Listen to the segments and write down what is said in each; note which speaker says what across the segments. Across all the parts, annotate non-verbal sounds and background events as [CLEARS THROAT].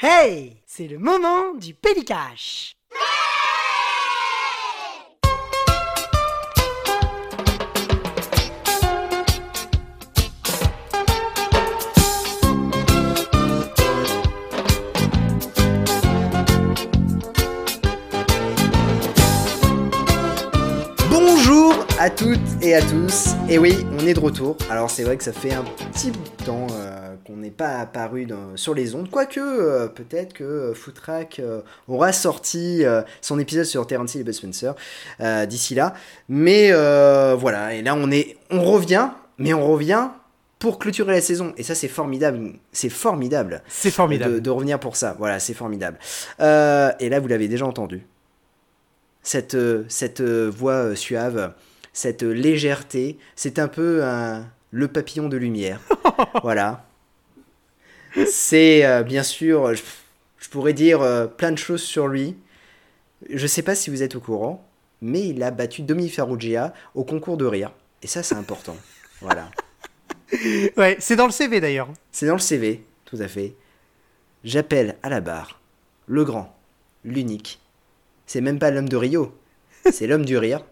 Speaker 1: Hey C'est le moment du pélicache
Speaker 2: Bonjour à toutes et à tous. Et oui, on est de retour. Alors c'est vrai que ça fait un petit bout de temps euh, qu'on n'est pas apparu dans- sur les ondes, quoique euh, peut-être que euh, Footrack euh, aura sorti euh, son épisode sur Terence Hill et Bud Spencer euh, d'ici là. Mais euh, voilà, et là on est, on revient, mais on revient pour clôturer la saison. Et ça c'est formidable, c'est formidable
Speaker 3: C'est
Speaker 2: de,
Speaker 3: formidable.
Speaker 2: de revenir pour ça. Voilà, c'est formidable. Euh, et là, vous l'avez déjà entendu. Cette, euh, cette euh, voix euh, suave, cette euh, légèreté, c'est un peu un- le papillon de lumière. voilà. C'est euh, bien sûr, euh, je, je pourrais dire euh, plein de choses sur lui. Je sais pas si vous êtes au courant, mais il a battu Domi Farrugia au concours de rire. Et ça, c'est important. voilà.
Speaker 3: Ouais, c'est dans le CV d'ailleurs.
Speaker 2: C'est dans le CV, tout à fait. J'appelle à la barre le grand, l'unique. C'est même pas l'homme de Rio, c'est l'homme du rire.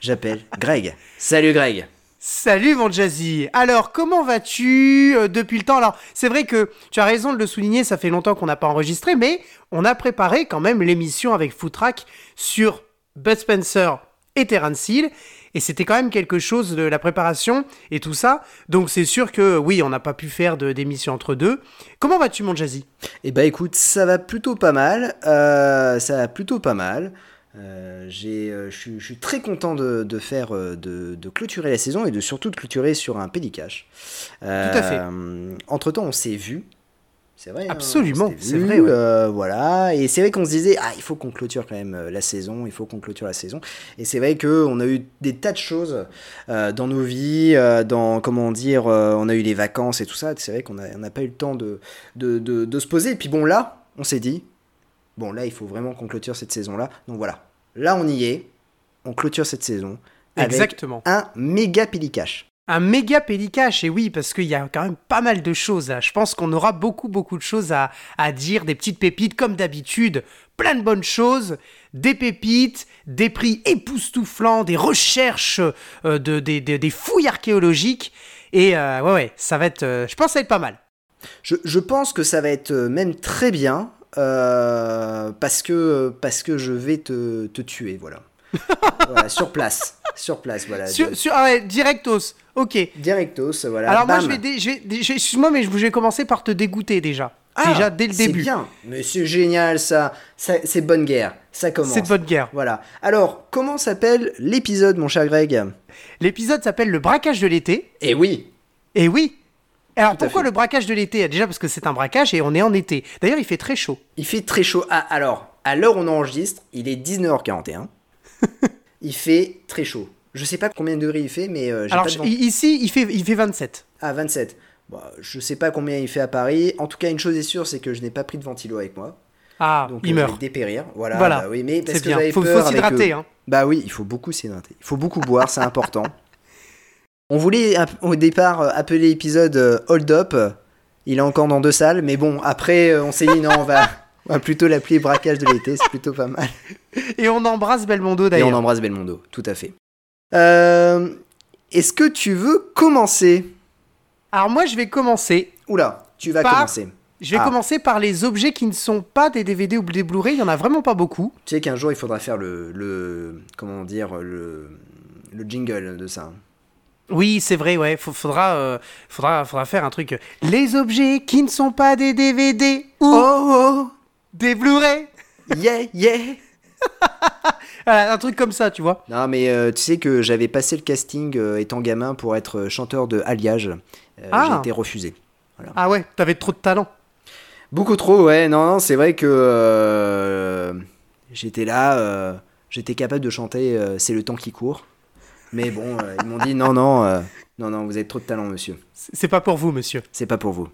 Speaker 2: J'appelle Greg. Salut Greg.
Speaker 3: Salut mon Jazzy. Alors, comment vas-tu euh, depuis le temps Alors, c'est vrai que tu as raison de le souligner, ça fait longtemps qu'on n'a pas enregistré, mais on a préparé quand même l'émission avec Footrack sur Bud Spencer et Terence Hill. Et c'était quand même quelque chose de la préparation et tout ça. Donc, c'est sûr que oui, on n'a pas pu faire de- d'émission entre deux. Comment vas-tu mon Jazzy
Speaker 2: Eh bah écoute, ça va plutôt pas mal. euh, ça va plutôt pas mal. Euh, j'ai, euh, Je suis- je suis très content de, de faire, euh, de, de clôturer la saison et de surtout de clôturer sur un pédicache.
Speaker 3: à fait.
Speaker 2: entre temps, Euh, on s'est vu. C'est vrai. hein, on
Speaker 3: Absolument,
Speaker 2: s'est
Speaker 3: c'est
Speaker 2: vu,
Speaker 3: vrai, ouais.
Speaker 2: euh, voilà. Et c'est vrai qu'on se disait, ah, il faut qu'on clôture quand même euh, la saison. Il faut qu'on clôture la saison. Et c'est vrai qu'on a eu des tas de choses euh, dans nos vies, euh, dans comment dire, euh, on a eu les vacances et tout ça. C'est vrai qu'on a- on n'a pas eu le temps de, de, de- de se poser. Et puis bon, là, on s'est dit, bon, là, il faut vraiment qu'on clôture cette saison-là. Donc voilà, là, on y est. On clôture cette saison avec
Speaker 3: Exactement.
Speaker 2: un méga pélicache.
Speaker 3: Un méga pélicache, et oui, parce qu'il y a quand même pas mal de choses. là. Je pense qu'on aura beaucoup, beaucoup de choses à, à dire, des petites pépites comme d'habitude, plein de bonnes choses, des pépites, des prix époustouflants, des recherches, euh, de, des, des- des fouilles archéologiques. Et euh, ouais, ouais, ça va être, euh, je pense que ça va être pas mal.
Speaker 2: Je, je pense que ça va être euh, même très bien euh, parce que parce que je vais te, te tuer,
Speaker 3: [LAUGHS]
Speaker 2: voilà. Voilà, sur place, sur place, voilà.
Speaker 3: Sur, sur- ah ouais, directos, ok.
Speaker 2: Directos, voilà.
Speaker 3: Alors moi,
Speaker 2: bam.
Speaker 3: je vais, dé- je vais dé- je- excuse-moi, mais je je vais commencer par te dégoûter déjà.
Speaker 2: Ah,
Speaker 3: déjà dès le
Speaker 2: C'est
Speaker 3: début.
Speaker 2: bien, mais c'est génial ça. ça c'est bonne guerre, ça commence.
Speaker 3: C'est de bonne guerre.
Speaker 2: Voilà. Alors, comment s'appelle l'épisode, mon cher Greg
Speaker 3: L'épisode s'appelle Le braquage de l'été.
Speaker 2: Eh oui,
Speaker 3: Et oui Alors
Speaker 2: Tout à
Speaker 3: pourquoi
Speaker 2: fait.
Speaker 3: le braquage de l'été Déjà parce que c'est un braquage et on est en été. D'ailleurs, il fait très chaud.
Speaker 2: il fait très chaud. Ah, alors, à l'heure où on enregistre, il est 19h41.
Speaker 3: [LAUGHS]
Speaker 2: il fait très chaud. Je sais pas combien de degrés il fait, mais euh, j'ai
Speaker 3: Alors
Speaker 2: pas devant-
Speaker 3: i- ici, il fait, il fait 27.
Speaker 2: Ah, 27. Bon, je sais pas combien il fait à Paris. En tout cas, une chose est sûre, c'est que je n'ai pas pris de ventilo avec moi.
Speaker 3: Ah,
Speaker 2: Donc,
Speaker 3: il
Speaker 2: euh, je
Speaker 3: meurt.
Speaker 2: vais dépérir. Voilà.
Speaker 3: Voilà.
Speaker 2: bah oui, mais parce
Speaker 3: C'est
Speaker 2: que
Speaker 3: bien.
Speaker 2: j'avais
Speaker 3: Faut- faut
Speaker 2: peur avec,
Speaker 3: s'hydrater,
Speaker 2: euh,
Speaker 3: hein.
Speaker 2: Bah oui, il faut beaucoup s'hydrater. Il faut beaucoup boire, c'est important. [LAUGHS] On voulait app- au départ euh, appeler l'épisode euh, Hold Up. Il est encore dans deux salles, mais bon, après, euh, on s'est dit non, on
Speaker 3: [LAUGHS]
Speaker 2: va, on va plutôt l'appeler Braquage de l'été, c'est plutôt pas mal.
Speaker 3: Et on embrasse Belmondo
Speaker 2: Et
Speaker 3: d'ailleurs.
Speaker 2: on embrasse Belmondo, tout à fait. Euh, Est-ce que tu veux commencer
Speaker 3: Alors moi, je vais commencer.
Speaker 2: Oula, tu vas
Speaker 3: Par-
Speaker 2: commencer.
Speaker 3: Je vais
Speaker 2: Ah.
Speaker 3: commencer par les objets qui ne sont pas des DVD ou des Blu-ray. Il y en a vraiment pas beaucoup.
Speaker 2: Tu sais qu'un jour il faudra faire le, le comment dire le, le jingle de ça.
Speaker 3: Oui, c'est vrai, ouais. Faut- Faudra, euh, faudra, faudra faire un truc. Les objets qui ne sont pas des DVD ou
Speaker 2: Oh
Speaker 3: des Blu-ray.
Speaker 2: oh yeah yeah.
Speaker 3: Voilà, un truc comme ça, tu vois.
Speaker 2: Non mais euh, tu sais que j'avais passé le casting euh, étant gamin pour être euh, chanteur de Alliage. Euh,
Speaker 3: Ah.
Speaker 2: J'ai été refusé.
Speaker 3: Ah ouais, t'avais trop de talent.
Speaker 2: Beaucoup trop ouais non non c'est vrai que euh, j'étais là euh, j'étais capable de chanter euh, c'est le temps qui court. Mais bon euh, ils m'ont dit non non euh, non non vous avez trop de talent monsieur.
Speaker 3: C'est c'est pas pour vous, monsieur.
Speaker 2: C'est pas pour vous.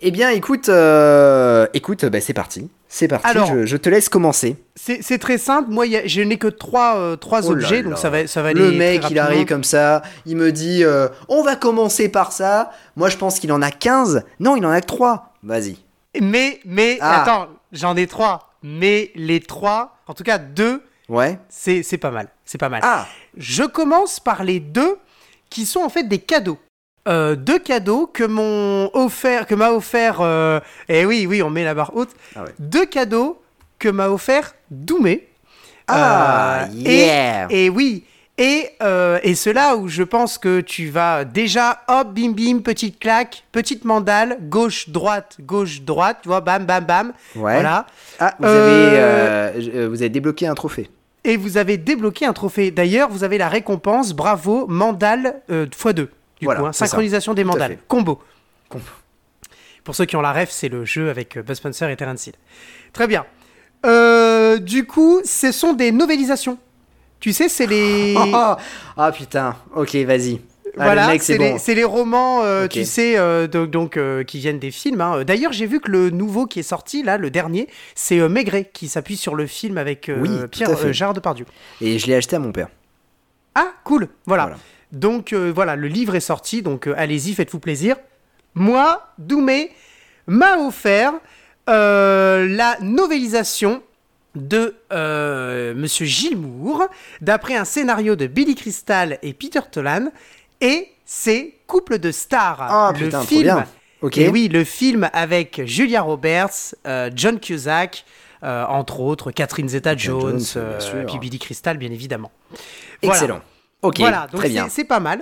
Speaker 2: Eh bien, écoute, euh, écoute, bah, c'est parti. C'est parti.
Speaker 3: Alors-
Speaker 2: je, je te laisse commencer.
Speaker 3: C'est c'est très simple. Moi, il y a- je n'ai que trois, euh, trois
Speaker 2: Oh là
Speaker 3: objets,
Speaker 2: là.
Speaker 3: donc ça va, ça va aller.
Speaker 2: Le
Speaker 3: très
Speaker 2: mec, il
Speaker 3: rapidement.
Speaker 2: arrive comme ça. Il me dit, euh, on va commencer par ça. Moi, je pense qu'il en a 15. Non, il en a que 3. Vas-y.
Speaker 3: Mais, mais,
Speaker 2: Ah.
Speaker 3: attends, j'en ai trois. Mais les trois, en tout cas deux,
Speaker 2: Ouais.
Speaker 3: c'est c'est pas mal. C'est pas mal.
Speaker 2: Ah
Speaker 3: Je commence par les deux qui sont en fait des cadeaux. Euh, deux cadeaux que m'ont offert, que m'a offert. euh, eh oui, oui, on met la barre haute.
Speaker 2: Ah ouais.
Speaker 3: Deux cadeaux que m'a offert Doumé.
Speaker 2: Ah,
Speaker 3: Euh,
Speaker 2: yeah.
Speaker 3: Et, et oui. Et, euh, et c'est là où je pense que tu vas déjà, hop, bim, bim, petite claque, petite mandale, gauche, droite, gauche, droite, tu vois, bam, bam, bam.
Speaker 2: Ouais.
Speaker 3: Voilà.
Speaker 2: Ah, vous,
Speaker 3: Euh,
Speaker 2: avez, euh, je- euh, vous avez débloqué un trophée.
Speaker 3: Et vous avez débloqué un trophée. D'ailleurs, vous avez la récompense Bravo Mandal euh, x2. Du
Speaker 2: Voilà,
Speaker 3: coup, hein,
Speaker 2: c'est ça.
Speaker 3: synchronisation des
Speaker 2: Tout à
Speaker 3: mandales.
Speaker 2: fait.
Speaker 3: Combo.
Speaker 2: Combo.
Speaker 3: Pour ceux qui ont la ref, c'est le jeu avec euh, Buzz Spencer et Terence Hill. Très bien. Euh, du coup, ce sont des novélisations. Tu sais, c'est les.
Speaker 2: [LAUGHS] Oh, oh. Ah putain, ok, vas-y. Ah,
Speaker 3: Voilà,
Speaker 2: le mec,
Speaker 3: c'est
Speaker 2: c'est
Speaker 3: les,
Speaker 2: bon.
Speaker 3: c'est les romans, euh,
Speaker 2: Ok.
Speaker 3: tu sais, euh, do- donc euh, qui viennent des films. hein. D'ailleurs, j'ai vu que le nouveau qui est sorti là, le dernier, c'est euh, Maigret qui s'appuie sur le film avec euh,
Speaker 2: Oui, tout à
Speaker 3: Pierre
Speaker 2: fait.
Speaker 3: euh, Gérard Depardieu.
Speaker 2: Et je l'ai acheté à mon père.
Speaker 3: Ah, cool, voilà.
Speaker 2: Voilà.
Speaker 3: Donc euh, voilà, le livre est sorti, donc euh, allez-y, faites-vous plaisir. Moi, Doumé, m'a offert euh, la novélisation de euh, Monsieur Gilmour, d'après un scénario de Billy Crystal et Peter Tolan, et c'est Couple de stars,
Speaker 2: Ah,
Speaker 3: le
Speaker 2: putain, trop
Speaker 3: film.
Speaker 2: bien. Ok.
Speaker 3: Et oui, le film avec Julia Roberts, euh, John Cusack, euh, entre autres, Catherine Zeta-Jones,
Speaker 2: Jones, bien
Speaker 3: euh,
Speaker 2: sûr.
Speaker 3: puis Billy Crystal, bien évidemment. Voilà.
Speaker 2: Excellent. Ok,
Speaker 3: Voilà, donc
Speaker 2: très
Speaker 3: c'est-
Speaker 2: bien.
Speaker 3: c'est pas mal.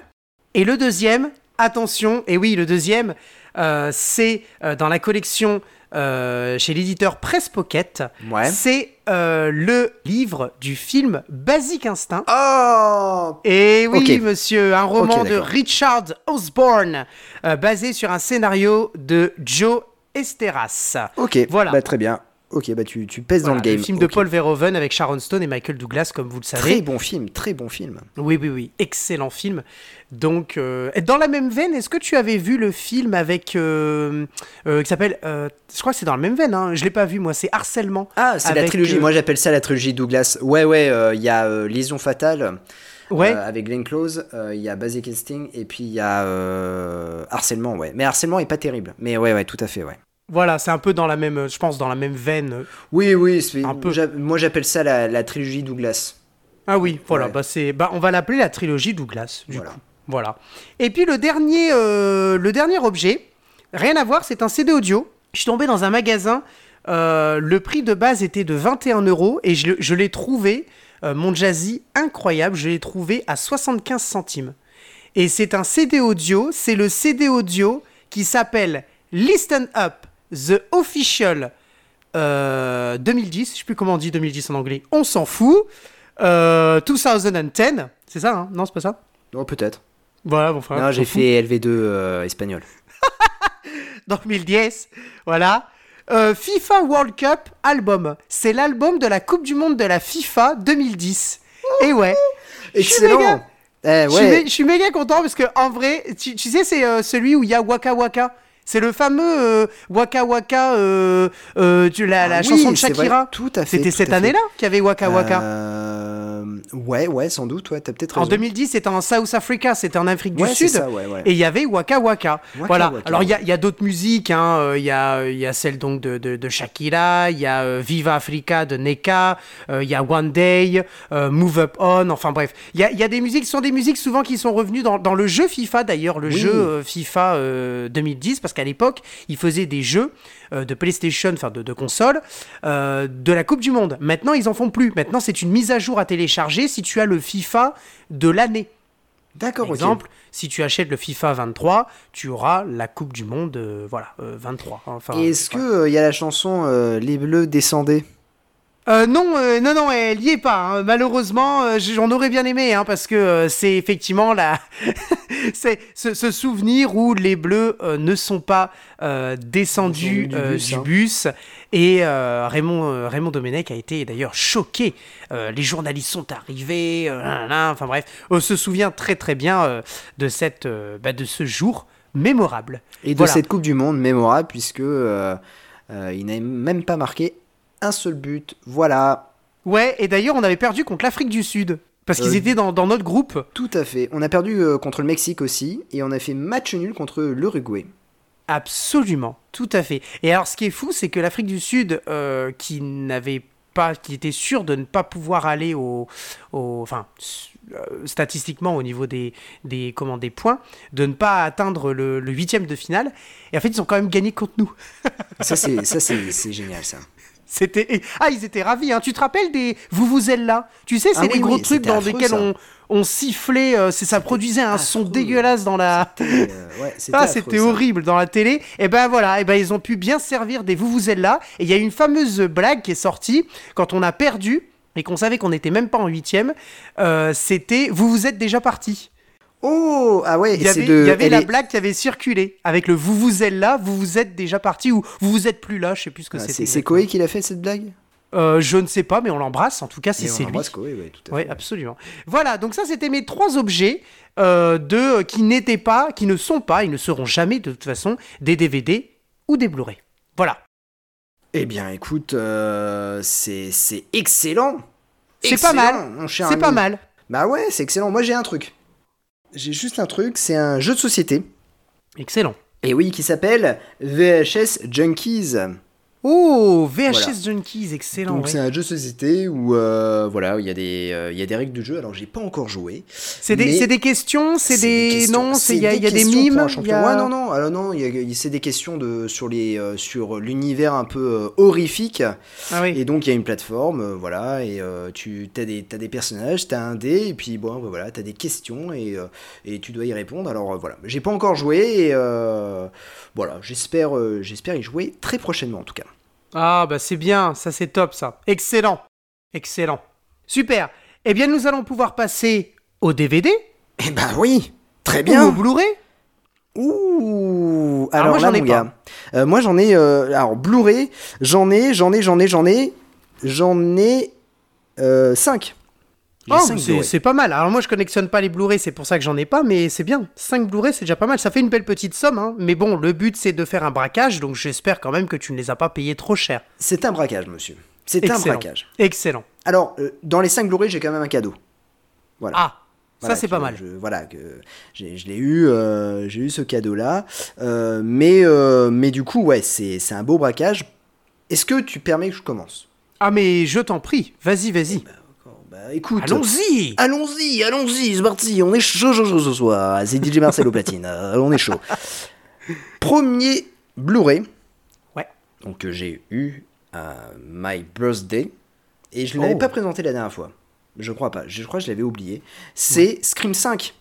Speaker 3: Et le deuxième, attention, et oui, le deuxième, euh, c'est euh, dans la collection euh, chez l'éditeur Press Pocket.
Speaker 2: Ouais.
Speaker 3: C'est euh, le livre du film Basique Instinct.
Speaker 2: Oh
Speaker 3: Et oui,
Speaker 2: Ok.
Speaker 3: monsieur, un roman
Speaker 2: Ok,
Speaker 3: de
Speaker 2: d'accord.
Speaker 3: Richard Osborne, euh, basé sur un scénario de Joe Esteras.
Speaker 2: Ok,
Speaker 3: Voilà.
Speaker 2: bah, très bien. Ok, bah tu, tu pèses
Speaker 3: Voilà,
Speaker 2: dans le game.
Speaker 3: film de
Speaker 2: Ok.
Speaker 3: Paul Verhoeven avec Sharon Stone et Michael Douglas, comme vous le savez.
Speaker 2: Très bon film, très bon film.
Speaker 3: Oui, oui, oui, excellent film. Donc, euh, et dans la même veine, est-ce que tu avais vu le film avec euh, euh, qui s'appelle, euh, je crois que c'est dans la même veine. Hein, je l'ai pas vu moi. C'est harcèlement.
Speaker 2: Ah, c'est la
Speaker 3: avec,
Speaker 2: trilogie.
Speaker 3: euh,
Speaker 2: Moi, j'appelle ça la trilogie Douglas. Ouais, ouais, euh, il y a euh, Lésion Fatale
Speaker 3: Ouais.
Speaker 2: euh, avec Glenn Close, euh, il y a Basic Instinct et puis il y a euh, Harcèlement, ouais. Mais Harcèlement est pas terrible. Mais ouais, ouais, tout à fait, ouais.
Speaker 3: Voilà, c'est un peu dans la même, euh, je pense, dans la même veine. euh.
Speaker 2: Oui, oui, c'est-
Speaker 3: Un peu.
Speaker 2: j'a- moi j'appelle ça la, la trilogie Douglas.
Speaker 3: Ah oui, voilà.
Speaker 2: Ouais.
Speaker 3: Bah c'est, bah on va l'appeler la trilogie Douglas. Du
Speaker 2: Voilà.
Speaker 3: coup, voilà. Et puis le dernier, euh, le dernier objet, rien à voir, c'est un CD audio. Je suis tombé dans un magasin. euh, le prix de base était de 21 euros et je, le- je l'ai trouvé, euh, mon jazzy incroyable, je l'ai trouvé à 75 centimes. Et c'est un CD audio, c'est le CD audio qui s'appelle Listen Up, The Official euh, 2010, je sais plus comment on dit 2010 en anglais, on s'en fout, euh, 2010, c'est ça, hein non c'est pas ça
Speaker 2: Oh, peut-être.
Speaker 3: Voilà mon frère.
Speaker 2: non, j'ai
Speaker 3: on s'en fout.
Speaker 2: fait LV2 euh, espagnol.
Speaker 3: Dans 2010, voilà. Euh, FIFA World Cup album, c'est l'album de la Coupe du Monde de la FIFA 2010. Et ouais. Je suis méga-
Speaker 2: Excellent Eh,
Speaker 3: Je suis mé-
Speaker 2: ouais.
Speaker 3: Je suis méga content parce que en vrai, tu, tu sais, c'est euh, celui où il y a Waka Waka. C'est le fameux euh, Waka Waka, euh, euh, tu- la, la
Speaker 2: Ah oui,
Speaker 3: chanson de
Speaker 2: c'est vrai,
Speaker 3: Shakira.
Speaker 2: Tout à fait.
Speaker 3: C'était
Speaker 2: tout
Speaker 3: cette
Speaker 2: à fait.
Speaker 3: année-là qu'il y avait Waka Waka.
Speaker 2: Euh, Ouais, ouais, sans doute, ouais, t'as peut-être
Speaker 3: En
Speaker 2: raison.
Speaker 3: 2010, c'était en South Africa, c'était en Afrique
Speaker 2: Ouais,
Speaker 3: du
Speaker 2: c'est
Speaker 3: Sud.
Speaker 2: ça, ouais, ouais.
Speaker 3: Et il y avait Waka Waka.
Speaker 2: Waka
Speaker 3: voilà.
Speaker 2: Waka,
Speaker 3: Alors, il y a,
Speaker 2: ouais.
Speaker 3: il y a d'autres musiques. hein, euh, Il y, a, il y a celle donc de, de, de Shakira. Il y a euh, Viva Africa de Neka. euh, Il y a One Day, euh, Move Up On. Enfin, bref. Il y a, il y a des musiques qui sont des musiques souvent qui sont revenues dans, dans le jeu FIFA, d'ailleurs, le
Speaker 2: Oui.
Speaker 3: jeu euh, FIFA euh, 2010. Parce qu'à l'époque, ils faisaient des jeux euh, de PlayStation, enfin de, de console, euh, de la Coupe du Monde. Maintenant, ils en font plus. Maintenant, c'est une mise à jour à télécharger si tu as le FIFA de l'année.
Speaker 2: D'accord,
Speaker 3: Par
Speaker 2: ok.
Speaker 3: exemple, si tu achètes le FIFA 23, tu auras la Coupe du Monde, euh, voilà, euh, 23. hein, Enfin,
Speaker 2: Et Est-ce
Speaker 3: ouais.
Speaker 2: que qu'il y a la chanson euh, Les Bleus descendaient
Speaker 3: Euh, non, euh, non, non, elle y est pas. hein. Malheureusement, euh, j- j'en aurais bien aimé, hein, parce que euh, c'est effectivement la, [LAUGHS] c'est ce, ce souvenir où les Bleus euh, ne sont pas euh,
Speaker 2: Descendus
Speaker 3: descendus
Speaker 2: du
Speaker 3: euh, du, bus,
Speaker 2: bus, hein.
Speaker 3: et euh, Raymond euh, Raymond Domenech a été d'ailleurs choqué. Euh, les journalistes sont arrivés, euh, là, là, là, enfin bref, on se souvient très très bien euh, de cette, euh, bah, de ce jour mémorable.
Speaker 2: Et de
Speaker 3: Voilà.
Speaker 2: cette Coupe du Monde mémorable, puisque euh, euh, il n'a même pas marqué un seul but. Voilà,
Speaker 3: Ouais, et d'ailleurs on avait perdu contre l'Afrique du Sud parce qu'ils
Speaker 2: Euh,
Speaker 3: étaient dans, dans notre groupe.
Speaker 2: tout à fait. On a perdu euh, contre le Mexique aussi, et on a fait match nul contre l'Uruguay.
Speaker 3: Absolument, tout à fait. Et alors, ce qui est fou, c'est que l'Afrique du Sud, euh, qui n'avait pas, qui était sûre de ne pas pouvoir aller au, au enfin, s- euh, statistiquement au niveau des, des, comment, des points, de ne pas atteindre le le huitième de finale, et en fait, ils ont quand même gagné contre nous. [LAUGHS]
Speaker 2: Ça, c'est ça, c'est- c'est génial, ça.
Speaker 3: C'était et- ah ils étaient ravis hein. Tu te rappelles des vous vous êtes là Tu sais c'est
Speaker 2: Ah
Speaker 3: les
Speaker 2: oui,
Speaker 3: gros
Speaker 2: oui,
Speaker 3: trucs
Speaker 2: c'était
Speaker 3: dans
Speaker 2: affreux,
Speaker 3: lesquels
Speaker 2: ça.
Speaker 3: on on sifflait euh, c'est ça produisait un son
Speaker 2: affreux.
Speaker 3: dégueulasse dans la
Speaker 2: C'était, euh, ouais, c'était
Speaker 3: ah
Speaker 2: affreux,
Speaker 3: c'était
Speaker 2: ça.
Speaker 3: horrible dans la télé et ben voilà et ben ils ont pu bien servir des vous vous êtes là et il y a une fameuse blague qui est sortie quand on a perdu et qu'on savait qu'on n'était même pas en huitième euh, c'était vous vous êtes déjà parti
Speaker 2: Oh, ah ouais,
Speaker 3: il y
Speaker 2: et c'est
Speaker 3: avait,
Speaker 2: de.
Speaker 3: il y avait
Speaker 2: elle
Speaker 3: la
Speaker 2: est-
Speaker 3: blague qui avait circulé avec le vous vous êtes là vous vous êtes déjà parti ou vous vous êtes plus là je sais plus ce que
Speaker 2: Ah,
Speaker 3: c'était
Speaker 2: c'est- C'est Koei qui l'a fait cette blague
Speaker 3: Euh, je ne sais pas, mais on l'embrasse. En tout cas, si
Speaker 2: Et on
Speaker 3: c'est lui.
Speaker 2: embrasse Koei, ouais, tout à fait.
Speaker 3: Oui, absolument. Voilà, donc ça, c'était mes trois objets euh, de, qui n'étaient pas, qui ne sont pas, ils ne seront jamais de toute façon des DVD ou des Blu-ray. Voilà.
Speaker 2: Eh bien, écoute, euh, c'est c'est excellent.
Speaker 3: C'est pas mal.
Speaker 2: Excellent, mon cher
Speaker 3: C'est
Speaker 2: ami.
Speaker 3: pas mal.
Speaker 2: Bah ouais, c'est excellent. Moi, j'ai un truc. J'ai juste un truc, c'est un jeu de société.
Speaker 3: Excellent.
Speaker 2: Et oui, qui s'appelle VHS Junkies.
Speaker 3: Ah Oh, VHS
Speaker 2: Voilà.
Speaker 3: Junkies, excellent.
Speaker 2: Donc
Speaker 3: ouais.
Speaker 2: c'est un jeu de société où euh, voilà, il y a des euh, il y a des règles du jeu. Alors j'ai pas encore joué.
Speaker 3: C'est des,
Speaker 2: mais-
Speaker 3: c'est des questions, c'est des,
Speaker 2: questions-
Speaker 3: non, c'est-
Speaker 2: c'est
Speaker 3: il y a, il y a des
Speaker 2: questions pour
Speaker 3: mimes.
Speaker 2: un
Speaker 3: il
Speaker 2: champion.
Speaker 3: y a-
Speaker 2: Ouais, non non, alors non, il y a- c'est des questions de sur les euh, sur l'univers un peu euh, horrifique.
Speaker 3: Ah oui.
Speaker 2: Et donc il y a une plateforme, euh, voilà, et euh, tu as des, t'as des personnages, tu as un dé, et puis bon, bah, voilà, tu as des questions, et, euh, et tu dois y répondre. Alors euh, voilà, j'ai pas encore joué, et euh, voilà, j'espère euh, j'espère y jouer très prochainement en tout cas.
Speaker 3: Ah bah c'est bien, ça c'est top ça. Excellent. Excellent. Super. Eh bien, nous allons pouvoir passer au DVD
Speaker 2: Eh ben oui, très
Speaker 3: ou au
Speaker 2: bien.
Speaker 3: Blu-ray.
Speaker 2: Ouh,
Speaker 3: Ah,
Speaker 2: alors
Speaker 3: moi,
Speaker 2: là,
Speaker 3: j'en ai
Speaker 2: mon gars, euh, moi j'en ai, euh, alors Blu-ray, j'en ai, j'en ai, j'en ai, j'en ai, j'en ai euh, 5.
Speaker 3: Oh, c'est c'est pas mal. Alors moi je connectionne pas les Blu-ray, c'est pour ça que j'en ai pas, mais c'est bien. 5 Blu-ray c'est déjà pas mal, ça fait une belle petite somme. Hein. Mais bon, le but c'est de faire un braquage, donc j'espère quand même que tu ne les as pas payés trop cher.
Speaker 2: C'est un braquage, monsieur. C'est un
Speaker 3: Excellent.
Speaker 2: braquage.
Speaker 3: Excellent.
Speaker 2: Alors, euh, dans les 5 Blu-ray, j'ai quand même un cadeau. Voilà.
Speaker 3: Ah,
Speaker 2: Voilà,
Speaker 3: ça c'est
Speaker 2: que
Speaker 3: pas mal.
Speaker 2: Je, voilà, que j'ai- je l'ai eu, euh, j'ai eu ce cadeau-là. Euh, mais, euh, mais du coup, ouais, c'est c'est un beau braquage. Est-ce que tu permets que je commence
Speaker 3: Ah mais je t'en prie, vas-y, vas-y.
Speaker 2: Bah, écoute.
Speaker 3: Allons-y
Speaker 2: Allons-y, allons-y, c'est parti, on est chaud, chaud, chaud ce soir. C'est DJ Marcel au platine, [LAUGHS] euh, on est chaud. Premier Blu-ray,
Speaker 3: Ouais.
Speaker 2: donc que j'ai eu à My Birthday, et je ne l'avais
Speaker 3: Oh.
Speaker 2: pas présenté la dernière fois. Je crois pas, je crois que je l'avais oublié. C'est Scream 5.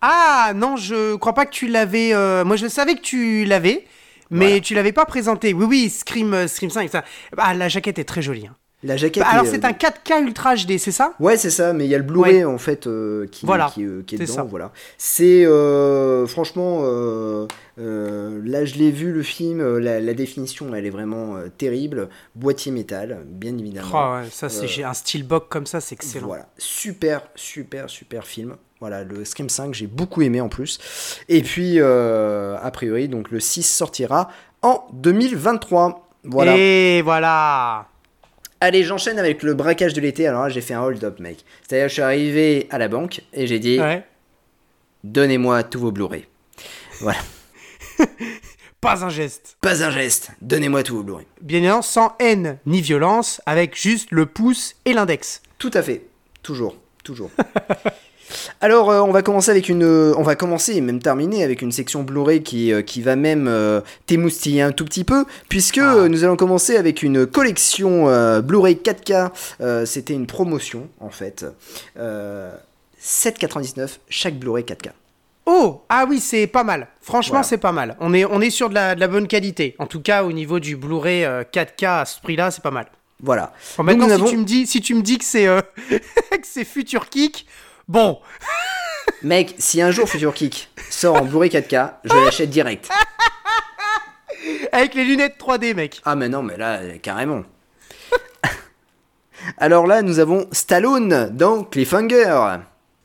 Speaker 3: Ah non, je crois pas que tu l'avais. euh, Moi, je savais que tu l'avais, mais
Speaker 2: Voilà.
Speaker 3: tu l'avais pas présenté. Oui, oui, Scream, euh, Scream 5. Ça... Ah, la jaquette est très jolie. hein.
Speaker 2: La jaquette.
Speaker 3: Bah, alors,
Speaker 2: est, euh,
Speaker 3: c'est un 4K Ultra HD, c'est ça
Speaker 2: Ouais, c'est ça, mais il y a le Blu-ray
Speaker 3: Ouais.
Speaker 2: en fait euh, qui,
Speaker 3: Voilà,
Speaker 2: qui, euh, qui est
Speaker 3: c'est
Speaker 2: dedans.
Speaker 3: ça.
Speaker 2: Voilà. C'est euh, franchement, euh, euh, là je l'ai vu le film, euh, la, la définition elle est vraiment euh, terrible. Boîtier métal, bien évidemment.
Speaker 3: Oh, ouais, ça, c'est
Speaker 2: Euh,
Speaker 3: j'ai un steelbook comme ça, c'est excellent.
Speaker 2: voilà, super, super, super film. Voilà, le Scream 5, j'ai beaucoup aimé en plus. Et puis, euh, a priori, donc le 6 sortira en 2023. Voilà.
Speaker 3: Et voilà.
Speaker 2: Allez, j'enchaîne avec le braquage de l'été. Alors là, j'ai fait un hold-up, mec. C'est-à-dire, je suis arrivé à la banque et j'ai dit.
Speaker 3: Ouais.
Speaker 2: Donnez-moi tous vos Blu-ray.
Speaker 3: Pas un geste.
Speaker 2: Pas un geste, donnez-moi tous vos Blu-ray.
Speaker 3: Bien évidemment, sans haine ni violence, avec juste le pouce et l'index.
Speaker 2: Tout à fait, toujours,
Speaker 3: [LAUGHS]
Speaker 2: toujours. Alors, euh, on va commencer avec une, euh, on va commencer et même terminer avec une section Blu-ray qui, euh, qui va même euh, t'émoustiller un tout petit peu, puisque
Speaker 3: Ah.
Speaker 2: euh, nous allons commencer avec une collection euh, Blu-ray 4K. euh, C'était une promotion en fait. Euh, 7,99 chaque Blu-ray 4K.
Speaker 3: Oh, ah oui, c'est pas mal. Franchement,
Speaker 2: Voilà.
Speaker 3: c'est pas mal. On est, on est sur de la, de la bonne qualité. En tout cas, au niveau du Blu-ray euh, 4K à ce prix-là, c'est pas mal.
Speaker 2: Voilà.
Speaker 3: Bon, maintenant,
Speaker 2: nous
Speaker 3: si,
Speaker 2: avons-
Speaker 3: tu me dis, si tu me dis que c'est euh, [LAUGHS] que c'est Future Kick, bon,
Speaker 2: Mec, si un jour Future Kick sort en Blu-ray 4K, je l'achète direct.
Speaker 3: avec les lunettes 3D, mec.
Speaker 2: Ah mais non, mais là, euh, carrément. Alors là, nous avons Stallone dans Cliffhanger.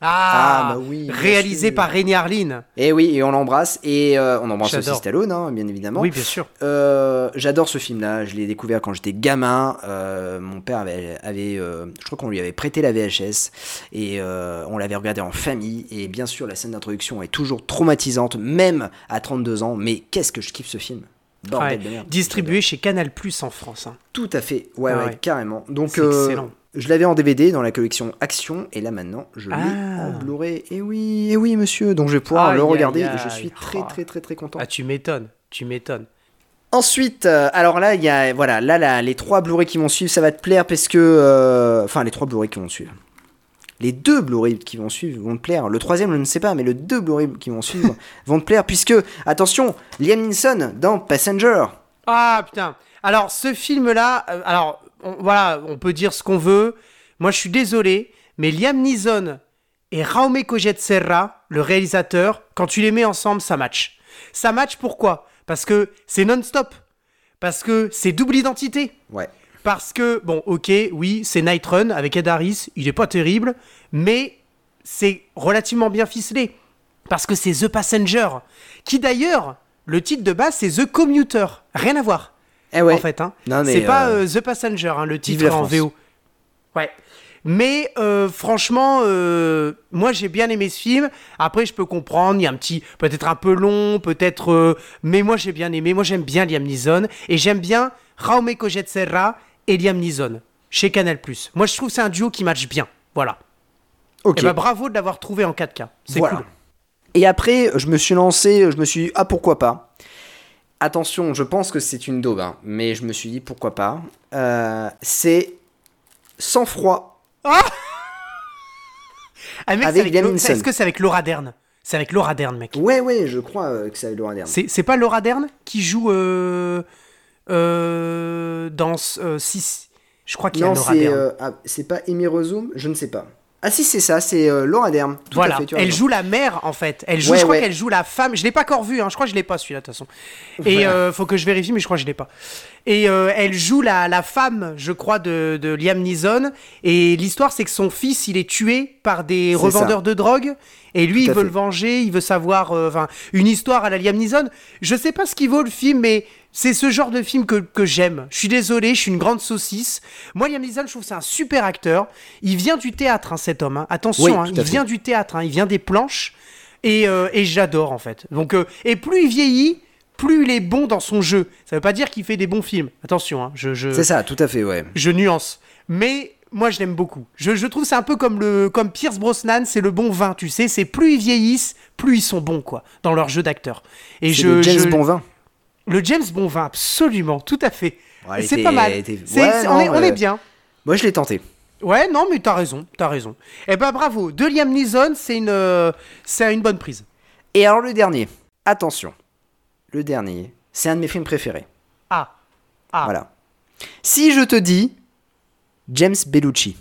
Speaker 3: Ah,
Speaker 2: Ah, bah oui, bien
Speaker 3: Réalisé
Speaker 2: sûr.
Speaker 3: par René Harlin.
Speaker 2: Et Eh oui, et on l'embrasse. Et euh, on embrasse aussi
Speaker 3: J'adore.
Speaker 2: Stallone, hein, bien évidemment.
Speaker 3: Oui, bien sûr.
Speaker 2: Euh, J'adore ce film-là. Je l'ai découvert quand j'étais gamin. Euh, mon père avait, avait, euh, je crois qu'on lui avait prêté la VHS et euh, on l'avait regardé en famille. Et bien sûr, la scène d'introduction est toujours traumatisante, même à 32 ans. Mais qu'est-ce que je kiffe ce film Bordel
Speaker 3: Ouais.
Speaker 2: de merde.
Speaker 3: Distribué chez Canal Plus en France. hein.
Speaker 2: Tout à fait. Ouais,
Speaker 3: Ah
Speaker 2: ouais,
Speaker 3: ouais.
Speaker 2: carrément. Donc,
Speaker 3: C'est
Speaker 2: euh,
Speaker 3: excellent.
Speaker 2: je l'avais en DVD dans la collection Action et là maintenant, je l'ai
Speaker 3: Ah.
Speaker 2: en Blu-ray. Et oui, et oui, monsieur. Donc, je vais pouvoir
Speaker 3: Aïe,
Speaker 2: le
Speaker 3: aïe,
Speaker 2: regarder. et
Speaker 3: aïe.
Speaker 2: je suis très,
Speaker 3: Oh.
Speaker 2: très, très, très content.
Speaker 3: Ah, tu m'étonnes, tu m'étonnes.
Speaker 2: Ensuite, euh, alors là, il y a, voilà, là, là, les trois Blu-ray qui vont suivre, ça va te plaire parce que, euh, enfin, les trois Blu-ray qui vont suivre, les deux Blu-ray qui vont suivre vont te plaire. Le troisième, je ne sais pas, mais le deux Blu-ray qui vont
Speaker 3: [LAUGHS]
Speaker 2: suivre vont te plaire puisque, attention, Liam Neeson dans Passenger.
Speaker 3: Ah putain. Alors ce film-là, euh, alors on- voilà, on peut dire ce qu'on veut. Moi, je suis désolé, mais Liam Neeson et Raume Cojet Serra, le réalisateur, quand tu les mets ensemble, ça match. Ça match pourquoi Parce que c'est non-stop. Parce que c'est double identité.
Speaker 2: Ouais.
Speaker 3: Parce que, bon, ok, oui, c'est Night Run avec Ed Harris, il est pas terrible, mais c'est relativement bien ficelé. Parce que c'est The Passenger, qui d'ailleurs, le titre de base, c'est The Commuter. Rien à voir,
Speaker 2: Eh ouais.
Speaker 3: en fait. Hein.
Speaker 2: Non, mais,
Speaker 3: C'est pas
Speaker 2: euh,
Speaker 3: euh, The Passenger, hein, le
Speaker 2: la
Speaker 3: titre en
Speaker 2: France.
Speaker 3: VO. Ouais. Mais euh, franchement, euh, moi j'ai bien aimé ce film. Après, je peux comprendre, il y a un petit, peut-être un peu long, peut-être. euh, mais moi j'ai bien aimé. Moi j'aime bien Liam Neeson et j'aime bien Raume Cojet Serra et Liam Neeson chez Canal+. Moi je trouve que c'est un duo qui match bien. Voilà.
Speaker 2: Ok.
Speaker 3: Et bah bravo de l'avoir trouvé en 4K. C'est
Speaker 2: Voilà.
Speaker 3: cool.
Speaker 2: Et après, je me suis lancé, je me suis dit, ah pourquoi pas Attention, je pense que c'est une daube, hein, mais je me suis dit, pourquoi pas Euh, C'est Sans froid.
Speaker 3: Ah, mec, c'est
Speaker 2: Avec Liam
Speaker 3: Lo-
Speaker 2: Neeson.
Speaker 3: Est-ce que c'est avec Laura Dern C'est avec Laura Dern, mec.
Speaker 2: Ouais, ouais, je crois euh, que ça a eu le dernier.
Speaker 3: C'est c'est pas Laura Dern qui joue euh, euh, dans 6 Je crois qu'il y a
Speaker 2: Non,
Speaker 3: Laura
Speaker 2: c'est
Speaker 3: Dern.
Speaker 2: euh, ah, c'est pas Amy Rossum, je ne sais pas. Ah si, c'est ça, c'est euh, Laura Dern. Tout
Speaker 3: voilà,
Speaker 2: à fait, tu as
Speaker 3: elle
Speaker 2: raison.
Speaker 3: joue la mère en fait. Elle joue,
Speaker 2: Ouais,
Speaker 3: je crois
Speaker 2: ouais.
Speaker 3: qu'elle joue la femme. Je l'ai pas encore vu, hein. je crois que je l'ai pas celui-là de toute façon. Et euh, faut que je vérifie, mais je crois que je l'ai pas. Et euh, elle joue la, la femme, je crois, de, de Liam Neeson. Et l'histoire, c'est que son fils, il est tué par des
Speaker 2: ça.
Speaker 3: revendeurs de drogue. Et lui,
Speaker 2: Tout
Speaker 3: il
Speaker 2: à
Speaker 3: veut
Speaker 2: fait.
Speaker 3: le venger, il veut savoir, euh, enfin, une histoire à la Liam Neeson. Je sais pas ce qu'il vaut le film, mais c'est ce genre de film que, que j'aime. Je suis désolé, je suis une grande saucisse. Moi, Liam Neeson, je trouve que c'est un super acteur. Il vient du théâtre, hein, cet homme. hein. Attention,
Speaker 2: Oui,
Speaker 3: hein,
Speaker 2: tout à
Speaker 3: il
Speaker 2: fait.
Speaker 3: vient du théâtre, hein, il vient des planches. Et, euh, et j'adore, en fait. Donc, euh, et plus il vieillit, plus il est bon dans son jeu. Ça veut pas dire qu'il fait des bons films. Attention, hein, je, je,
Speaker 2: C'est ça, tout à fait, ouais.
Speaker 3: je nuance. Mais moi, je l'aime beaucoup. Je, je trouve c'est un peu comme le comme Pierce Brosnan, c'est le bon vin, tu sais. C'est plus ils vieillissent, plus ils sont bons, quoi, dans leur jeu d'acteur. Et
Speaker 2: C'est
Speaker 3: je,
Speaker 2: le James
Speaker 3: je-
Speaker 2: Bonvin.
Speaker 3: Le James Bonvin, absolument, tout à fait.
Speaker 2: Ouais, elle
Speaker 3: c'est
Speaker 2: était-
Speaker 3: pas mal.
Speaker 2: elle était-
Speaker 3: C'est-
Speaker 2: Ouais,
Speaker 3: c'est-
Speaker 2: non,
Speaker 3: on, est, on
Speaker 2: euh,
Speaker 3: est bien.
Speaker 2: Moi, je l'ai tenté.
Speaker 3: Ouais, non, mais t'as raison, t'as raison. Eh ben, bravo. De Liam Neeson, c'est une, euh, c'est une bonne prise.
Speaker 2: Et alors le dernier, attention, le dernier, c'est un de mes films préférés.
Speaker 3: Ah, Ah.
Speaker 2: Voilà. Si je te dis James Bellucci.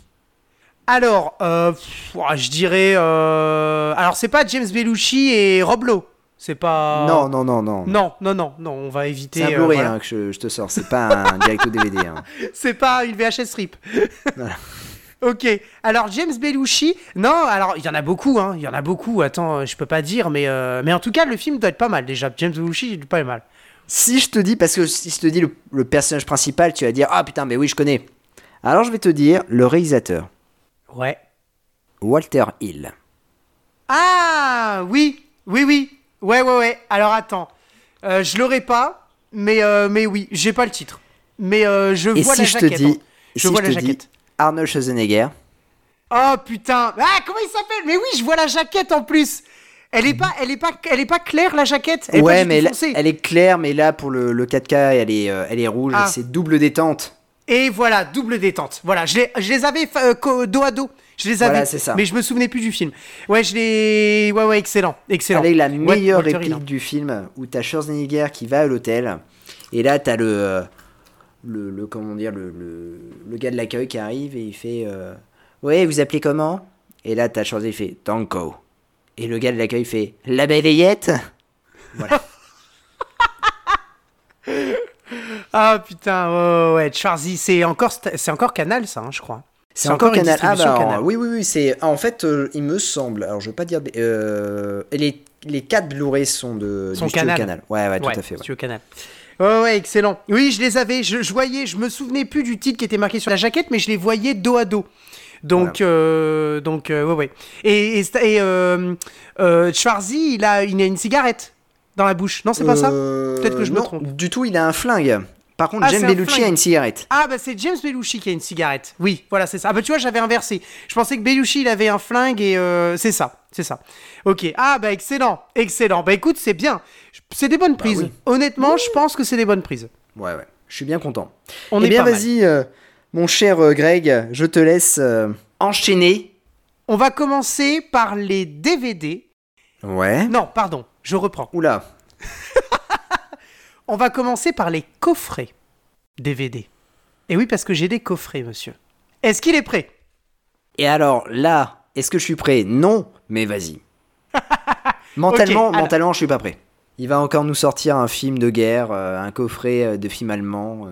Speaker 3: Alors, euh, pff, ouah, je dirais. euh, alors, c'est pas James Bellucci et Rob Lowe. C'est pas.
Speaker 2: Non, non, non, non.
Speaker 3: Oh. Non, non, non, non, on va éviter.
Speaker 2: C'est un
Speaker 3: euh,
Speaker 2: Blu-ray
Speaker 3: voilà.
Speaker 2: hein, que je, je te sors, c'est pas un direct au DVD. hein.
Speaker 3: C'est pas une VHS rip. [LAUGHS] ok, alors James Bellucci, non, alors il y en a beaucoup, hein, il y en a beaucoup, attends, euh, je peux pas dire, mais, euh, mais en tout cas, le film doit être pas mal déjà. James Bellucci, il est pas mal.
Speaker 2: Si je te dis, parce que si je te dis le, le personnage principal, tu vas dire Ah putain, mais oui, je connais. Alors je vais te dire le réalisateur,
Speaker 3: Ouais.
Speaker 2: Walter Hill.
Speaker 3: Ah, oui, oui, oui, ouais, ouais, ouais, alors attends, Euh, je l'aurai pas, mais, euh, mais oui, j'ai pas le titre, mais euh, je
Speaker 2: Et
Speaker 3: vois
Speaker 2: si
Speaker 3: la
Speaker 2: je te
Speaker 3: jaquette.
Speaker 2: dis,
Speaker 3: hein. Je
Speaker 2: si
Speaker 3: vois
Speaker 2: je
Speaker 3: la
Speaker 2: te dis
Speaker 3: jaquette.
Speaker 2: Arnold Schwarzenegger,
Speaker 3: Oh putain Ah comment il s'appelle Mais oui, je vois la jaquette en plus. Elle est pas, elle est pas, elle est pas claire la jaquette. Elle est pas
Speaker 2: ouais,
Speaker 3: du
Speaker 2: mais
Speaker 3: tout
Speaker 2: là-
Speaker 3: foncée.
Speaker 2: elle est claire, mais là pour le, le 4K, elle est, euh, elle est rouge,
Speaker 3: Ah.
Speaker 2: c'est double détente.
Speaker 3: Et voilà, double détente. Voilà, je, les- je les avais euh, co- dos à dos. Je les avais.
Speaker 2: Voilà, c'est ça.
Speaker 3: Mais je me souvenais plus du film. Ouais, je les. Ouais, ouais, excellent, excellent.
Speaker 2: Avec la
Speaker 3: Ouais,
Speaker 2: meilleure
Speaker 3: Walter Hill,
Speaker 2: réplique
Speaker 3: hein.
Speaker 2: du film, où t'as Schwarzenegger qui va à l'hôtel, et là t'as le, euh, le, le- comment dire, le, le, le gars de l'accueil qui arrive et il fait, euh, ouais, vous appelez comment Et là t'as Schwarzenegger il fait Tanko, et le gars de l'accueil fait La belle Ayette
Speaker 3: Ah putain, ouais, ouais, ouais. Schwarzy, c'est encore, sta- c'est encore Canal ça, hein, je crois.
Speaker 2: C'est encore,
Speaker 3: une
Speaker 2: Canal. Ah, bah,
Speaker 3: distribution
Speaker 2: alors,
Speaker 3: Canal.
Speaker 2: Oui, oui, oui. C'est en fait, euh, il me semble. Alors, je veux pas dire. des- euh, les les quatre Blu-ray sont de
Speaker 3: Sont
Speaker 2: du studio
Speaker 3: Canal.
Speaker 2: Canal. Ouais, ouais, tout
Speaker 3: Ouais,
Speaker 2: à fait. ouais.
Speaker 3: Studio Canal. Ouais, ouais, excellent. Oui, je les avais, je, je voyais, je me souvenais plus du titre qui était marqué sur la jaquette, mais je les voyais dos à dos. Donc, euh, donc euh, ouais, ouais. Et, et, sta- et, euh, euh, Schwarzy, il a, il a une cigarette dans la bouche. Non, c'est pas ça
Speaker 2: Euh,
Speaker 3: Peut-être que je me
Speaker 2: non,
Speaker 3: trompe.
Speaker 2: Du tout, il a un flingue. Par contre,
Speaker 3: Ah,
Speaker 2: James
Speaker 3: c'est un
Speaker 2: Bellucci a
Speaker 3: flingue.
Speaker 2: une cigarette.
Speaker 3: Ah, bah c'est James Belushi qui a une cigarette. Oui, voilà, c'est ça. Ah, bah tu vois, j'avais inversé. Je pensais que Belushi, il avait un flingue et euh, c'est ça. C'est ça. Ok. Ah, bah excellent. Excellent. Bah écoute, c'est bien. C'est des bonnes prises.
Speaker 2: Bah oui.
Speaker 3: Honnêtement, je pense que c'est des bonnes prises.
Speaker 2: Ouais, ouais. Je suis bien content.
Speaker 3: On
Speaker 2: eh
Speaker 3: est
Speaker 2: bien,
Speaker 3: pas mal.
Speaker 2: vas-y, euh, mon cher euh, Greg, je te laisse euh, enchaîner.
Speaker 3: On va commencer par les DVD.
Speaker 2: Ouais.
Speaker 3: Non, pardon, je reprends.
Speaker 2: Oula.
Speaker 3: On va commencer par les coffrets DVD. Et Eh oui, parce que j'ai des coffrets, monsieur. Est-ce qu'il est prêt
Speaker 2: Et alors là, est-ce que je suis prêt Non, mais
Speaker 3: [LAUGHS]
Speaker 2: vas-y. mentalement,
Speaker 3: Ok, alors-
Speaker 2: mentalement, je suis pas prêt. Il va encore nous sortir un film de guerre, euh, un coffret euh, de film allemand. euh.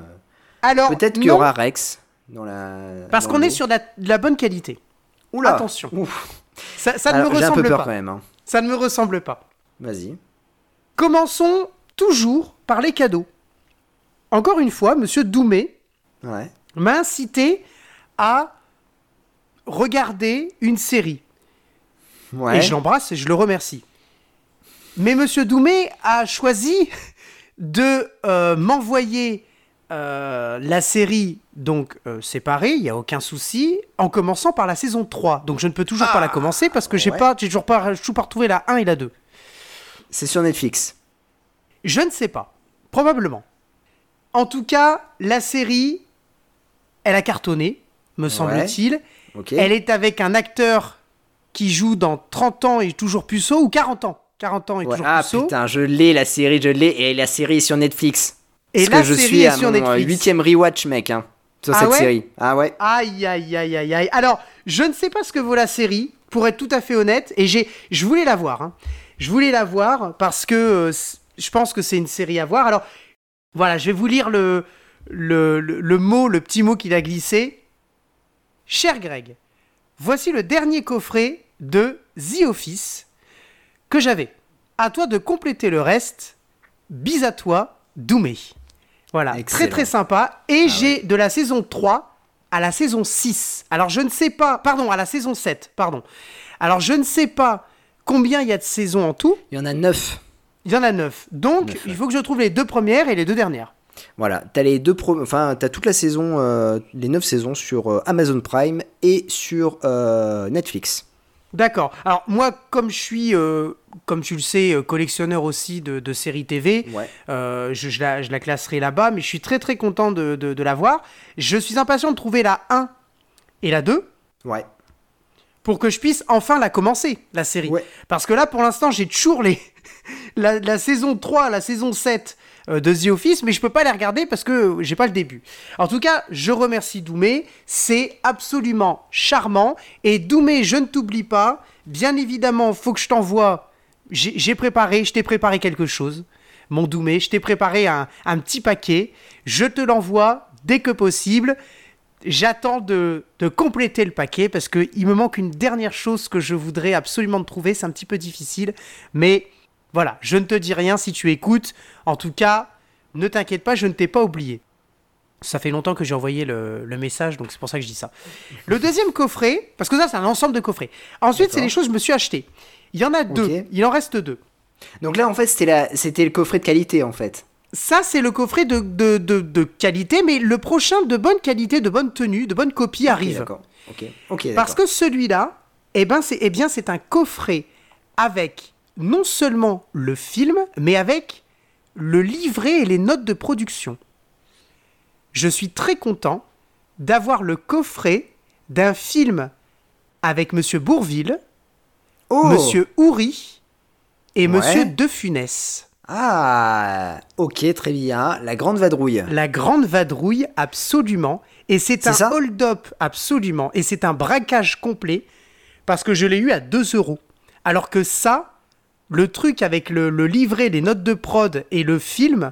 Speaker 3: Alors,
Speaker 2: Peut-être qu'il y
Speaker 3: non,
Speaker 2: aura Rex dans la.
Speaker 3: Parce
Speaker 2: dans
Speaker 3: qu'on
Speaker 2: le
Speaker 3: est
Speaker 2: lot.
Speaker 3: sur de la, de la bonne qualité.
Speaker 2: Oula.
Speaker 3: attention.
Speaker 2: Ouf.
Speaker 3: Ça, ça ne
Speaker 2: Alors,
Speaker 3: me
Speaker 2: J'ai un peu
Speaker 3: ressemble
Speaker 2: peur
Speaker 3: pas.
Speaker 2: quand même. hein.
Speaker 3: Ça ne me ressemble pas.
Speaker 2: Vas-y.
Speaker 3: Commençons toujours par les cadeaux. Encore une fois, monsieur Doumé
Speaker 2: Ouais.
Speaker 3: m'a incité à regarder une série.
Speaker 2: Ouais.
Speaker 3: Et je l'embrasse et je le remercie. Mais Monsieur Doumé a choisi de euh, m'envoyer euh, la série donc euh, séparée, il n'y a aucun souci, en commençant par la saison 3. Donc je ne peux toujours pas la commencer parce que j'ai
Speaker 2: Ah, ouais.
Speaker 3: pas, j'ai toujours pas, j'ai toujours pas retrouvé la 1 et la 2.
Speaker 2: C'est sur Netflix.
Speaker 3: Je ne sais pas. Probablement. En tout cas, la série, elle a cartonné, me semble-t-il.
Speaker 2: Ok.
Speaker 3: Elle est avec un acteur qui joue dans 30 ans et toujours puceau ou 40 ans. 40 ans et
Speaker 2: Ouais.
Speaker 3: toujours
Speaker 2: Ah
Speaker 3: puceau.
Speaker 2: putain, je l'ai la série, je l'ai et la série est sur Netflix.
Speaker 3: Et
Speaker 2: Parce
Speaker 3: la
Speaker 2: que je
Speaker 3: série
Speaker 2: suis
Speaker 3: est
Speaker 2: à
Speaker 3: sur
Speaker 2: mon euh,
Speaker 3: Netflix.
Speaker 2: huitième rewatch, mec, hein, sur
Speaker 3: Ah
Speaker 2: cette
Speaker 3: ouais
Speaker 2: série. Ah ouais.
Speaker 3: Aïe, aïe, aïe, aïe, aïe. Alors, je ne sais pas ce que vaut la série, pour être tout à fait honnête, et j'ai, je voulais la voir. hein. Je voulais la voir parce que euh, c- je pense que c'est une série à voir. Alors, voilà, je vais vous lire le, le, le- le mot, le petit mot qu'il a glissé. Cher Greg, voici le dernier coffret de The Office que j'avais. À toi de compléter le reste. Bis à toi, Doumé. Voilà,
Speaker 2: Excellent. Ah
Speaker 3: très très sympa. Et j'ai de la saison 3 à la saison 6. Alors je ne sais pas, pardon, à la saison 7, pardon. Alors je ne sais pas combien il y a de saisons en tout.
Speaker 2: Il y en a neuf.
Speaker 3: Il y en a 9. Donc
Speaker 2: Neuf, ouais.
Speaker 3: il faut que je trouve les deux premières et les deux dernières.
Speaker 2: Voilà, t'as les deux pro- enfin t'as toute la saison, euh, les neuf saisons sur euh, Amazon Prime et sur euh, Netflix.
Speaker 3: D'accord. Alors moi, comme je suis, euh, comme tu le sais, euh, collectionneur aussi de, de séries TV,
Speaker 2: Ouais.
Speaker 3: euh, je, je la, je la classerai là-bas, mais je suis très très content de, de- de la voir. Je suis impatient de trouver la 1 et la 2
Speaker 2: Ouais.
Speaker 3: pour que je puisse enfin la commencer, la série.
Speaker 2: Ouais.
Speaker 3: Parce que là, pour l'instant, j'ai toujours les... [LAUGHS] la, la saison 3, la saison 7 euh, de The Office, mais je peux pas les regarder parce que j'ai pas le début. En tout cas, je remercie Doumé, c'est absolument charmant. Et Doumé, je ne t'oublie pas. Bien évidemment, faut que je t'envoie. J'ai j'ai préparé, je t'ai préparé quelque chose, mon Doumé. Je t'ai préparé un, un petit paquet. Je te l'envoie dès que possible. J'attends de, de compléter le paquet parce qu'il me manque une dernière chose que je voudrais absolument te trouver. C'est un petit peu difficile, mais voilà, je ne te dis rien si tu écoutes. En tout cas, ne t'inquiète pas, je ne t'ai pas oublié. Ça fait longtemps que j'ai envoyé le, le message, donc c'est pour ça que je dis ça. Le deuxième coffret, parce que ça, c'est un ensemble de coffrets. Ensuite, c'est
Speaker 2: D'accord.
Speaker 3: des choses que je me suis achetées. Il y en a deux, il en reste deux.
Speaker 2: Donc là en fait c'était la, c'était le coffret de qualité en fait.
Speaker 3: Ça, c'est le coffret de, de- de- de qualité, mais le prochain de bonne qualité, de bonne tenue, de bonne copie
Speaker 2: Ok,
Speaker 3: arrive.
Speaker 2: d'accord. Ok. Ok.
Speaker 3: Parce
Speaker 2: d'accord.
Speaker 3: que celui-là, eh, ben c'est, eh bien, c'est un coffret avec non seulement le film, mais avec le livret et les notes de production. Je suis très content d'avoir le coffret d'un film avec Monsieur Bourville,
Speaker 2: Oh
Speaker 3: Monsieur Houry et
Speaker 2: Ouais.
Speaker 3: Monsieur De Funès.
Speaker 2: Ah. Ok très bien. La grande vadrouille.
Speaker 3: La grande vadrouille, absolument. Et c'est
Speaker 2: C'est
Speaker 3: un
Speaker 2: ça
Speaker 3: hold-up, absolument. Et c'est un braquage complet, parce que je l'ai eu à 2 euros. Alors que ça, le truc avec le, le livret, les notes de prod et le film,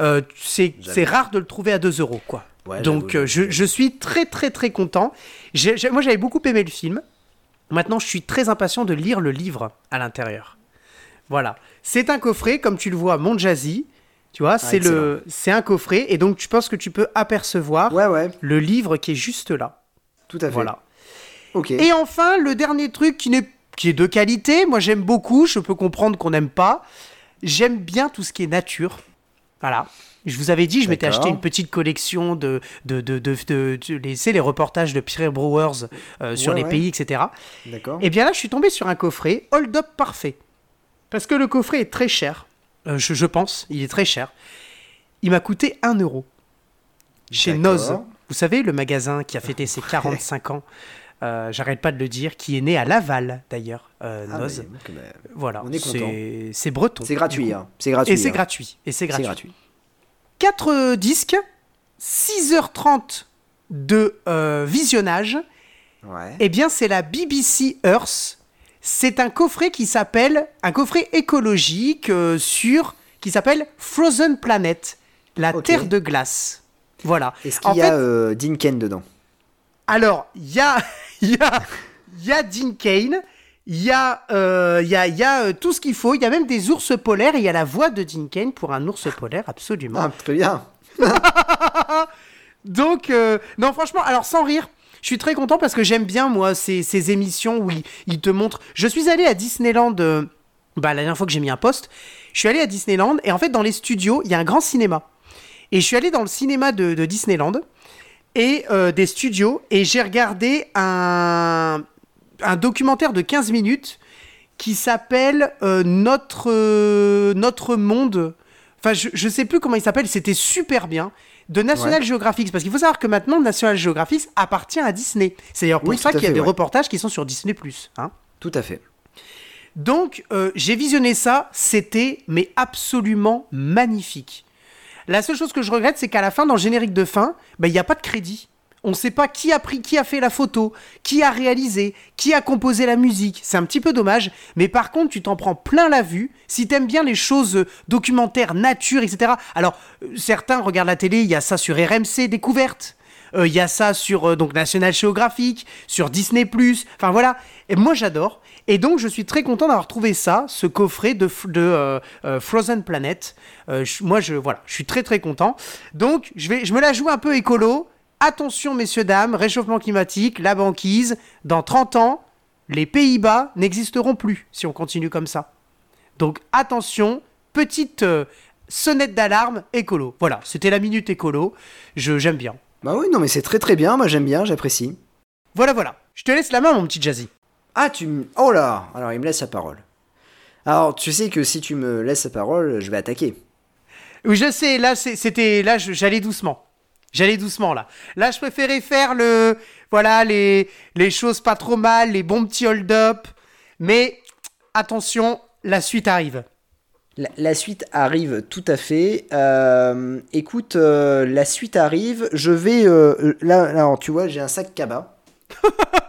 Speaker 3: euh, c'est
Speaker 2: J'avoue.
Speaker 3: c'est rare de le trouver à 2 euros, quoi.
Speaker 2: Ouais,
Speaker 3: Donc
Speaker 2: j'avoue,
Speaker 3: euh, je,
Speaker 2: j'avoue.
Speaker 3: je suis très très très content. J'ai- j'ai- moi j'avais beaucoup aimé le film. Maintenant je suis très impatient de lire le livre à l'intérieur. Voilà. C'est un coffret, comme tu le vois, Mon Jazzy. Tu
Speaker 2: Ah,
Speaker 3: vois, c'est le, c'est un coffret et donc tu penses que tu peux apercevoir
Speaker 2: Ouais, ouais,
Speaker 3: le livre qui est juste là.
Speaker 2: tout à fait.
Speaker 3: Voilà.
Speaker 2: Ok.
Speaker 3: Et enfin, le dernier truc qui, n'est- qui est de qualité, moi j'aime beaucoup, je peux comprendre qu'on n'aime pas. J'aime bien tout ce qui est nature. Voilà. Je vous avais dit, je m'étais
Speaker 2: D'accord.
Speaker 3: acheté une petite collection de, de, de, de, de- de- les, c'est les reportages de Pierre Brewers euh, sur
Speaker 2: Ouais,
Speaker 3: les
Speaker 2: ouais.
Speaker 3: pays, etc.
Speaker 2: D'accord.
Speaker 3: Et Eh bien là, je suis tombé sur un coffret Hold Up Parfait. Parce que le coffret est très cher. Euh, je, je pense, il est très cher. Il m'a coûté 1 euro. Chez
Speaker 2: D'accord. Ah,
Speaker 3: Noz. Vous savez, le magasin qui a fêté ses 45 ans, euh, j'arrête pas de le dire, qui est né à Laval d'ailleurs, euh,
Speaker 2: Ah,
Speaker 3: Noz.
Speaker 2: mais donc, bah,
Speaker 3: Voilà,
Speaker 2: on est
Speaker 3: c'est-
Speaker 2: content.
Speaker 3: c'est breton.
Speaker 2: c'est
Speaker 3: du
Speaker 2: gratuit,
Speaker 3: coup.
Speaker 2: hein. C'est gratuit.
Speaker 3: Et c'est
Speaker 2: hein.
Speaker 3: gratuit. Et c'est
Speaker 2: C'est
Speaker 3: gratuit.
Speaker 2: gratuit.
Speaker 3: 4 disques, 6h30 de euh, visionnage.
Speaker 2: Ouais.
Speaker 3: Eh bien, c'est la BBC Earth. C'est un coffret qui s'appelle un coffret écologique euh, sur qui s'appelle Frozen Planet, la
Speaker 2: Ok.
Speaker 3: Terre de glace. Voilà.
Speaker 2: Est-ce
Speaker 3: En
Speaker 2: qu'il y a
Speaker 3: fait-
Speaker 2: euh, Dean Ken dedans
Speaker 3: Alors, il y a, [LAUGHS] il y a, il y a Dean Kane, il y a, euh, il y a, il y a, euh, tout ce qu'il faut, il y a même des ours polaires, et il y a la voix de Dean Kane pour un ours polaire, absolument.
Speaker 2: Ah, très bien.
Speaker 3: Donc, euh, non, franchement, alors sans rire, je suis très content parce que j'aime bien, moi, ces, ces émissions où ils, ils te montrent. Je suis allé à Disneyland, euh, bah, la dernière fois que j'ai mis un post, je suis allé à Disneyland, et en fait, dans les studios, il y a un grand cinéma. Et je suis allé dans le cinéma de, de Disneyland, et euh, des studios, et j'ai regardé un, un documentaire de 15 minutes qui s'appelle euh, Notre, euh, Notre Monde. Enfin, je, je sais plus comment il s'appelle, c'était super bien. De National Geographic. Parce qu'il faut savoir que maintenant, National Geographic appartient à Disney. C'est d'ailleurs pour
Speaker 2: Oui,
Speaker 3: ça
Speaker 2: tout à
Speaker 3: qu'il y a
Speaker 2: fait,
Speaker 3: des
Speaker 2: ouais.
Speaker 3: reportages qui sont sur Disney. Hein.
Speaker 2: Tout à fait.
Speaker 3: Donc, euh, j'ai visionné ça, c'était, mais absolument magnifique. La seule chose que je regrette, c'est qu'à la fin, dans le générique de fin, bah, il n'y a pas de crédit. On ne sait pas qui a pris, qui a fait la photo, qui a réalisé, qui a composé la musique. C'est un petit peu dommage, mais par contre, tu t'en prends plein la vue. Si t'aimes bien les choses euh, documentaires, nature, etc. Alors, euh, certains regardent la télé, il y a ça sur RMC, découverte. Euh, Il y a ça sur euh, donc National Geographic, sur Disney+. Enfin voilà, et moi j'adore. Et donc je suis très content d'avoir trouvé ça, ce coffret de, f- de euh, euh, Frozen Planet. Euh, je- moi je voilà, je suis très très content. Donc je vais, je me la joue un peu écolo. Attention messieurs dames, réchauffement climatique, la banquise. Dans 30 ans, les Pays-Bas n'existeront plus si on continue comme ça. Donc attention, petite euh, sonnette d'alarme écolo. Voilà, c'était la minute écolo. Je j'aime bien.
Speaker 2: Bah oui, non, mais c'est très très bien. Moi, j'aime bien, j'apprécie.
Speaker 3: Voilà, voilà. Je te laisse la main, mon petit Jazzy.
Speaker 2: Ah, tu me. Oh là Alors, il me laisse la parole. Alors, tu sais que si tu me laisses la parole, je vais attaquer.
Speaker 3: Oui, je sais, là, c'est- c'était. Là, je- j'allais doucement. J'allais doucement, là. Là, je préférais faire le. Voilà, les, les choses pas trop mal, les bons petits hold-up. Mais attention, la suite arrive.
Speaker 2: La, la suite arrive tout à fait. Euh, écoute, euh, la suite arrive. Je vais. euh, là, là, alors, tu vois, j'ai un sac cabas.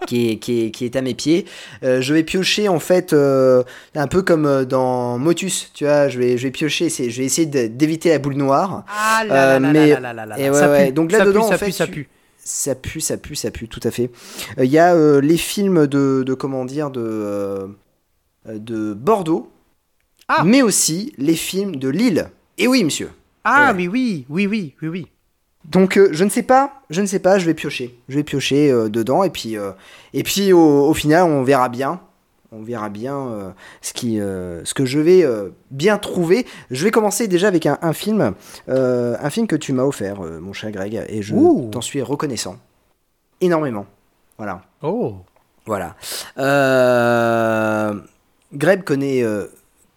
Speaker 2: qui, est, qui, est, qui est à mes pieds. Euh, je vais piocher en fait euh, un peu comme euh, dans Motus, tu vois, je vais, je vais piocher, c'est- je vais essayer de- d'éviter la boule noire.
Speaker 3: Ah là
Speaker 2: Euh,
Speaker 3: là là
Speaker 2: mais-
Speaker 3: là là là là
Speaker 2: et
Speaker 3: là.
Speaker 2: ouais,
Speaker 3: Ça
Speaker 2: ouais.
Speaker 3: pue,
Speaker 2: Donc là,
Speaker 3: ça pue,
Speaker 2: dedans, en
Speaker 3: ça
Speaker 2: fait,
Speaker 3: pue, ça
Speaker 2: tu-
Speaker 3: pue.
Speaker 2: Ça pue, ça pue, ça pue, tout à fait. Euh, Il y a euh, les films de, de comment dire, de, euh, de Bordeaux,
Speaker 3: Ah.
Speaker 2: mais aussi les films de Lille. Et oui, monsieur.
Speaker 3: Ah,
Speaker 2: Ouais.
Speaker 3: mais oui, oui, oui, oui, oui.
Speaker 2: Donc euh, je ne sais pas, je ne sais pas, je vais piocher, je vais piocher euh, dedans et puis euh, et puis au, au final on verra bien, on verra bien euh, ce qui euh, ce que je vais euh, bien trouver. Je vais commencer déjà avec un, un film, euh, un film que tu m'as offert, euh, mon cher Greg, et je
Speaker 3: Ouh.
Speaker 2: t'en suis reconnaissant énormément. Voilà,
Speaker 3: Oh.
Speaker 2: voilà. Euh, Greg connaît euh,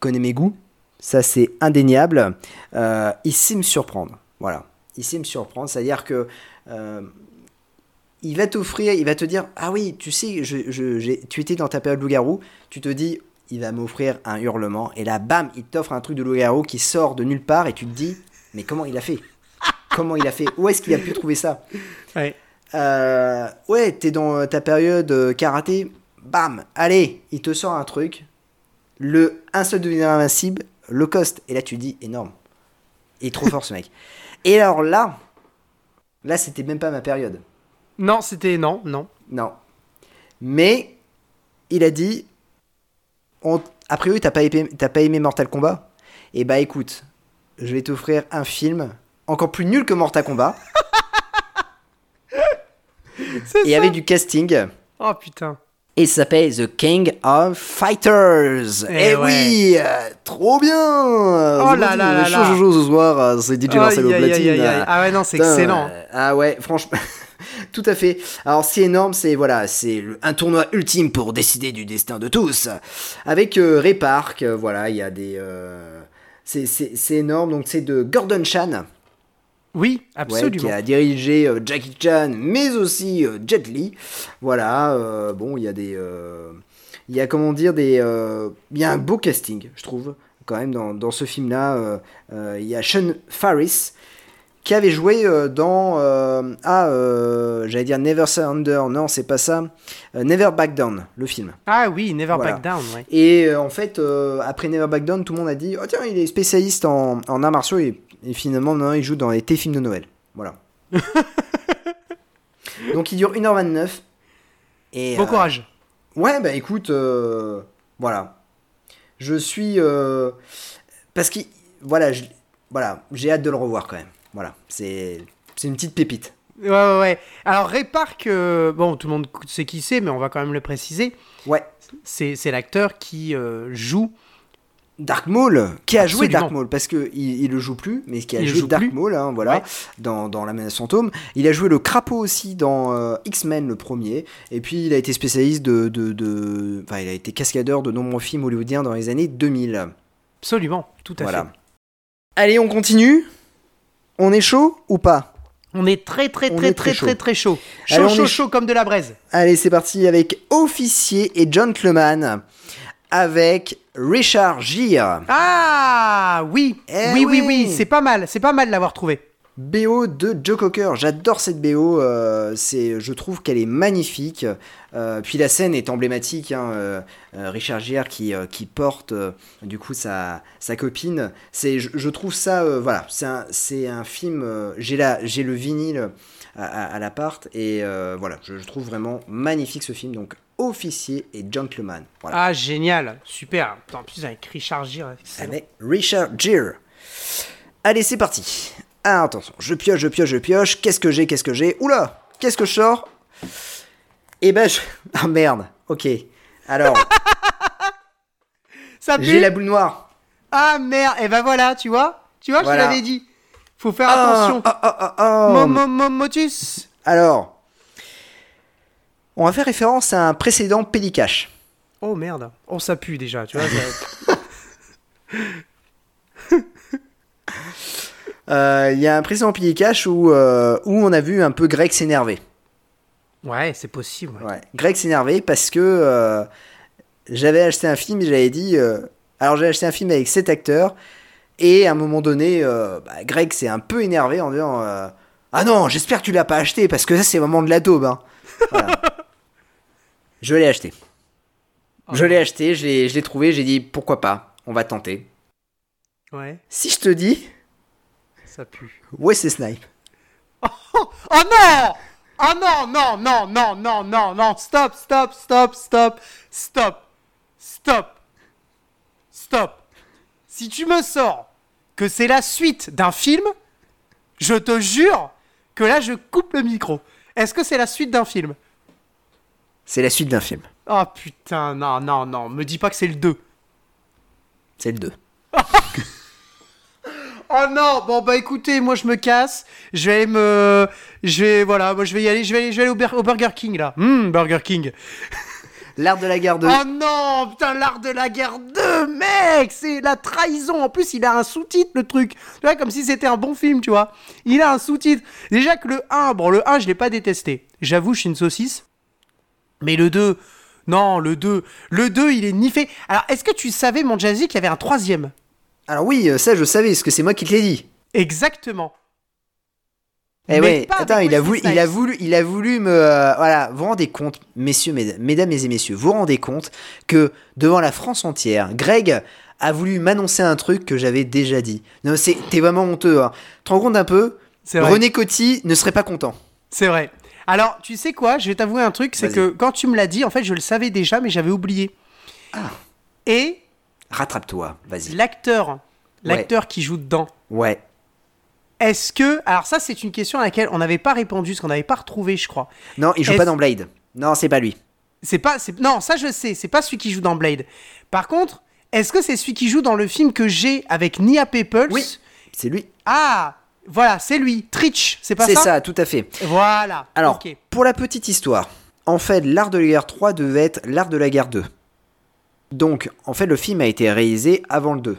Speaker 2: connaît mes goûts, ça c'est indéniable. Euh, il sait me surprendre, voilà. Il sait me surprendre, c'est-à-dire que euh, il va t'offrir, il va te dire ah oui, tu sais, je, je- j'ai- tu étais dans ta période loup-garou, tu te dis il va m'offrir un hurlement et là bam, il t'offre un truc de loup-garou qui sort de nulle part et tu te dis mais comment il a fait Comment il a fait Où est-ce qu'il a pu trouver ça
Speaker 3: Ouais.
Speaker 2: euh, ouais, t'es dans euh, ta période euh, karaté, bam, allez, il te sort un truc, le un seul devenir invincible, le cost, et là tu dis énorme. Il est trop fort ce
Speaker 3: [LAUGHS]
Speaker 2: mec. Et alors là, là c'était même pas ma période.
Speaker 3: Non, c'était non, non.
Speaker 2: Non. Mais il a dit on- A priori, t'as pas, aimé- t'as pas aimé Mortal Kombat Eh bah écoute, je vais t'offrir un film encore plus nul que Mortal Kombat.
Speaker 3: [LAUGHS] C'est
Speaker 2: et
Speaker 3: ça.
Speaker 2: avec du casting.
Speaker 3: Oh putain.
Speaker 2: Et ça s'appelle The King of Fighters. Eh,
Speaker 3: Eh ouais.
Speaker 2: oui, euh, trop bien. Oh
Speaker 3: là là là là.
Speaker 2: Jojo ce soir, euh, c'est DJ Marcelo
Speaker 3: Aïe, aïe, aïe,
Speaker 2: Platine.
Speaker 3: aïe, aïe. Ah ouais, non, c'est
Speaker 2: Putain,
Speaker 3: excellent.
Speaker 2: euh, ah ouais, franchement. [LAUGHS] Tout à fait. Alors c'est énorme, c'est voilà, c'est le- un tournoi ultime pour décider du destin de tous. Avec euh, Ray Park, euh, voilà, il y a des, euh, c'est- c'est c'est énorme. Donc c'est de Gordon Chan,
Speaker 3: Oui,
Speaker 2: ouais,
Speaker 3: absolument.
Speaker 2: qui a dirigé euh, Jackie Chan, mais aussi euh, Jet Li. Voilà, euh, bon, il y a des, euh, il y a comment dire des, euh, il y a un beau casting, je trouve, quand même dans, dans ce film-là. euh, euh, il y a Sean Faris qui avait joué euh, dans euh, ah, euh, j'allais dire Never Surrender, non, c'est pas ça, Euh, Never Back Down, le film.
Speaker 3: Ah oui, Never
Speaker 2: Voilà.
Speaker 3: Back Down, ouais.
Speaker 2: Et euh, en fait, euh, après Never Back Down, tout le monde a dit, oh tiens, il est spécialiste en, en arts martiaux et, et finalement, non, il joue dans les téléfilms de Noël. Voilà. Donc il dure 1h29. Et,
Speaker 3: Bon
Speaker 2: euh,
Speaker 3: courage.
Speaker 2: ouais, bah écoute, euh, voilà. Je suis... euh, parce que, voilà, je- voilà, j'ai hâte de le revoir quand même. Voilà, c'est c'est une petite pépite.
Speaker 3: Ouais, ouais, ouais. Alors, Ray Park, euh, bon, tout le monde sait qui c'est, mais on va quand même le préciser.
Speaker 2: Ouais.
Speaker 3: C'est c'est l'acteur qui euh, joue.
Speaker 2: Dark Maul, qui a joué
Speaker 3: Absolument.
Speaker 2: Dark Maul, parce que il, il le joue plus, mais qui a
Speaker 3: Il le
Speaker 2: joué
Speaker 3: joue
Speaker 2: Dark
Speaker 3: plus.
Speaker 2: Maul, hein, voilà,
Speaker 3: Ouais.
Speaker 2: dans, dans La menace fantôme. Il a joué le crapaud aussi dans euh, X-Men le premier, et puis il a été spécialiste de, de, de- Enfin, il a été cascadeur de nombreux films hollywoodiens dans les années 2000.
Speaker 3: Absolument, tout à
Speaker 2: Voilà.
Speaker 3: fait.
Speaker 2: Allez, on continue On est chaud ou pas
Speaker 3: On est très, très,
Speaker 2: On
Speaker 3: très,
Speaker 2: est très
Speaker 3: très,
Speaker 2: chaud.
Speaker 3: très, très chaud. Chaud,
Speaker 2: Allez, on
Speaker 3: chaud,
Speaker 2: est
Speaker 3: chaud comme de la braise.
Speaker 2: Allez, c'est parti avec Officier et Gentleman, avec Richard Gere.
Speaker 3: Ah oui,
Speaker 2: Eh
Speaker 3: oui, oui,
Speaker 2: oui.
Speaker 3: oui, c'est pas mal, c'est pas mal de l'avoir trouvé.
Speaker 2: BO de Joe Cocker, j'adore cette BO, euh, c'est, je trouve qu'elle est magnifique. Euh, puis la scène est emblématique, hein, euh, euh, Richard Gere qui, euh, qui porte euh, du coup sa, sa copine. C'est, je, je trouve ça, euh, voilà, c'est un, c'est un film, euh, j'ai, la, j'ai le vinyle à, à- à l'appart et euh, voilà, je, je trouve vraiment magnifique ce film. Donc Officier et Gentleman, voilà,
Speaker 3: Ah génial, super. En plus avec Richard Gere,
Speaker 2: Ah,
Speaker 3: excellent.
Speaker 2: avec Richard Gere. Allez, c'est parti. Ah, attention, je pioche, je pioche, je pioche. Qu'est-ce que j'ai, qu'est-ce que j'ai Oula, qu'est-ce que je sors Eh ben, je... [LAUGHS] Ah merde, ok. Alors,
Speaker 3: ça pue.
Speaker 2: j'ai la boule noire.
Speaker 3: Ah merde, et ben voilà, tu vois, tu vois,
Speaker 2: Voilà.
Speaker 3: je te l'avais dit. Faut faire
Speaker 2: Ah,
Speaker 3: attention.
Speaker 2: ah, ah, ah, ah.
Speaker 3: Mo- mo- mo- motus.
Speaker 2: Alors, on va faire référence à un précédent Pélicache.
Speaker 3: Oh merde, on ça pue déjà, tu vois.
Speaker 2: [LAUGHS]
Speaker 3: ça-
Speaker 2: Euh, Il y a un précédent Pélicache où, euh, où on a vu un peu Greg s'énerver.
Speaker 3: Ouais, c'est possible. ouais.
Speaker 2: Ouais. Greg s'énervait parce que euh, j'avais acheté un film et j'avais dit. euh, alors j'ai acheté un film avec cet acteur et à un moment donné, euh, bah, Greg s'est un peu énervé en disant euh, Ah non, j'espère que tu l'as pas acheté parce que ça c'est vraiment de la daube. hein. Voilà. je l'ai acheté. Je l'ai acheté, je l'ai je l'ai trouvé, j'ai dit pourquoi pas, on va tenter.
Speaker 3: Ouais,
Speaker 2: Si je te dis,
Speaker 3: ça pue.
Speaker 2: ouais c'est Snipe.
Speaker 3: Oh non Oh non, non, non, non, non, non, non, stop, stop, stop, stop, stop, stop, stop. Si tu me sors que c'est la suite d'un film, je te jure que là je coupe le micro. Est-ce que c'est la suite d'un film
Speaker 2: C'est la suite d'un film,
Speaker 3: Oh putain, non, non, non, me dis pas que c'est le 2.
Speaker 2: c'est le 2.
Speaker 3: Oh non, bon bah écoutez, moi je me casse, je vais aller me... Je vais, voilà, moi je vais y aller, je vais aller, je vais aller au, Bur- au Burger King là. Hum, Burger King.
Speaker 2: L'art de la guerre 2.
Speaker 3: Oh non, putain, l'art de la guerre 2, mec, c'est la trahison. En plus, il a un sous-titre, le truc. Tu vois, comme si c'était un bon film, tu vois. Il a un sous-titre. Déjà que le 1, bon, le 1, je l'ai pas détesté. J'avoue, je suis une saucisse. Mais le 2, non, le 2, le 2, il est niffé. Alors, est-ce que tu savais, mon Jazzy, qu'il y avait un troisième
Speaker 2: Alors oui, euh, ça je savais, parce que c'est moi qui te l'ai dit.
Speaker 3: Exactement.
Speaker 2: Eh
Speaker 3: Mais
Speaker 2: ouais,
Speaker 3: pas
Speaker 2: attends,
Speaker 3: avec
Speaker 2: il a, voulu,
Speaker 3: Wesley
Speaker 2: il, a
Speaker 3: Snipes.
Speaker 2: voulu, il a voulu me... euh, voilà, vous vous rendez compte, messieurs, mes- mesdames et messieurs, vous vous rendez compte que devant la France entière, Greg a voulu m'annoncer un truc que j'avais déjà dit. Non, c'est, t'es vraiment honteux. Hein. Tu te rends compte un peu
Speaker 3: C'est vrai.
Speaker 2: René Coty ne serait pas content.
Speaker 3: C'est vrai. Alors, tu sais quoi Je vais t'avouer un truc, c'est
Speaker 2: Vas-y.
Speaker 3: que quand tu me l'as dit, en fait, je le savais déjà, mais j'avais oublié.
Speaker 2: Ah.
Speaker 3: Et
Speaker 2: Rattrape-toi, vas-y.
Speaker 3: l'acteur, l'acteur qui joue dedans,
Speaker 2: Ouais.
Speaker 3: est-ce que... Alors ça, c'est une question à laquelle on n'avait pas répondu, ce qu'on n'avait pas retrouvé, je crois.
Speaker 2: Non, il joue
Speaker 3: Est-ce-
Speaker 2: pas dans Blade. Non, c'est pas lui.
Speaker 3: C'est pas... c'est- Non, ça, je sais, c'est pas celui qui joue dans Blade. Par contre, est-ce que c'est celui qui joue dans le film que j'ai avec Nia Peoples
Speaker 2: Oui, c'est lui.
Speaker 3: Ah Voilà, c'est lui. Tritch, c'est pas ça
Speaker 2: C'est ça, tout à fait.
Speaker 3: Voilà.
Speaker 2: Alors,
Speaker 3: Ok.
Speaker 2: pour la petite histoire, en fait, l'art de la guerre 3 devait être l'art de la guerre 2. Donc, en fait, le film a été réalisé avant le 2.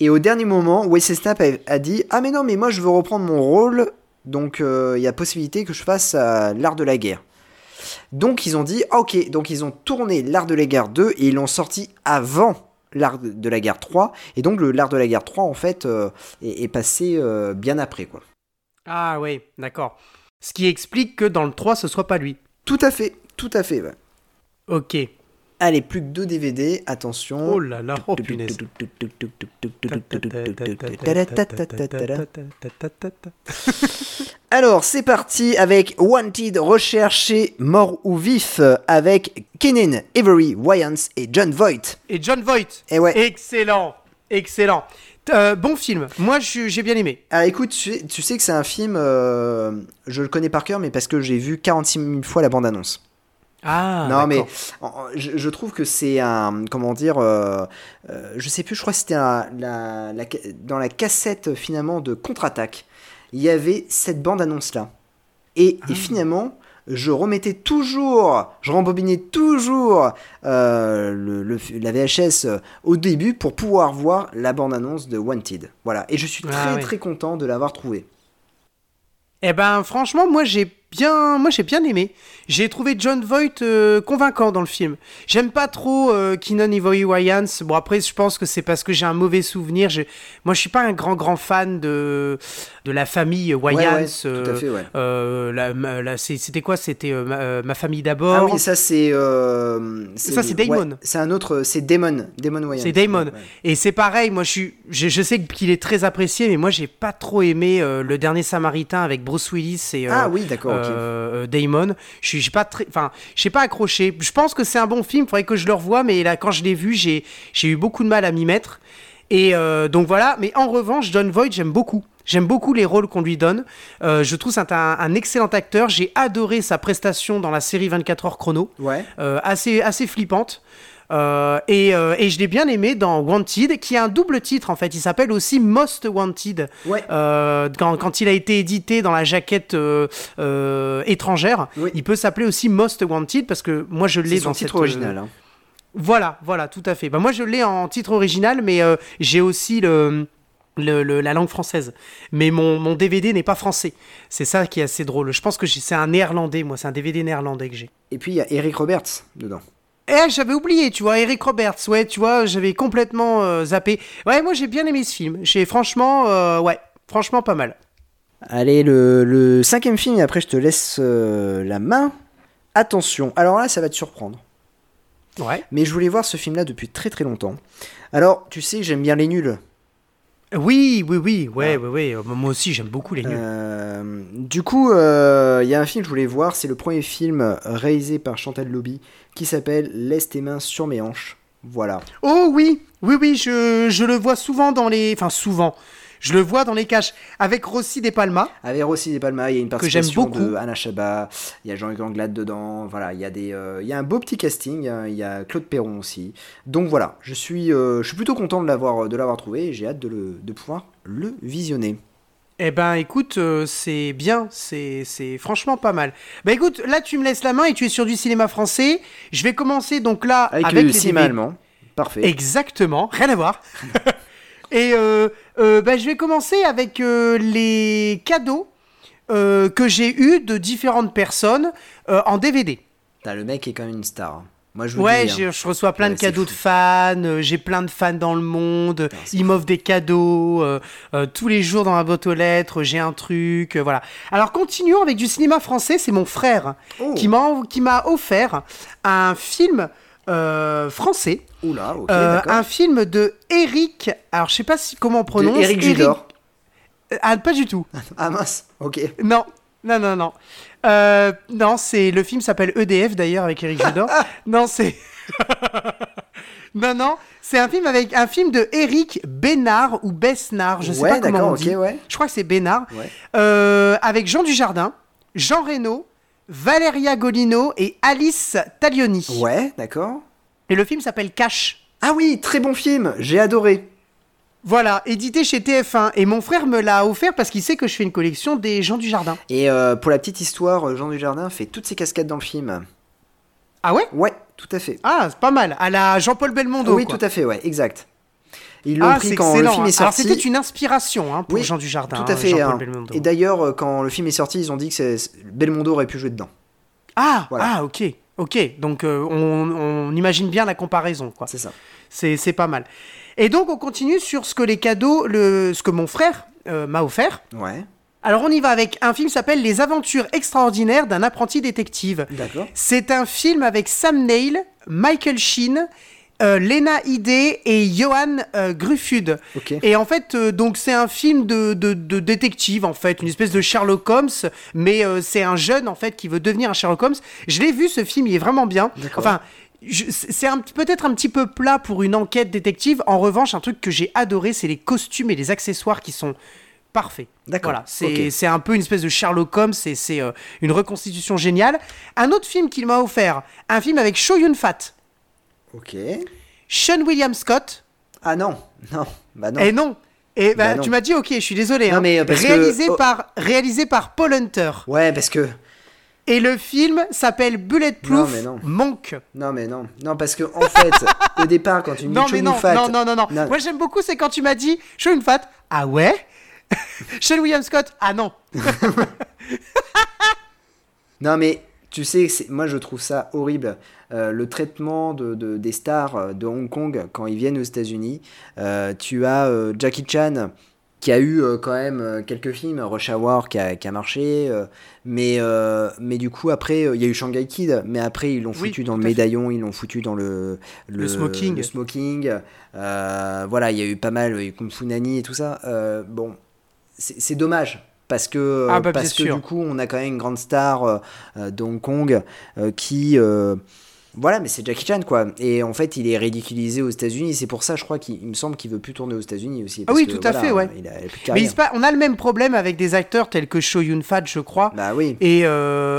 Speaker 2: Et au dernier moment, Wesley Snap a- a dit Ah, mais non, mais moi, je veux reprendre mon rôle, donc euh, il y a possibilité que je fasse euh, l'art de la guerre. Donc, ils ont dit Ah, Ok, donc ils ont tourné l'art de la guerre 2 et ils l'ont sorti avant l'art de de la guerre 3. Et donc, le- l'art de la guerre 3, en fait, euh, est, est passé euh, bien après, quoi.
Speaker 3: Ah oui, d'accord. Ce qui explique que dans le 3, ce soit pas lui.
Speaker 2: Tout à fait, tout à fait, ouais.
Speaker 3: Ok.
Speaker 2: Allez, plus que deux DVD, attention.
Speaker 3: Oh là là, oh punaise.
Speaker 2: Alors, c'est parti avec Wanted, recherché, mort ou vif, euh, avec Kenan Avery Wyans et John Voight.
Speaker 3: Et John Voight.
Speaker 2: Eh ouais.
Speaker 3: Excellent, excellent. Euh, bon film. Moi, je- j'ai bien aimé.
Speaker 2: Ah, écoute, tu sais, tu sais que c'est un film, euh, je le connais par cœur, mais parce que j'ai vu 46 000 fois la bande-annonce.
Speaker 3: Ah.
Speaker 2: non, mais
Speaker 3: d'accord.
Speaker 2: en- en- je, je trouve que c'est un. Comment dire euh, euh, Je sais plus, je crois que c'était un- la- la ca- dans la cassette euh, finalement de Contre-Attaque. Il y avait cette bande-annonce-là. Et,
Speaker 3: Ah.
Speaker 2: et finalement, je remettais toujours, je rembobinais toujours euh, le, le- la VHS euh, au début pour pouvoir voir la bande-annonce de Wanted. Voilà. Et je suis
Speaker 3: Ah
Speaker 2: très
Speaker 3: ouais.
Speaker 2: très content de l'avoir trouvé.
Speaker 3: Eh ben, franchement, moi, j'ai bien, moi, j'ai bien aimé. J'ai trouvé John Voight euh, convaincant dans le film. J'aime pas trop euh, Keenan Ivory Wayans. Bon, après, je pense que c'est parce que j'ai un mauvais souvenir. Je- Moi, je suis pas un grand, grand fan de de la famille Wayans.
Speaker 2: Ouais, ouais, tout à
Speaker 3: euh,
Speaker 2: fait, ouais.
Speaker 3: euh, la- ma- la- c'est- c'était quoi C'était euh, ma, euh, Ma famille d'abord.
Speaker 2: Ah oui, ça c'est. euh,
Speaker 3: Ça, c'est Damon.
Speaker 2: ouais, c'est un autre, c'est Damon. Damon Wayans.
Speaker 3: C'est Damon.
Speaker 2: Ouais.
Speaker 3: Et c'est pareil, moi je, suis, je, je sais qu'il est très apprécié, mais moi j'ai pas trop aimé euh, Le Dernier Samaritain avec Bruce Willis et euh,
Speaker 2: Ah oui, d'accord, ok.
Speaker 3: euh, euh, Damon. Je suis j'ai pas très, enfin, je sais pas accroché. Je pense que c'est un bon film, faudrait que je le revoie, mais là quand je l'ai vu, j'ai j'ai eu beaucoup de mal à m'y mettre. Et euh, donc voilà, mais en revanche, John Voight, j'aime beaucoup. J'aime beaucoup les rôles qu'on lui donne. Euh, je trouve c'est un, un excellent acteur. J'ai adoré sa prestation dans la série 24 heures chrono
Speaker 2: Ouais.
Speaker 3: euh, assez, assez flippante. Euh, et, euh, et je l'ai bien aimé dans Wanted, qui a un double titre en fait. Il s'appelle aussi Most Wanted.
Speaker 2: Ouais.
Speaker 3: Euh, quand, quand il a été édité dans la jaquette euh, euh, étrangère,
Speaker 2: Oui.
Speaker 3: il peut s'appeler aussi Most Wanted parce que moi je l'ai
Speaker 2: C'est
Speaker 3: dans
Speaker 2: son titre
Speaker 3: cette, euh,
Speaker 2: original. hein.
Speaker 3: voilà, voilà, tout à fait. Bah, moi, je l'ai en titre original, mais euh, j'ai aussi le, le- le- la langue française. Mais mon, mon DVD n'est pas français. C'est ça qui est assez drôle. Je pense que j'ai- c'est un néerlandais, moi. C'est un DVD néerlandais que j'ai.
Speaker 2: Et puis il y a Eric Roberts dedans.
Speaker 3: Eh, j'avais oublié, tu vois, Eric Roberts, ouais, tu vois, j'avais complètement euh, zappé. Ouais, moi j'ai bien aimé ce film. J'ai franchement, euh, ouais, franchement pas mal.
Speaker 2: Allez, le, le cinquième film, et après je te laisse euh, la main. Attention, alors là, ça va te surprendre.
Speaker 3: Ouais.
Speaker 2: Mais je voulais voir ce film-là depuis très très longtemps. Alors, tu sais, j'aime bien les nuls.
Speaker 3: Oui, oui, oui, ouais, ouais, ouais. euh, Moi aussi j'aime beaucoup les nuls.
Speaker 2: Euh, du coup, euh, il y a un film que je voulais voir, c'est le premier film réalisé par Chantal Lobby qui s'appelle Laisse tes mains sur mes hanches. Voilà.
Speaker 3: Oh oui, oui, oui, je, je le vois souvent dans les. Enfin, souvent. Je le vois dans les caches. Avec Rossi De Palma.
Speaker 2: Avec Rossi De Palma, il y a une
Speaker 3: Que j'aime
Speaker 2: participation
Speaker 3: beaucoup.
Speaker 2: de Anna Chabat, il y a Jean-Luc Anglade dedans, voilà, il y, a des, euh, il y a un beau petit casting, hein, il y a Claude Perron aussi. Donc voilà, je suis, euh, je suis plutôt content de l'avoir, de l'avoir trouvé et j'ai hâte de, le, de pouvoir le visionner.
Speaker 3: Eh ben écoute, euh, c'est bien, c'est c'est franchement pas mal. Bah écoute, là tu me laisses la main et tu es sur du cinéma français. Je vais commencer donc là avec,
Speaker 2: Avec, le
Speaker 3: les
Speaker 2: cinéma
Speaker 3: DVD.
Speaker 2: allemand, parfait.
Speaker 3: Exactement, rien à voir. [LAUGHS] Et euh, euh, bah, je vais commencer avec euh, les cadeaux euh, que j'ai eus de différentes personnes euh, en DVD.
Speaker 2: T'as, le mec est quand même une star. hein. Moi je vous
Speaker 3: Ouais,
Speaker 2: le dis, hein.
Speaker 3: j'ai- je reçois plein
Speaker 2: Ouais,
Speaker 3: de
Speaker 2: c'est
Speaker 3: cadeaux
Speaker 2: fou. Ah,
Speaker 3: de fans, euh, j'ai plein de fans dans le monde,
Speaker 2: c'est
Speaker 3: ils m'offrent des cadeaux, euh, euh, tous les jours dans ma boîte aux lettres, j'ai un truc, euh, voilà. Alors continuons avec du cinéma français, c'est mon frère
Speaker 2: Oh.
Speaker 3: qui m'a qui m'a offert un film euh, français.
Speaker 2: Oula, ok,
Speaker 3: Euh,
Speaker 2: d'accord.
Speaker 3: un film de Eric. Alors, je sais pas si, comment on prononce.
Speaker 2: de Eric Judor.
Speaker 3: Ah, pas
Speaker 2: [LAUGHS]
Speaker 3: du tout.
Speaker 2: Ah mince, ok.
Speaker 3: Non, non, non, non. Euh, non, c'est le film s'appelle EDF d'ailleurs avec Eric
Speaker 2: [LAUGHS]
Speaker 3: Judor. non, c'est. [LAUGHS] non, non, c'est un film avec un film de Eric Bénard ou Besnard, je sais
Speaker 2: Ouais,
Speaker 3: pas comment
Speaker 2: d'accord,
Speaker 3: on
Speaker 2: ok,
Speaker 3: dit.
Speaker 2: ouais.
Speaker 3: Je crois que c'est Bénard.
Speaker 2: Ouais.
Speaker 3: Euh, avec Jean Dujardin, Jean Reno, Valeria Golino et Alice Taglioni.
Speaker 2: Ouais, d'accord.
Speaker 3: Et le film s'appelle Cash.
Speaker 2: Ah oui, très bon film, j'ai adoré.
Speaker 3: Voilà, édité chez TF1 et mon frère me l'a offert parce qu'il sait que je fais une collection des Jean Dujardin.
Speaker 2: Et euh, pour la petite histoire, Jean Dujardin fait toutes ses cascades dans le film.
Speaker 3: Ah ouais
Speaker 2: Ouais, tout à fait.
Speaker 3: Ah, c'est pas mal. À la Jean-Paul Belmondo.
Speaker 2: oui,
Speaker 3: quoi.
Speaker 2: tout à fait, ouais, exact. Ils l'ont
Speaker 3: c'est
Speaker 2: pris quand le
Speaker 3: excellent,
Speaker 2: film
Speaker 3: hein.
Speaker 2: est sorti.
Speaker 3: Alors c'était une inspiration hein, pour
Speaker 2: Oui,
Speaker 3: Jean Dujardin.
Speaker 2: Tout à
Speaker 3: hein,
Speaker 2: fait.
Speaker 3: Jean-Paul
Speaker 2: hein.
Speaker 3: Belmondo.
Speaker 2: Et d'ailleurs, euh, quand le film est sorti, ils ont dit que c'est- Belmondo aurait pu jouer dedans.
Speaker 3: Ah,
Speaker 2: Voilà.
Speaker 3: ah, ok, ok. Donc euh, on, on imagine bien la comparaison, quoi.
Speaker 2: C'est ça.
Speaker 3: C'est c'est pas mal. Et donc on continue sur ce que les cadeaux, le, ce que mon frère euh, m'a offert.
Speaker 2: Ouais.
Speaker 3: Alors on y va avec un film qui s'appelle Les Aventures extraordinaires d'un apprenti détective.
Speaker 2: D'accord.
Speaker 3: C'est un film avec Sam Neill, Michael Sheen, euh, Lena Headey et Johan euh, Gruffud.
Speaker 2: Ok.
Speaker 3: Et en fait, euh, donc c'est un film de, de- de détective en fait, une espèce de Sherlock Holmes, mais euh, c'est un jeune en fait qui veut devenir un Sherlock Holmes. Je l'ai vu ce film, il est vraiment bien.
Speaker 2: D'accord.
Speaker 3: Enfin, je- c'est un petit- peut-être un petit peu plat pour une enquête détective. En revanche, un truc que j'ai adoré, c'est les costumes et les accessoires qui sont parfaits.
Speaker 2: D'accord.
Speaker 3: Voilà, c'est
Speaker 2: Ok.
Speaker 3: c'est un peu une espèce de Sherlock Holmes, c'est c'est, euh, une reconstitution géniale. Un autre film qu'il m'a offert, un film avec Show Yun-fat,
Speaker 2: Ok.
Speaker 3: Sean William Scott.
Speaker 2: Ah non, non, bah non.
Speaker 3: Et non. Et bah,
Speaker 2: Bah non.
Speaker 3: tu m'as dit ok, je suis désolé.
Speaker 2: Non,
Speaker 3: hein.
Speaker 2: mais, euh, parce que-
Speaker 3: réalisé
Speaker 2: oh.
Speaker 3: par réalisé par Paul Hunter.
Speaker 2: Ouais, parce que.
Speaker 3: Et le film s'appelle
Speaker 2: Non,
Speaker 3: Bulletproof
Speaker 2: mais non.
Speaker 3: Monk.
Speaker 2: Non, mais non. Non, parce que, en
Speaker 3: [LAUGHS]
Speaker 2: fait, au départ, quand tu me dis
Speaker 3: Non mais non,
Speaker 2: Chounifat-
Speaker 3: non non non non. Moi j'aime beaucoup c'est quand tu m'as dit je suis une fat. Ah ouais. [LAUGHS] Sean William Scott. Ah non.
Speaker 2: Non, mais tu sais, c'est- moi je trouve ça horrible. Euh, le traitement de, de- des stars euh, de Hong Kong quand ils viennent aux États-Unis. Euh, tu as euh, Jackie Chan qui a eu euh, quand même euh, quelques films, Rush Hour qui a, qui a marché, euh, mais, euh, mais du coup après, euh, il y a eu Shanghai Kid, mais après ils l'ont
Speaker 3: Oui,
Speaker 2: foutu dans le
Speaker 3: tout à fait.
Speaker 2: médaillon, ils l'ont foutu dans le,
Speaker 3: Le smoking.
Speaker 2: le smoking. Euh, voilà, il y a eu pas mal, euh, Kung Fu Nani et tout ça. Euh, bon, c'est c'est dommage. Parce que, euh,
Speaker 3: Ah bah,
Speaker 2: parce que
Speaker 3: bien sûr.
Speaker 2: du coup, on a quand même une grande star euh, euh, de Hong Kong euh, qui. euh, voilà, mais c'est Jackie Chan, quoi. Et en fait, il est ridiculisé aux États-Unis. C'est pour ça, je crois qu'il il me semble qu'il veut plus tourner aux États-Unis aussi. parce
Speaker 3: Ah oui,
Speaker 2: que,
Speaker 3: tout à
Speaker 2: voilà,
Speaker 3: fait, ouais.
Speaker 2: Il a, il a plus de
Speaker 3: Mais il
Speaker 2: carrière.
Speaker 3: se pa- on a le même problème avec des acteurs tels que Show Yun Fat je crois.
Speaker 2: Bah oui.
Speaker 3: et euh,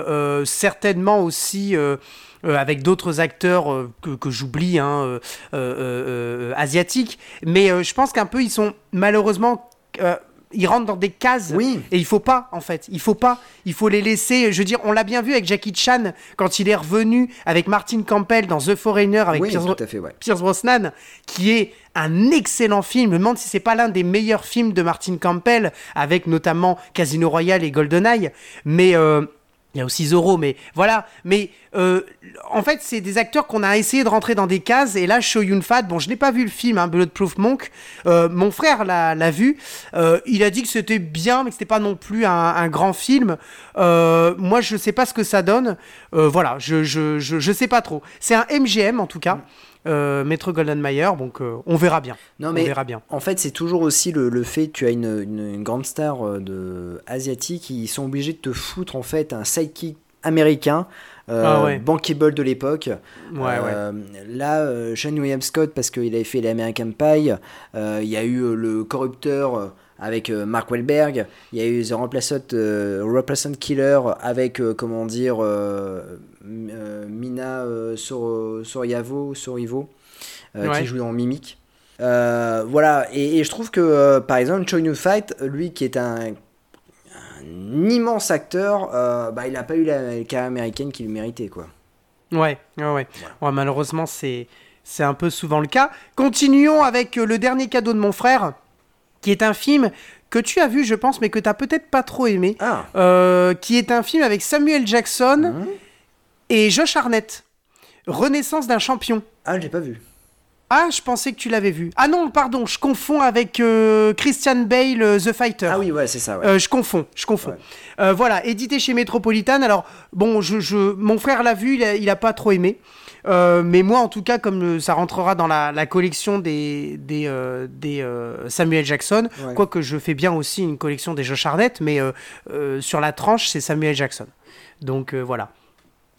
Speaker 3: euh, certainement aussi euh, euh, avec d'autres acteurs euh, que, que j'oublie, hein, euh, euh, euh, euh, asiatiques. Mais euh, je pense qu'un peu, ils sont malheureusement. euh, ils rentrent dans des cases
Speaker 2: Oui.
Speaker 3: et il faut pas en fait, il faut pas, il faut les laisser. Je veux dire, on l'a bien vu avec Jackie Chan quand il est revenu avec Martin Campbell dans The Foreigner avec
Speaker 2: Oui,
Speaker 3: Pierce,
Speaker 2: tout à fait, ouais.
Speaker 3: Pierce Brosnan, qui est un excellent film. Je me demande si c'est pas l'un des meilleurs films de Martin Campbell, avec notamment Casino Royale et GoldenEye. Mais euh, il y a aussi Zorro, mais voilà. Mais euh, en fait, c'est des acteurs qu'on a essayé de rentrer dans des cases. Et là, Show Yun-fat, bon, je n'ai pas vu le film, hein, Bulletproof Monk. Euh, mon frère l'a l'a vu. Euh, il a dit que c'était bien, mais que c'était pas non plus un, un grand film. Euh, moi, je sais pas ce que ça donne. Euh, voilà, je, je, je, je sais pas trop. C'est un MGM en tout cas. Euh, Maître Goldenmayer, donc euh, on verra bien.
Speaker 2: Non,
Speaker 3: on
Speaker 2: mais
Speaker 3: verra bien.
Speaker 2: En fait, c'est toujours aussi le, le fait que tu as une, une- une grande star euh, de asiatique, ils sont obligés de te foutre en fait un sidekick américain, euh,
Speaker 3: Ah ouais.
Speaker 2: bankable de l'époque.
Speaker 3: Ouais,
Speaker 2: Euh, Là, euh, Sean William Scott, parce qu'il avait fait l'American Pie, euh, il y a eu euh, le corrupteur euh, avec euh, Mark Wahlberg, il y a eu The Replacement, euh, Replacement Killer avec, euh, comment dire, euh, M- euh, Mina euh, Sor- Soriavo, Sorivo, euh,
Speaker 3: Ouais.
Speaker 2: qui joue dans Mimic. Euh, voilà, et, et je trouve que euh, par exemple, Choi New Fight, lui qui est un, un immense acteur, euh, bah, il n'a pas eu la, la carrière américaine qu'il méritait. Quoi.
Speaker 3: ouais, ouais, ouais, ouais. Ouais, malheureusement, c'est c'est un peu souvent le cas. Continuons avec euh, le dernier cadeau de mon frère, qui est un film que tu as vu, je pense, mais que t'as peut-être pas trop aimé,
Speaker 2: Ah,
Speaker 3: euh, qui est un film avec Samuel Jackson
Speaker 2: Hein
Speaker 3: et Josh Arnett, Renaissance d'un champion.
Speaker 2: ah je l'ai pas vu.
Speaker 3: Ah, je pensais que tu l'avais vu. Ah non, pardon, je confonds avec euh, Christian Bale, euh, The Fighter.
Speaker 2: Ah oui, ouais, c'est ça. Ouais.
Speaker 3: Euh, je confonds, je confonds. Euh, voilà, édité chez Metropolitan. Alors, bon, je, je- mon frère l'a vu, il a, il a pas trop aimé. Euh, mais moi, en tout cas, comme euh, ça rentrera dans la, la collection des, des, euh, des euh, Samuel Jackson,
Speaker 2: Ouais.
Speaker 3: quoique je fais bien aussi une collection des Josh Arnett, mais euh, euh, sur la tranche, c'est Samuel Jackson. Donc euh, voilà.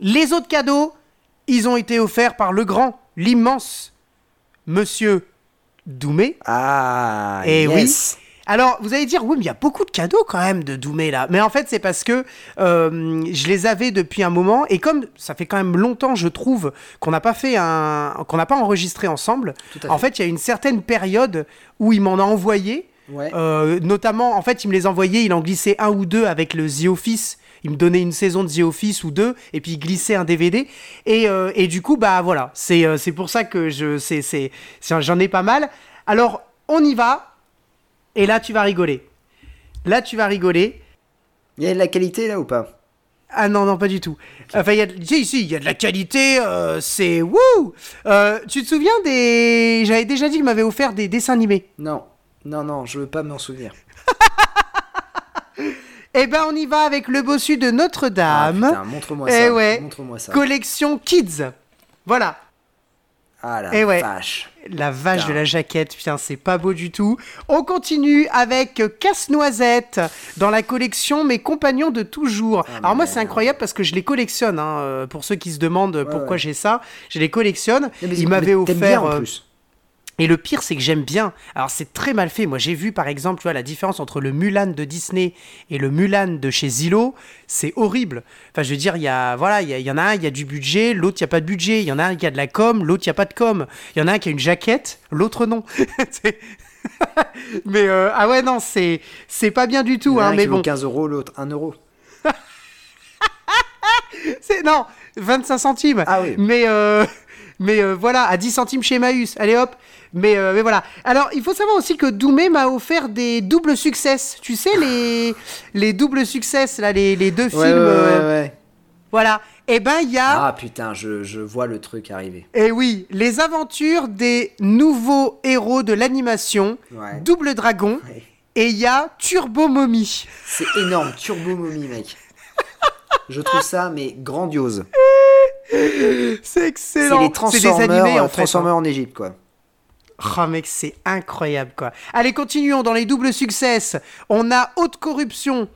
Speaker 3: Les autres cadeaux, ils ont été offerts par le grand, l'immense Monsieur Doumé.
Speaker 2: Ah,
Speaker 3: Eh
Speaker 2: yes.
Speaker 3: oui. Alors, vous allez dire, oui, mais il y a beaucoup de cadeaux quand même de Doumé là. Mais en fait, c'est parce que euh, je les avais depuis un moment. Et comme ça fait quand même longtemps, je trouve, qu'on n'a pas fait un. qu'on n'a pas enregistré ensemble,
Speaker 2: Tout à
Speaker 3: en fait, il y a une certaine période où il m'en a envoyé.
Speaker 2: Ouais.
Speaker 3: Euh, notamment, en fait, il me les envoyait, il en glissait un ou deux avec le The Office. Il me donnait une saison de The Office ou deux, et puis il glissait un DVD. Et, euh, et du coup, bah voilà, c'est euh, c'est pour ça que je c'est- c'est- c'est- j'en ai pas mal. Alors, on y va, et là, tu vas rigoler. Là, tu vas rigoler.
Speaker 2: Il y a de la qualité là ou pas
Speaker 3: Ah non, non, pas du tout. Enfin, il y a de... si, si, il y a de la qualité, euh, c'est wouh Euh, Tu te souviens des... J'avais déjà dit qu'il m'avait offert des dessins animés.
Speaker 2: Non, non, non, je veux pas m'en souvenir.
Speaker 3: Eh ben, on y va avec le bossu de Notre-Dame.
Speaker 2: Ah, putain, montre-moi
Speaker 3: Eh
Speaker 2: ça.
Speaker 3: ouais.
Speaker 2: Montre-moi ça.
Speaker 3: Collection Kids. Voilà.
Speaker 2: Ah la
Speaker 3: Eh ouais.
Speaker 2: vache.
Speaker 3: La vache
Speaker 2: Putain.
Speaker 3: de la jaquette, putain, c'est pas beau du tout. On continue avec euh, Casse-Noisette dans la collection Mes compagnons de toujours.
Speaker 2: Ah,
Speaker 3: Alors, moi, c'est incroyable parce que je les collectionne. hein, euh, pour ceux qui se demandent pourquoi
Speaker 2: ouais.
Speaker 3: j'ai ça, je les collectionne.
Speaker 2: Mais-
Speaker 3: Il
Speaker 2: mais
Speaker 3: m'avait
Speaker 2: t'aimes bien,
Speaker 3: offert.
Speaker 2: en
Speaker 3: euh,
Speaker 2: plus.
Speaker 3: Et le pire, c'est que j'aime bien. Alors, c'est très mal fait. Moi, j'ai vu, par exemple, tu vois, la différence entre le Mulan de Disney et le Mulan de chez Zillow. C'est horrible. Enfin, je veux dire, il y a, voilà, il y, a- il y en a un, il y a du budget, l'autre, il n'y a pas de budget. Il y en a un qui a de la com, l'autre, il n'y a pas de com. Il y en a un qui a une jaquette, l'autre, non. [LAUGHS] C'est- mais, euh, ah ouais, non, c'est, c'est pas bien du
Speaker 2: Il y
Speaker 3: tout,
Speaker 2: en a
Speaker 3: hein,
Speaker 2: un
Speaker 3: mais
Speaker 2: qui vaut
Speaker 3: bon.
Speaker 2: 15 euros, l'autre 1 euro.
Speaker 3: C'est, non, 25 centimes.
Speaker 2: Ah oui.
Speaker 3: Mais, euh, mais euh, voilà, à 10 centimes chez Emmaüs. Allez hop. Mais, euh, mais voilà. Alors, il faut savoir aussi que Doumé m'a offert des doubles succès. Tu sais, les, les doubles succès, là, les, les deux films.
Speaker 2: Ouais, ouais, ouais,
Speaker 3: euh,
Speaker 2: ouais, ouais.
Speaker 3: Voilà. Eh ben, il y a,
Speaker 2: Ah putain, je, je vois le truc arriver.
Speaker 3: eh oui, les aventures des nouveaux héros de l'animation,
Speaker 2: Ouais.
Speaker 3: Double Dragon,
Speaker 2: Ouais.
Speaker 3: et il y a Turbo Momie.
Speaker 2: C'est énorme, Turbo Momie, mec. Je trouve ça, mais grandiose.
Speaker 3: [LAUGHS] C'est
Speaker 2: C'est
Speaker 3: excellent.
Speaker 2: les Transformers,
Speaker 3: des animés,
Speaker 2: euh,
Speaker 3: en fait. hein.
Speaker 2: Transformers en Égypte, quoi.
Speaker 3: Oh mec, c'est incroyable quoi. Allez, continuons dans les doubles succès. On a haute corruption.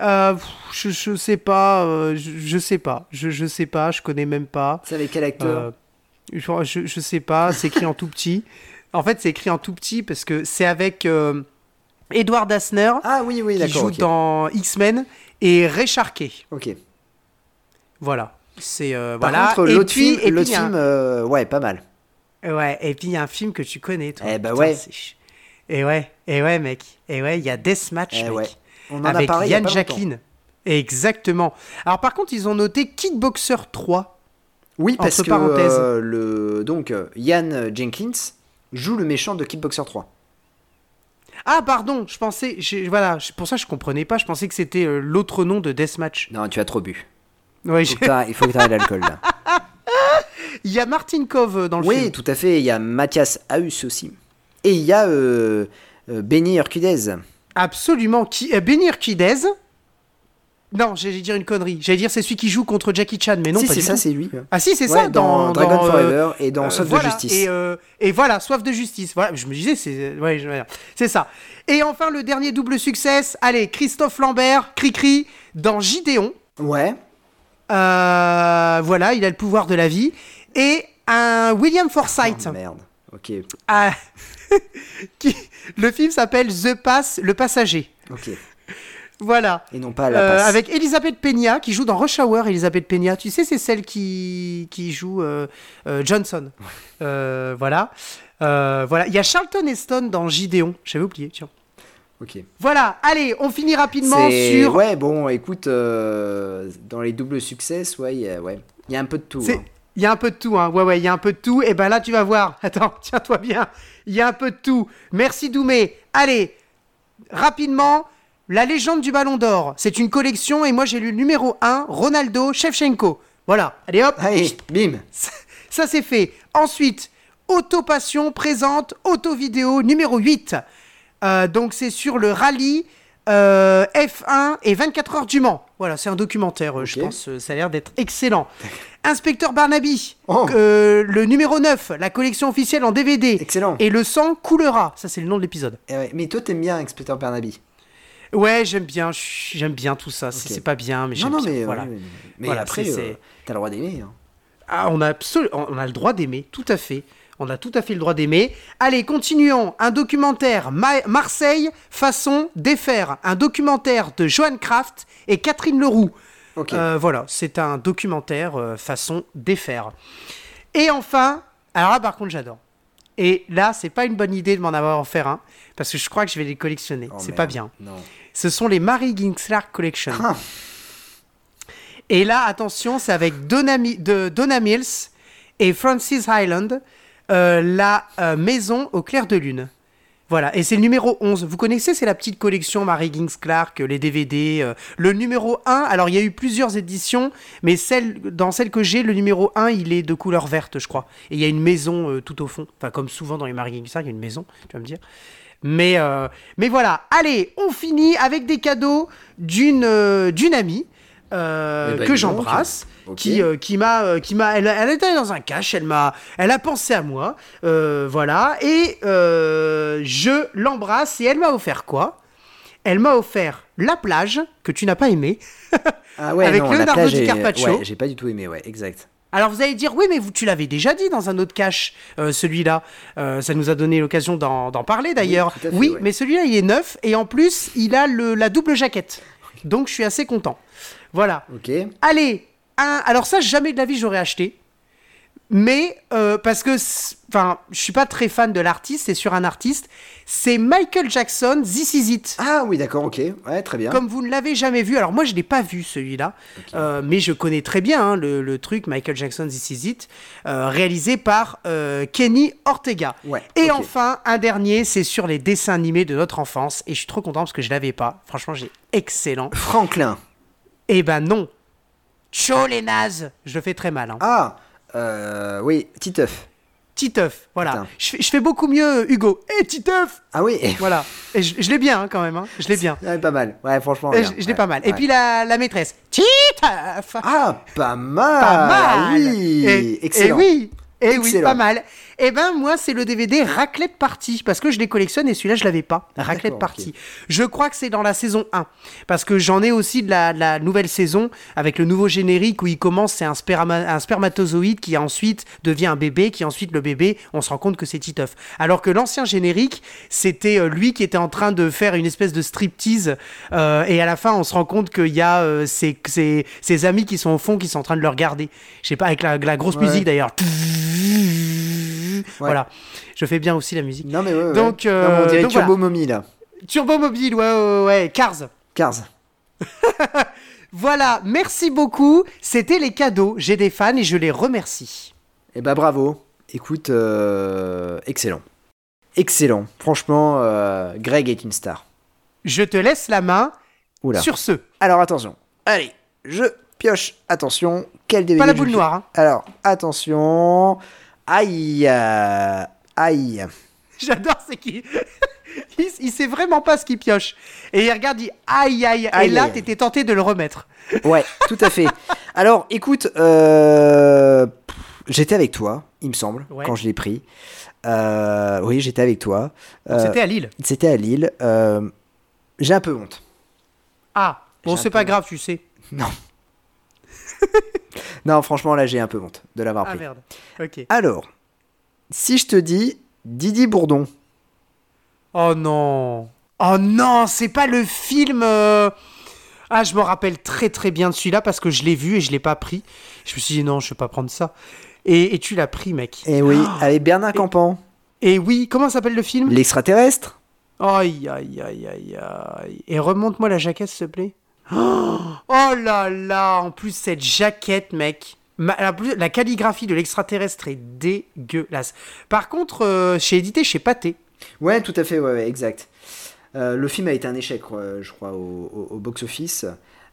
Speaker 3: Euh, pff, je, je sais pas, euh, je, je sais pas, je, je sais pas, je connais même pas.
Speaker 2: C'est avec quel acteur
Speaker 3: Euh, je, je- je sais pas, c'est écrit en tout petit. En fait, c'est écrit en tout petit parce que c'est avec euh, Edward Asner
Speaker 2: Ah oui, oui,
Speaker 3: qui
Speaker 2: d'accord.
Speaker 3: joue
Speaker 2: ok.
Speaker 3: dans X-Men et Ray Sharkey.
Speaker 2: Ok.
Speaker 3: Voilà. C'est euh,
Speaker 2: Par
Speaker 3: voilà.
Speaker 2: contre,
Speaker 3: Et
Speaker 2: l'autre
Speaker 3: puis-
Speaker 2: film,
Speaker 3: et puis,
Speaker 2: l'autre
Speaker 3: il y a un-
Speaker 2: film euh, ouais, pas mal.
Speaker 3: Ouais, et puis il y a un film que tu connais, toi.
Speaker 2: Eh ben
Speaker 3: Putain,
Speaker 2: ouais.
Speaker 3: c'est ch- Et ouais, et ouais, mec. Et ouais, il y a Deathmatch,
Speaker 2: Eh
Speaker 3: mec.
Speaker 2: ouais. On en a
Speaker 3: avec
Speaker 2: parlé il y a
Speaker 3: Yann
Speaker 2: pas longtemps.
Speaker 3: Jacqueline. Exactement. Alors par contre, ils ont noté Kickboxer 3.
Speaker 2: Oui,
Speaker 3: Entre
Speaker 2: parce que
Speaker 3: parenthèses.
Speaker 2: euh, le donc euh, Ian Jenkins joue le méchant de Kickboxer 3.
Speaker 3: Ah, pardon, je pensais... j'ai- Voilà, je- pour ça, je comprenais pas. Je pensais que c'était euh, l'autre nom de Deathmatch.
Speaker 2: Non, tu as trop bu.
Speaker 3: Ouais,
Speaker 2: Faut
Speaker 3: j'ai-
Speaker 2: que t'arrêtes- Il faut que tu arrêtes l'alcool là.
Speaker 3: [LAUGHS] Il y a Martin Kov euh, dans le
Speaker 2: oui,
Speaker 3: film.
Speaker 2: tout à fait. Il y a Mathias Haus aussi. Et il y a euh, euh, Benny Hercules.
Speaker 3: Absolument. Qui... euh, Benny Urquidez. Non, j'allais dire une connerie. J'allais dire c'est celui qui joue contre Jackie Chan, mais non,
Speaker 2: si,
Speaker 3: pas
Speaker 2: c'est
Speaker 3: du
Speaker 2: ça,
Speaker 3: tout.
Speaker 2: c'est lui. ouais.
Speaker 3: Ah si, c'est
Speaker 2: Ouais,
Speaker 3: ça, dans,
Speaker 2: Dragon
Speaker 3: dans, euh,
Speaker 2: Forever et dans
Speaker 3: Euh,
Speaker 2: Soif
Speaker 3: voilà,
Speaker 2: de Justice.
Speaker 3: Et, euh, et voilà, soif de justice. Voilà, je me disais, c'est ouais, je- c'est ça. Et enfin, le dernier double succès, allez, Christophe Lambert, Cricri, dans Gideon.
Speaker 2: Ouais.
Speaker 3: Euh, voilà, il a le pouvoir de la vie. Et un William Forsythe.
Speaker 2: Oh, merde. Ok.
Speaker 3: Ah, [LAUGHS] qui, le film s'appelle The Pass, le passager.
Speaker 2: Ok.
Speaker 3: Voilà.
Speaker 2: Et non pas la
Speaker 3: Euh,
Speaker 2: passe.
Speaker 3: avec Elisabeth Peña qui joue dans Rush Hour. Elisabeth Peña, tu sais, c'est celle qui, qui joue euh, euh, Johnson. Euh, voilà. Euh, voilà. Il y a Charlton Heston dans Gideon. J'avais oublié, tiens.
Speaker 2: Ok.
Speaker 3: Voilà. Allez, on finit rapidement
Speaker 2: C'est-
Speaker 3: sur.
Speaker 2: Ouais, bon, écoute, euh, dans les doubles succès, ouais, il y a- ouais. Il y a un peu de tout.
Speaker 3: C'est-
Speaker 2: hein.
Speaker 3: Il y a un peu de tout, hein. Ouais, ouais, il y a un peu de tout. Et ben là, tu vas voir. [LAUGHS] Attends, tiens-toi bien. Il y a un peu de tout. Merci Doumé. Allez, rapidement, La légende du ballon d'or. C'est une collection et moi j'ai lu le numéro 1, Ronaldo Shevchenko. Voilà. Allez hop.
Speaker 2: Allez, hein. bim
Speaker 3: Ça, c'est fait. Ensuite, Autopassion présente Autovidéo numéro 8. Euh, donc c'est sur le rallye euh, F1 et 24 heures du Mans. Voilà, c'est un documentaire, euh, je
Speaker 2: Ok.
Speaker 3: pense, euh, ça a l'air d'être excellent. Inspecteur Barnaby,
Speaker 2: Oh.
Speaker 3: euh, le numéro 9, la collection officielle en DVD.
Speaker 2: Excellent.
Speaker 3: Et le sang coulera, ça c'est le nom de l'épisode.
Speaker 2: Eh ouais, Mais toi, t'aimes bien Inspecteur Barnaby.
Speaker 3: Ouais, j'aime bien, je- j'aime bien tout ça. C'est
Speaker 2: Ok.
Speaker 3: c'est pas bien, mais
Speaker 2: Non,
Speaker 3: j'aime
Speaker 2: non,
Speaker 3: bien.
Speaker 2: mais, euh,
Speaker 3: voilà.
Speaker 2: oui, oui, oui. mais
Speaker 3: Voilà,
Speaker 2: après,
Speaker 3: c'est-
Speaker 2: euh,
Speaker 3: c'est-
Speaker 2: t'as le droit d'aimer. hein.
Speaker 3: Ah, on a absolu- on on a le droit d'aimer, tout à fait. On a tout à fait le droit d'aimer. Allez, continuons. Un documentaire Ma- Marseille façon défaire. Un documentaire de Johan Kraft et Catherine Leroux.
Speaker 2: Ok.
Speaker 3: Euh, voilà, c'est un documentaire euh, façon défaire. Et enfin, alors là par contre j'adore. Et là, c'est pas une bonne idée de m'en avoir en faire un, parce que je crois que je vais les collectionner.
Speaker 2: Oh,
Speaker 3: c'est
Speaker 2: merde.
Speaker 3: pas bien.
Speaker 2: Non.
Speaker 3: Ce sont les Mary
Speaker 2: [LAUGHS]
Speaker 3: Ginslark Collection.
Speaker 2: Ah.
Speaker 3: Et là, attention, c'est avec Donna, Mi- de Donna Mills et Francis Highland, euh, la euh, maison au clair de lune. Voilà, et c'est le numéro 11. Vous connaissez, c'est la petite collection Mary Gings Clark, euh, les DVD. euh, le numéro 1, alors il y a eu plusieurs éditions, mais celle, dans celle que j'ai, le numéro 1, il est de couleur verte, je crois. Et il y a une maison euh, tout au fond. Enfin, comme souvent dans les Mary Gings Clark, il y a une maison, tu vas me dire. Mais, euh, mais voilà, allez, on finit avec des cadeaux d'une euh, d'une amie euh,
Speaker 2: Eh ben,
Speaker 3: que
Speaker 2: dis donc.
Speaker 3: j'embrasse,
Speaker 2: Ok.
Speaker 3: qui, euh, qui m'a, euh, qui m'a, elle, elle était dans un cache, elle m'a, elle a pensé à moi, euh, voilà, et euh, je l'embrasse et elle m'a offert quoi Elle m'a offert la plage que tu n'as pas aimée. [LAUGHS]
Speaker 2: Ah ouais,
Speaker 3: Avec
Speaker 2: non, la
Speaker 3: Leonardo
Speaker 2: plage
Speaker 3: Di
Speaker 2: est-
Speaker 3: Carpaccio.
Speaker 2: Ouais, j'ai pas du tout aimé, ouais, exact.
Speaker 3: Alors vous allez dire, oui, mais vous, tu l'avais déjà dit dans un autre cache, euh, celui-là. Euh, ça nous a donné l'occasion d'en d'en parler d'ailleurs.
Speaker 2: tout à fait,
Speaker 3: oui,
Speaker 2: ouais.
Speaker 3: mais celui-là, il est neuf et en plus, il a le, la double jaquette. Donc je suis assez content. Voilà.
Speaker 2: Ok.
Speaker 3: Allez, un... alors ça, jamais de la vie, j'aurais acheté. Mais euh, parce que, c'est- enfin, je suis pas très fan de l'artiste, c'est sur un artiste. C'est Michael Jackson, This Is It.
Speaker 2: Ah oui, d'accord, ok. Ouais, très bien.
Speaker 3: Comme vous ne l'avez jamais vu, alors moi je ne l'ai pas vu celui-là, euh, mais je connais très bien hein, le, le truc Michael Jackson This Is It, euh, réalisé par euh, Kenny Ortega.
Speaker 2: Ouais,
Speaker 3: et
Speaker 2: ok.
Speaker 3: enfin, un dernier, c'est sur les dessins animés de notre enfance, et je suis trop content parce que je l'avais pas. Franchement, j'ai excellent.
Speaker 2: Franklin.
Speaker 3: Eh ben non. Tcho les nazes Je le fais très mal. Hein.
Speaker 2: Ah, euh, oui, Titeuf.
Speaker 3: Titeuf, voilà.
Speaker 2: Putain.
Speaker 3: Je, fais- je fais beaucoup mieux euh, Hugo. Eh Titeuf
Speaker 2: Ah oui, [LAUGHS] eh,
Speaker 3: Voilà. Et je, je l'ai bien hein, quand même. hein. Je l'ai bien.
Speaker 2: ouais, pas mal. Ouais, franchement.
Speaker 3: Et
Speaker 2: bien.
Speaker 3: Euh, je je l'ai
Speaker 2: Ouais,
Speaker 3: pas mal. Et
Speaker 2: ouais.
Speaker 3: puis la, la maîtresse. Titeuf
Speaker 2: Ah, pas mal. Ah
Speaker 3: Pas mal
Speaker 2: Oui,
Speaker 3: et,
Speaker 2: excellent.
Speaker 3: Et oui et oui,
Speaker 2: Excellent.
Speaker 3: pas mal. Et ben moi, c'est le DVD Raclette Party parce que je les collectionne et celui-là je l'avais pas. Raclette
Speaker 2: d'accord,
Speaker 3: Party. Je crois que c'est dans la saison 1 parce que j'en ai aussi de la, de la nouvelle saison avec le nouveau générique où il commence c'est un, sperma- un spermatozoïde qui ensuite devient un bébé qui ensuite le bébé, on se rend compte que c'est Titeuf. Alors que l'ancien générique, c'était euh, lui qui était en train de faire une espèce de striptease euh, et à la fin on se rend compte qu'il y a euh, ses, ses- ses amis qui sont au fond qui sont en train de le regarder. Je sais pas avec la, la grosse
Speaker 2: Ouais.
Speaker 3: musique d'ailleurs. Voilà. Je fais bien aussi la musique.
Speaker 2: Non, mais ouais, ouais.
Speaker 3: Donc, euh,
Speaker 2: Non, mais on dirait
Speaker 3: donc
Speaker 2: Turbo Mommy, là.
Speaker 3: Turbo Mobile, ouais, ouais, ouais. Cars.
Speaker 2: Cars.
Speaker 3: Voilà, merci beaucoup. C'était les cadeaux. J'ai des fans et je les remercie.
Speaker 2: Eh ben bravo. Écoute, euh, excellent. Excellent. Franchement, euh, Greg est une star.
Speaker 3: Je te laisse la main
Speaker 2: Oula.
Speaker 3: sur ce.
Speaker 2: Alors attention. Allez, je pioche. Attention. Quel DVD
Speaker 3: Pas la
Speaker 2: je
Speaker 3: boule
Speaker 2: fais
Speaker 3: noire. hein.
Speaker 2: Alors attention. Aïe. euh, Aïe.
Speaker 3: hein. [LAUGHS] J'adore, c'est qu'il. il, il sait vraiment pas ce qu'il pioche. Et il regarde, il dit aïe aïe. et
Speaker 2: Aïe,
Speaker 3: là,
Speaker 2: aïe.
Speaker 3: t'étais tenté de le remettre.
Speaker 2: Ouais, [LAUGHS] tout à fait. Alors écoute, euh, pff, j'étais avec toi, il me semble,
Speaker 3: Ouais.
Speaker 2: quand je l'ai pris. Euh, oui, j'étais avec toi. Euh,
Speaker 3: C'était à Lille.
Speaker 2: C'était à Lille. Euh, J'ai un peu honte.
Speaker 3: Ah, bon,
Speaker 2: j'ai un
Speaker 3: c'est
Speaker 2: peu-
Speaker 3: pas grave, tu sais.
Speaker 2: Non, franchement, là, j'ai un peu honte de l'avoir
Speaker 3: Ah
Speaker 2: pris.
Speaker 3: merde. Ok.
Speaker 2: Alors, si je te dis Didi Bourdon,
Speaker 3: Oh non. Oh non, c'est pas le film. euh, Ah, je me rappelle très très bien de celui-là parce que je l'ai vu et je l'ai pas pris. Je me suis dit non, je vais pas prendre ça. Et, et tu l'as pris, mec.
Speaker 2: eh oui,
Speaker 3: Ah.
Speaker 2: avec Bernard Campan,
Speaker 3: Et oui, comment s'appelle le film
Speaker 2: l'extraterrestre.
Speaker 3: Aïe, aïe, aïe, aïe, aïe. Et remonte-moi la jaquette, s'il te plaît. [GASPS] Oh, oh là là, en plus, cette jaquette, mec. Ma- la, plus- la calligraphie de l'extraterrestre est dégueulasse. Par contre, euh, chez édité chez Pathé.
Speaker 2: Ouais, tout à fait, ouais, ouais, exact. Euh, le film a été un échec, euh, je crois, au, au- au box-office.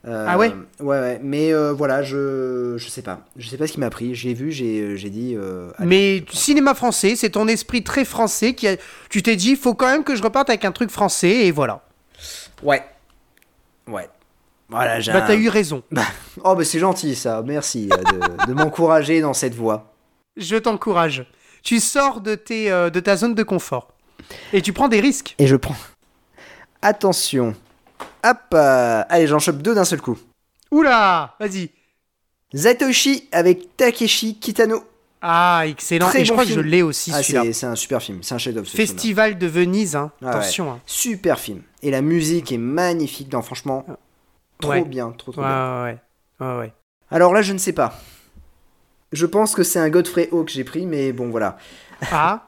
Speaker 2: Euh,
Speaker 3: Ah ouais
Speaker 2: Ouais, ouais. Mais euh, voilà, je, je sais pas. Je sais pas ce qui m'a pris. J'ai vu, j'ai j'ai dit. euh, allez.
Speaker 3: Mais cinéma français, c'est ton esprit très français qui a... Tu t'es dit, faut quand même que je reparte avec un truc français, et voilà.
Speaker 2: Ouais. Ouais. Voilà, j'ai.
Speaker 3: Bah,
Speaker 2: un-
Speaker 3: t'as eu raison.
Speaker 2: Oh, bah c'est gentil ça. Merci euh, de, de m'encourager dans cette voie.
Speaker 3: Je t'encourage. Tu sors de, tes, euh, de ta zone de confort. Et tu prends des risques.
Speaker 2: Et je prends. Attention. Hop. euh, Allez, j'en chope deux d'un seul coup.
Speaker 3: Oula Vas-y.
Speaker 2: Zatoshi avec Takeshi Kitano.
Speaker 3: Ah, excellent.
Speaker 2: Très
Speaker 3: et je
Speaker 2: bon
Speaker 3: crois
Speaker 2: film.
Speaker 3: que je l'ai aussi,
Speaker 2: Ah,
Speaker 3: celui-là.
Speaker 2: c'est c'est un super film. C'est un chef-d'œuvre. ce film-là.
Speaker 3: Festival de Venise, hein.
Speaker 2: Ah ouais.
Speaker 3: attention. hein.
Speaker 2: Super film. Et la musique est magnifique, non, franchement. Trop
Speaker 3: Ah. Ouais.
Speaker 2: bien, trop trop
Speaker 3: Ouais,
Speaker 2: bien.
Speaker 3: hein. ouais, ouais. ouais, ouais.
Speaker 2: Alors là, je ne sais pas. Je pense que c'est un Godfrey Hawk que j'ai pris, mais bon, voilà. [LAUGHS]
Speaker 3: Ah,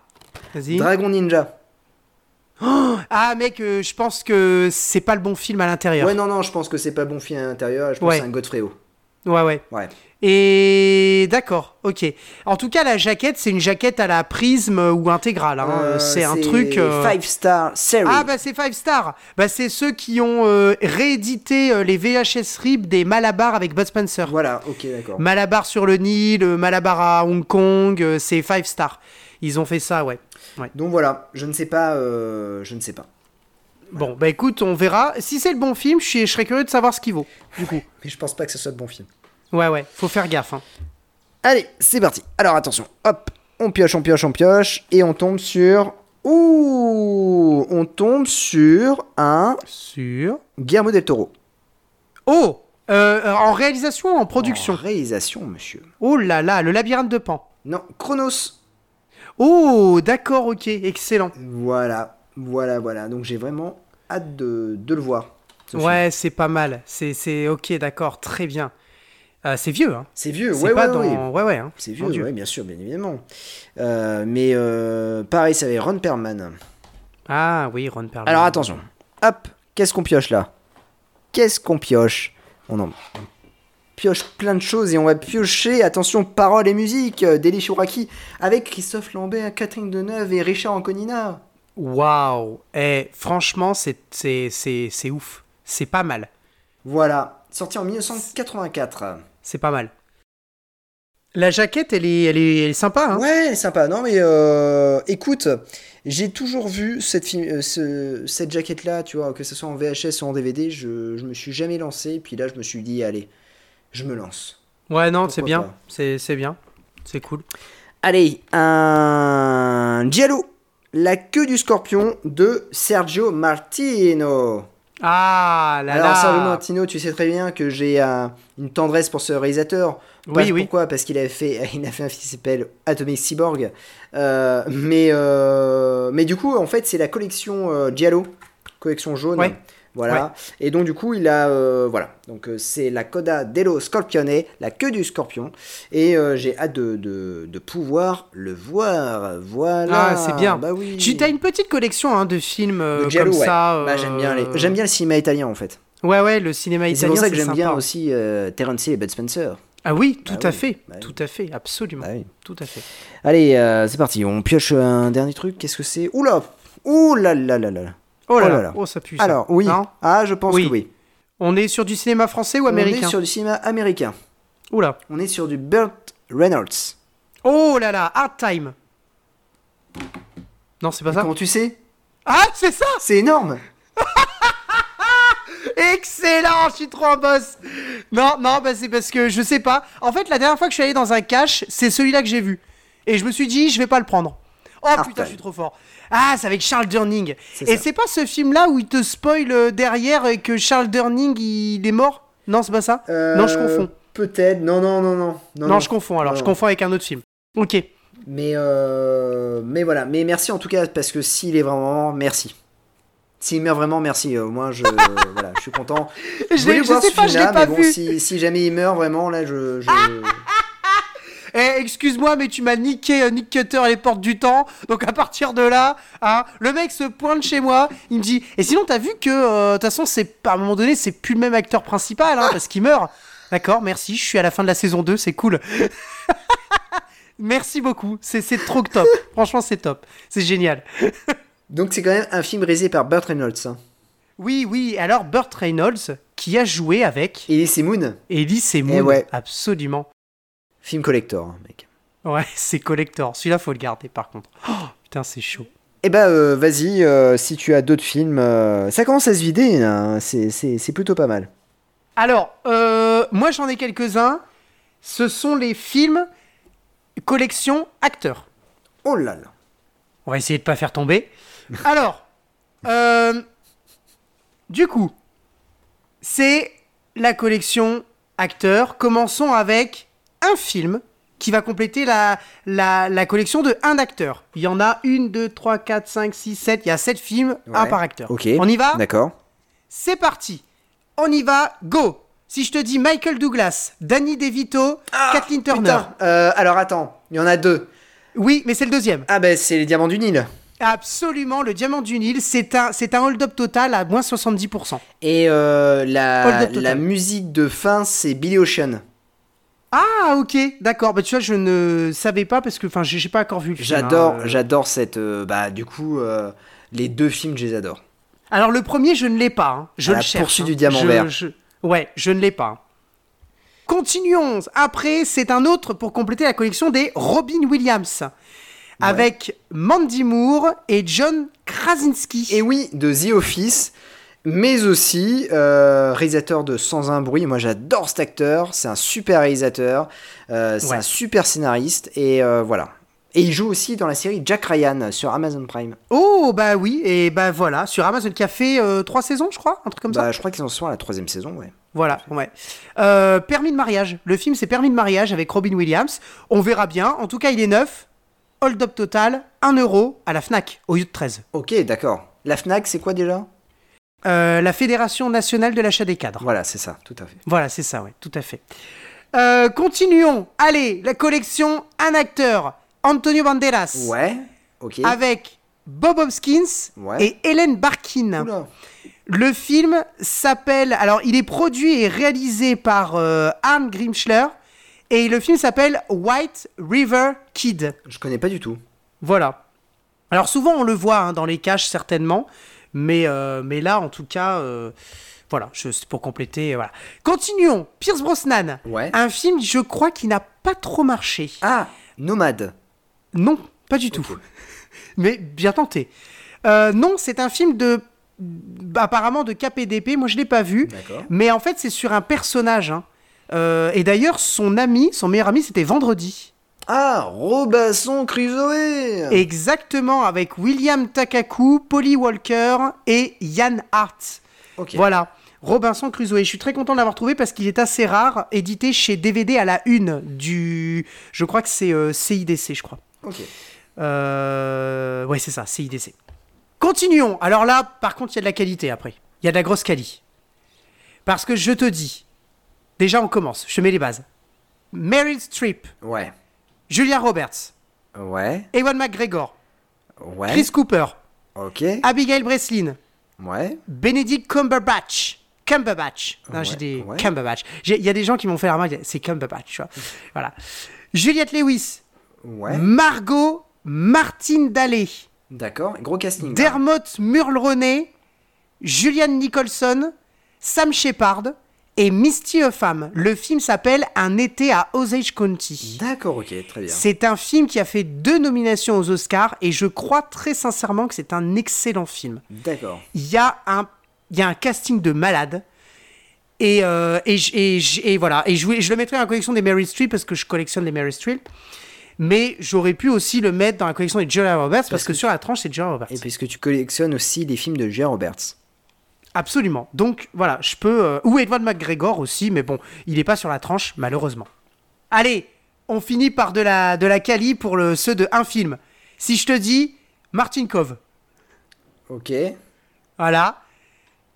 Speaker 3: vas-y.
Speaker 2: Dragon Ninja.
Speaker 3: Ah, mec, euh, je pense que c'est pas le bon film à l'intérieur.
Speaker 2: Ouais,
Speaker 3: Ouais,
Speaker 2: non, non, je pense que c'est pas bon film à l'intérieur, je pense
Speaker 3: Ouais.
Speaker 2: que c'est un Godfrey Hawk.
Speaker 3: ouais.
Speaker 2: Ouais.
Speaker 3: Et d'accord, ok. En tout cas, la jaquette, c'est une jaquette à la prisme euh, ou intégrale. hein.
Speaker 2: Euh,
Speaker 3: c'est un truc. euh,
Speaker 2: Five Star Series.
Speaker 3: Ah bah c'est Five Star. Bah c'est ceux qui ont euh, réédité euh, les VHS RIP des Malabar avec Bud Spencer.
Speaker 2: Voilà, ok, d'accord.
Speaker 3: Malabar sur le Nil, euh, Malabar à Hong Kong, euh, c'est Five Star. Ils ont fait ça, ouais. ouais.
Speaker 2: Donc voilà, je ne sais pas. euh, je ne sais pas.
Speaker 3: Bon, bah écoute, on verra. Si c'est le bon film, je, suis- je serais curieux de savoir ce qu'il vaut. Du
Speaker 2: [LAUGHS]
Speaker 3: coup,
Speaker 2: Mais je pense pas que ce soit de bon film.
Speaker 3: ouais, ouais, faut faire gaffe. hein.
Speaker 2: Allez, c'est parti. Alors attention, hop, on pioche, on pioche, on pioche, et on tombe sur. Ouh On tombe sur un
Speaker 3: Sur.
Speaker 2: Guillermo del Toro.
Speaker 3: Oh, Euh, euh, en réalisation ou en production.
Speaker 2: En réalisation, monsieur.
Speaker 3: Oh là là, le labyrinthe de Pan.
Speaker 2: Non, Chronos.
Speaker 3: Oh, d'accord, ok, excellent.
Speaker 2: Voilà, voilà, voilà. Donc j'ai vraiment hâte de, de le voir. ce film.
Speaker 3: Ouais, c'est pas mal. C'est, c'est ok, d'accord, très bien. Euh, c'est vieux, hein.
Speaker 2: C'est vieux,
Speaker 3: C'est
Speaker 2: ouais,
Speaker 3: pas
Speaker 2: ouais,
Speaker 3: dans.
Speaker 2: ouais.
Speaker 3: Ouais, ouais. hein.
Speaker 2: C'est
Speaker 3: Mon
Speaker 2: vieux,
Speaker 3: Dieu.
Speaker 2: ouais, bien sûr, bien évidemment. Euh, mais euh, pareil, ça avait Ron Perlman.
Speaker 3: Ah oui, Ron Perlman.
Speaker 2: Alors attention, hop, qu'est-ce qu'on pioche là Qu'est-ce qu'on pioche On en pioche plein de choses et on va piocher, attention, paroles et musique Euh, d'Eli Chouraki avec Christophe Lambert, Catherine Deneuve et Richard Anconina.
Speaker 3: Waouh. Eh, franchement, c'est, c'est, c'est, c'est ouf. C'est pas mal.
Speaker 2: Voilà, sorti en 1984.
Speaker 3: C'est pas mal. La jaquette, elle est, elle est, elle est sympa, hein.
Speaker 2: Ouais, elle est sympa. Non, mais euh, écoute, j'ai toujours vu cette, film- euh, ce- cette jaquette-là, tu vois, que ce soit en VHS ou en DVD, je, je me suis jamais lancé. Puis là, je me suis dit, allez, je me lance.
Speaker 3: Ouais, non, c'est
Speaker 2: Pourquoi
Speaker 3: bien.
Speaker 2: pas.
Speaker 3: C'est, c'est bien. C'est cool.
Speaker 2: Allez, un Giallo, la queue du scorpion de Sergio Martino.
Speaker 3: Ah là
Speaker 2: Alors,
Speaker 3: là.
Speaker 2: Sergio Martino, tu sais très bien que j'ai un- une tendresse pour ce réalisateur. Parce-
Speaker 3: Oui, oui.
Speaker 2: Pourquoi Parce qu'il a fait, [LAUGHS] il a fait un film qui s'appelle Atomic Cyborg. Euh, mais, euh, mais du coup, en fait, c'est la collection euh, Giallo, collection jaune.
Speaker 3: Ouais.
Speaker 2: Voilà.
Speaker 3: Ouais.
Speaker 2: Et donc, du coup, il a. euh, voilà. Donc, euh, c'est la Coda dello Scorpione, la queue du scorpion. Et euh, j'ai hâte de, de- de pouvoir le voir. Voilà.
Speaker 3: Ah, c'est bien.
Speaker 2: Bah oui.
Speaker 3: Tu as une petite collection hein, de films euh,
Speaker 2: De Giallo,
Speaker 3: comme
Speaker 2: ouais.
Speaker 3: ça. euh,
Speaker 2: Bah, j'aime bien, les... j'aime bien le cinéma italien, en fait.
Speaker 3: Ouais, ouais, le
Speaker 2: Et
Speaker 3: cinéma
Speaker 2: C'est
Speaker 3: italien.
Speaker 2: pour ça que j'aime
Speaker 3: sympa.
Speaker 2: bien aussi euh, Terence Hill et Bud Spencer.
Speaker 3: Ah oui, tout
Speaker 2: Bah
Speaker 3: à
Speaker 2: oui,
Speaker 3: fait,
Speaker 2: bah oui.
Speaker 3: tout à fait, absolument,
Speaker 2: Bah oui.
Speaker 3: tout à fait.
Speaker 2: Allez, euh, c'est parti. On pioche un dernier truc. Qu'est-ce que c'est Oula Oula là là là là.
Speaker 3: Oh là
Speaker 2: Oh
Speaker 3: là,
Speaker 2: là là.
Speaker 3: oh ça pue. ça.
Speaker 2: Alors, oui.
Speaker 3: Non
Speaker 2: ah, je pense
Speaker 3: Oui.
Speaker 2: que oui.
Speaker 3: on est sur du cinéma français ou américain
Speaker 2: On est sur du cinéma américain.
Speaker 3: Oula.
Speaker 2: On est sur du Burt Reynolds.
Speaker 3: Oh là là, Hard Time. Non, c'est pas ça.
Speaker 2: Comment tu sais
Speaker 3: Ah, c'est ça
Speaker 2: C'est énorme.
Speaker 3: Excellent, je suis trop en boss. Non, non, bah c'est parce que je sais pas. En fait, la dernière fois que je suis allé dans un cache, c'est celui-là que j'ai vu. Et je me suis dit, je vais pas le prendre. Oh putain,
Speaker 2: Time.
Speaker 3: je suis trop fort. Ah, c'est avec Charles Durning.
Speaker 2: C'est
Speaker 3: Et
Speaker 2: ça.
Speaker 3: c'est pas ce film-là où il te spoil euh, derrière et que Charles Durning, il est mort Non, c'est pas ça
Speaker 2: Euh,
Speaker 3: Non, je confonds.
Speaker 2: Peut-être. Non, non, non, non.
Speaker 3: Non, je confonds alors,
Speaker 2: Non,
Speaker 3: je
Speaker 2: non.
Speaker 3: confonds avec un autre film. Ok.
Speaker 2: Mais, euh, mais voilà. Mais merci en tout cas parce que s'il est vraiment mort, merci. S'il meurt vraiment, merci. Euh, Moi, je, [LAUGHS] voilà, je suis content.
Speaker 3: Je,
Speaker 2: voulais
Speaker 3: l'ai- je
Speaker 2: voir
Speaker 3: sais
Speaker 2: ce
Speaker 3: pas, je l'ai
Speaker 2: film-là,
Speaker 3: pas
Speaker 2: mais bon,
Speaker 3: vu. Ah
Speaker 2: si, si jamais il meurt vraiment, là, je. je...
Speaker 3: Eh, excuse-moi, mais tu m'as niqué euh, Nick Cutter et les portes du temps. Donc à partir de là, hein, le mec se pointe chez moi, il me dit Et sinon, t'as vu que, euh, de toute façon, c'est, à un moment donné, c'est plus le même acteur principal, hein, parce qu'il meurt. D'accord, merci, je suis à la fin de la saison 2, c'est cool. [LAUGHS] merci beaucoup, c'est, c'est trop top. Franchement, c'est top. C'est génial.
Speaker 2: Donc c'est quand même un film réalisé par Burt Reynolds. hein.
Speaker 3: Oui, oui, alors Burt Reynolds, qui a joué avec
Speaker 2: Et c'est Moon,
Speaker 3: Ellie
Speaker 2: Eh
Speaker 3: Seymour.
Speaker 2: ouais.
Speaker 3: Absolument.
Speaker 2: film collector, hein, mec.
Speaker 3: Ouais, [LAUGHS] c'est collector. Celui-là, faut le garder par contre. Oh, putain, c'est chaud.
Speaker 2: Eh bah euh, vas-y, euh, si tu as d'autres films, euh, ça commence à se vider, là, hein, c'est- c'est c'est plutôt pas mal.
Speaker 3: Alors, euh, moi j'en ai quelques-uns. Ce sont les films collection acteurs.
Speaker 2: Oh là là.
Speaker 3: On va essayer de pas faire tomber. Alors, [LAUGHS] euh, du coup, c'est la collection acteurs. Commençons avec un film qui va compléter la, la, la collection de un acteur. Il y en a une, deux, trois, quatre, cinq, six, sept. Il y a sept films, un
Speaker 2: Ouais.
Speaker 3: par acteur.
Speaker 2: Ok.
Speaker 3: On y va
Speaker 2: D'accord.
Speaker 3: C'est parti. On y va, go. Si je te dis Michael Douglas, Danny DeVito, Kathleen Turner.
Speaker 2: Ah, Putain, euh, alors attends, il y en a deux.
Speaker 3: Oui, mais c'est le deuxième.
Speaker 2: Ah ben c'est les Diamants du Nil.
Speaker 3: Absolument, le diamant du Nil, c'est un, c'est un hold-up total à moins 70%.
Speaker 2: Et euh,
Speaker 3: Hold
Speaker 2: la,
Speaker 3: up total.
Speaker 2: la musique de fin, c'est Billy Ocean.
Speaker 3: Ah, ok, d'accord. Bah, tu vois, je ne savais pas parce que, enfin, j'ai j'ai pas encore vu le film.
Speaker 2: J'adore,
Speaker 3: hein, euh.
Speaker 2: j'adore cette. euh, bah du coup, euh, les deux films, je les adore.
Speaker 3: Alors, le premier, je ne l'ai pas. hein. Je
Speaker 2: À
Speaker 3: le
Speaker 2: la
Speaker 3: cherche.
Speaker 2: poursuite
Speaker 3: hein.
Speaker 2: du diamant
Speaker 3: Je-
Speaker 2: vert.
Speaker 3: je- Ouais, je ne l'ai pas. hein. Continuons. Après, c'est un autre pour compléter la collection des Robin Williams. Avec Mandy Moore et John Krasinski.
Speaker 2: Et oui, de The Office, mais aussi euh, réalisateur de Sans un bruit. Moi, j'adore cet acteur. C'est un super réalisateur. euh, c'est
Speaker 3: Ouais.
Speaker 2: un super scénariste. Et euh, voilà. Et il joue aussi dans la série Jack Ryan sur Amazon Prime.
Speaker 3: Oh, bah oui, et bah voilà, sur Amazon Café, euh, trois saisons, je crois, un truc comme ça.
Speaker 2: Bah, je crois qu'ils en sont à la troisième saison, ouais.
Speaker 3: Voilà, ouais. Euh, permis de mariage. Le film, c'est Permis de mariage avec Robin Williams. On verra bien. En tout cas, il est neuf. Hold up total, 1 euro à la FNAC, au lieu de 13.
Speaker 2: Ok, d'accord. La FNAC, c'est quoi déjà
Speaker 3: Euh, la Fédération nationale de l'achat des cadres.
Speaker 2: Voilà, c'est ça, tout à fait.
Speaker 3: Voilà, c'est ça, ouais, tout à fait. Euh, continuons. Allez, la collection Un acteur, Antonio Banderas,
Speaker 2: Ouais, ok.
Speaker 3: avec Bob Hopkins
Speaker 2: Ouais.
Speaker 3: et Hélène Barkin.
Speaker 2: Oula.
Speaker 3: Le film s'appelle. Alors, il est produit et réalisé par euh, Arne Grimschler. Et le film s'appelle White River Kid.
Speaker 2: Je connais pas du tout.
Speaker 3: Voilà. Alors, souvent, on le voit hein, dans les caches, certainement. Mais, euh, mais là, en tout cas, euh, voilà, je- c'est pour compléter. euh, Voilà. Continuons. Pierce Brosnan.
Speaker 2: Ouais.
Speaker 3: Un film, je crois, qui n'a pas trop marché.
Speaker 2: Ah, Nomade.
Speaker 3: Non, pas du tout. [LAUGHS] Mais bien tenté. Euh, non, c'est un film de apparemment de KPDP. Moi, je l'ai pas vu.
Speaker 2: D'accord.
Speaker 3: Mais en fait, c'est sur un personnage. hein. Euh, et d'ailleurs, son ami, son meilleur ami, c'était Vendredi.
Speaker 2: Ah, Robinson Crusoe
Speaker 3: Exactement, avec William Takaku, Polly Walker et Yann Hart.
Speaker 2: Ok.
Speaker 3: Voilà. Robinson Crusoe. Je suis très content de l'avoir trouvé parce qu'il est assez rare, édité chez DVD à la une du. Je crois que c'est euh, CIDC, je crois.
Speaker 2: Ok.
Speaker 3: Euh... Ouais, c'est ça, CIDC. Continuons. Alors là, par contre, il y a de la qualité après. Il y a de la grosse qualité. Parce que je te dis, déjà on commence, je te mets les bases. Meryl Streep,
Speaker 2: Ouais.
Speaker 3: Julia Roberts,
Speaker 2: Ouais.
Speaker 3: Ewan McGregor,
Speaker 2: Ouais.
Speaker 3: Chris Cooper,
Speaker 2: Ok.
Speaker 3: Abigail Breslin,
Speaker 2: Ouais.
Speaker 3: Benedict Cumberbatch. Cumberbatch. Non,
Speaker 2: Ouais,
Speaker 3: j'ai des
Speaker 2: ouais.
Speaker 3: Cumberbatch. J'ai- Il y a des gens qui m'ont fait la remarque, c'est Cumberbatch, tu vois. Voilà. Juliette Lewis,
Speaker 2: Ouais.
Speaker 3: Margot, Martine Dallet.
Speaker 2: D'accord. Gros casting. hein. là.
Speaker 3: Dermot Murlroney, Julianne Nicholson, Sam Shepard et Misty Upham. Le film s'appelle Un été à Osage County.
Speaker 2: D'accord, ok, très bien.
Speaker 3: C'est un film qui a fait deux nominations aux Oscars et je crois très sincèrement que c'est un excellent film.
Speaker 2: D'accord.
Speaker 3: Il y a un, il y a un casting de malade. Et, euh, et, j- et j- et voilà. Et je, voulais- je le mettrai dans la collection des Mary Streep parce que je collectionne les Mary Streep. Mais j'aurais pu aussi le mettre dans la collection des Julia Roberts parce, que, sur la tranche, c'est Julia Roberts.
Speaker 2: Et puisque tu collectionnes aussi les films de Julia Roberts.
Speaker 3: Absolument. Donc voilà, je peux. euh, ou Edward McGregor aussi, mais bon, il n'est pas sur la tranche, malheureusement. Allez, on finit par de la, de la quali pour le, ceux de un film. Si je te dis Martinkov,
Speaker 2: Ok.
Speaker 3: voilà.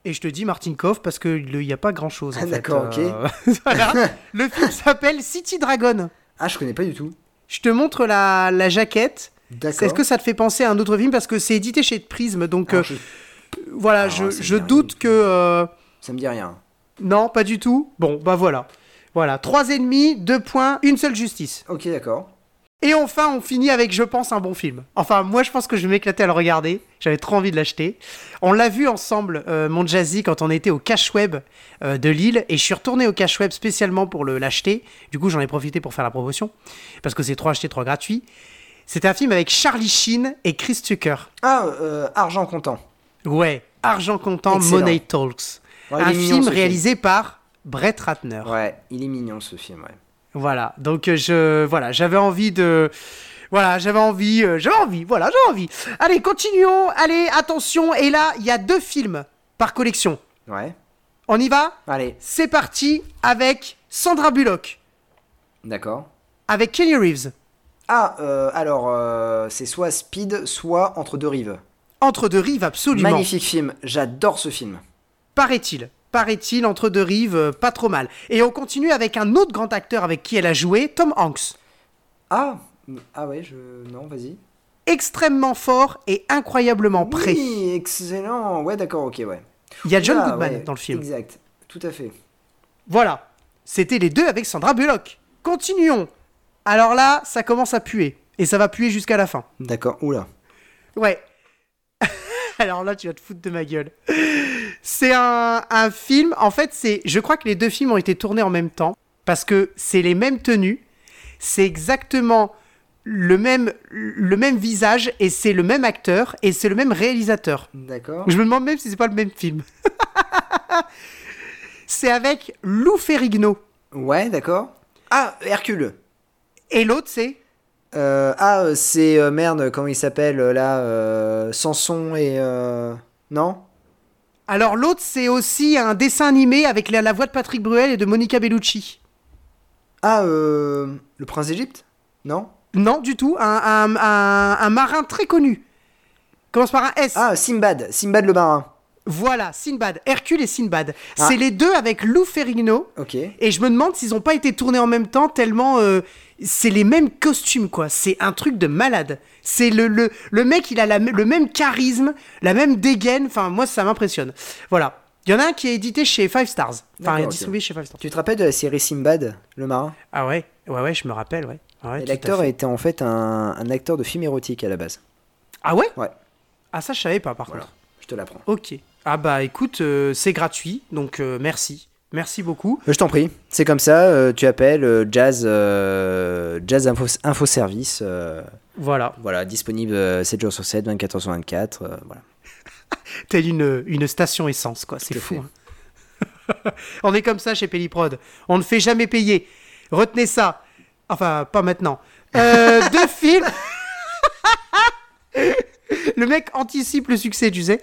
Speaker 3: Et je te dis Martinkov parce qu'il n'y a pas grand chose.
Speaker 2: Ah, d'accord,
Speaker 3: [LAUGHS] ok. euh,
Speaker 2: [LAUGHS]
Speaker 3: Le film s'appelle City Dragon.
Speaker 2: Ah, je connais pas du tout.
Speaker 3: Je te montre la, la jaquette.
Speaker 2: D'accord.
Speaker 3: Est-ce que ça te fait penser à un autre film Parce que c'est édité chez Prism, donc
Speaker 2: Alors,
Speaker 3: euh,
Speaker 2: je- ah,
Speaker 3: voilà,
Speaker 2: Alors,
Speaker 3: je,
Speaker 2: ça me
Speaker 3: je
Speaker 2: dit rien
Speaker 3: doute
Speaker 2: du
Speaker 3: que. euh,
Speaker 2: Ça me dit rien.
Speaker 3: Non, pas du tout. Bon, bah voilà. Voilà, trois ennemis, deux points, une seule justice.
Speaker 2: Ok, d'accord.
Speaker 3: Et enfin, on finit avec, je pense, un bon film. Enfin, moi, je pense que je vais m'éclater à le regarder. J'avais trop envie de l'acheter. On l'a vu ensemble, euh, mon Jazzy, quand on était au Cash Web euh, de Lille. Et je suis retourné au Cash Web spécialement pour le- l'acheter. Du coup, j'en ai profité pour faire la promotion. Parce que c'est 3 achetés, 3 gratuits. C'était un film avec Charlie Sheen et Chris Tucker.
Speaker 2: Ah, euh, argent comptant.
Speaker 3: Ouais, Argent Comptant,
Speaker 2: Excellent.
Speaker 3: Money Talks.
Speaker 2: Ouais, il
Speaker 3: un
Speaker 2: est mignon,
Speaker 3: film
Speaker 2: ce film.
Speaker 3: réalisé par Brett Ratner.
Speaker 2: Ouais, il est mignon ce film, ouais.
Speaker 3: Voilà, donc euh, je voilà, j'avais envie de voilà, j'avais envie, euh, j'avais envie, voilà, j'avais envie. Allez, continuons. Allez, attention. Et là, il y a deux films par collection.
Speaker 2: Ouais.
Speaker 3: On y va
Speaker 2: Allez,
Speaker 3: C'est parti avec Sandra Bullock,
Speaker 2: d'accord.
Speaker 3: avec Kenny Reeves,
Speaker 2: Ah, euh, alors, euh, c'est soit Speed, soit Entre deux rives.
Speaker 3: Entre deux rives absolument.
Speaker 2: Magnifique film, j'adore ce film.
Speaker 3: Paraît-il, paraît-il Entre deux rives, euh, pas trop mal. Et on continue avec un autre grand acteur avec qui elle a joué, Tom Hanks.
Speaker 2: Ah, ah ouais, je... Non, vas-y.
Speaker 3: Extrêmement fort et incroyablement prêt.
Speaker 2: Oui, excellent. Ouais, d'accord, ok, ouais.
Speaker 3: Il y a John
Speaker 2: Ah,
Speaker 3: Goodman
Speaker 2: ouais,
Speaker 3: dans le film.
Speaker 2: Exact, tout à fait.
Speaker 3: Voilà. C'était les deux avec Sandra Bullock. Continuons. Alors là, ça commence à puer. Et ça va puer jusqu'à la fin.
Speaker 2: D'accord, oula.
Speaker 3: Ouais. [LAUGHS] Alors là, tu vas te foutre de ma gueule. C'est un, un film. En fait, c'est. Je crois que les deux films ont été tournés en même temps. Parce que c'est les mêmes tenues. C'est exactement le même, le même visage. Et c'est le même acteur. Et c'est le même réalisateur.
Speaker 2: D'accord.
Speaker 3: Je me demande même si c'est pas le même film. [LAUGHS] c'est avec Lou Ferrigno.
Speaker 2: Ouais, d'accord. Ah, Hercule.
Speaker 3: Et l'autre, c'est
Speaker 2: Euh, ah, euh, c'est euh, merde, comment il s'appelle euh, là euh, Samson et. euh, Non
Speaker 3: Alors l'autre, c'est aussi un dessin animé avec la, la voix de Patrick Bruel et de Monica Bellucci.
Speaker 2: Ah, euh, le prince d'Égypte Non
Speaker 3: Non, du tout, un, un- un- un marin très connu. Commence par un S.
Speaker 2: Ah, Simbad, Simbad le marin.
Speaker 3: Voilà, Sinbad, Hercule et Sinbad.
Speaker 2: Ah.
Speaker 3: C'est les deux avec Lou Ferrigno.
Speaker 2: Ok.
Speaker 3: Et je me demande s'ils n'ont pas été tournés en même temps, tellement euh, c'est les mêmes costumes, quoi. C'est un truc de malade. C'est le, le, le mec, il a la m- le même charisme, la même dégaine. Enfin, moi, ça m'impressionne. Voilà. Il y en a un qui est édité chez Five Stars. Enfin,
Speaker 2: D'accord, ok.
Speaker 3: distribué chez Five Stars.
Speaker 2: Tu te rappelles de la série Simbad le marin
Speaker 3: Ah ouais, ouais, ouais, je me rappelle, ouais. Ouais,
Speaker 2: Et
Speaker 3: tout à
Speaker 2: L'acteur
Speaker 3: fait.
Speaker 2: était en fait un, un acteur de film érotique à la base.
Speaker 3: Ah ouais
Speaker 2: Ouais,
Speaker 3: Ah ça, je savais pas, par
Speaker 2: voilà.
Speaker 3: contre.
Speaker 2: Je te l'apprends.
Speaker 3: Ok. Ah bah écoute, euh, c'est gratuit, donc euh, merci. Merci beaucoup.
Speaker 2: Euh, Je t'en prie. C'est comme ça, euh, tu appelles euh, Jazz, euh, Jazz Info, Info Service. euh,
Speaker 3: Voilà.
Speaker 2: voilà, disponible euh, 7 jours sur 7, 24 heures sur 24. euh, voilà.
Speaker 3: Telle une, une station essence, quoi. C'est
Speaker 2: Tout à
Speaker 3: fou.
Speaker 2: fait.
Speaker 3: hein. [LAUGHS] On est comme ça chez Péliprod. On ne fait jamais payer. Retenez ça. Enfin, pas maintenant.
Speaker 2: [LAUGHS]
Speaker 3: Euh, deux films. [LAUGHS] le mec anticipe le succès, tu sais.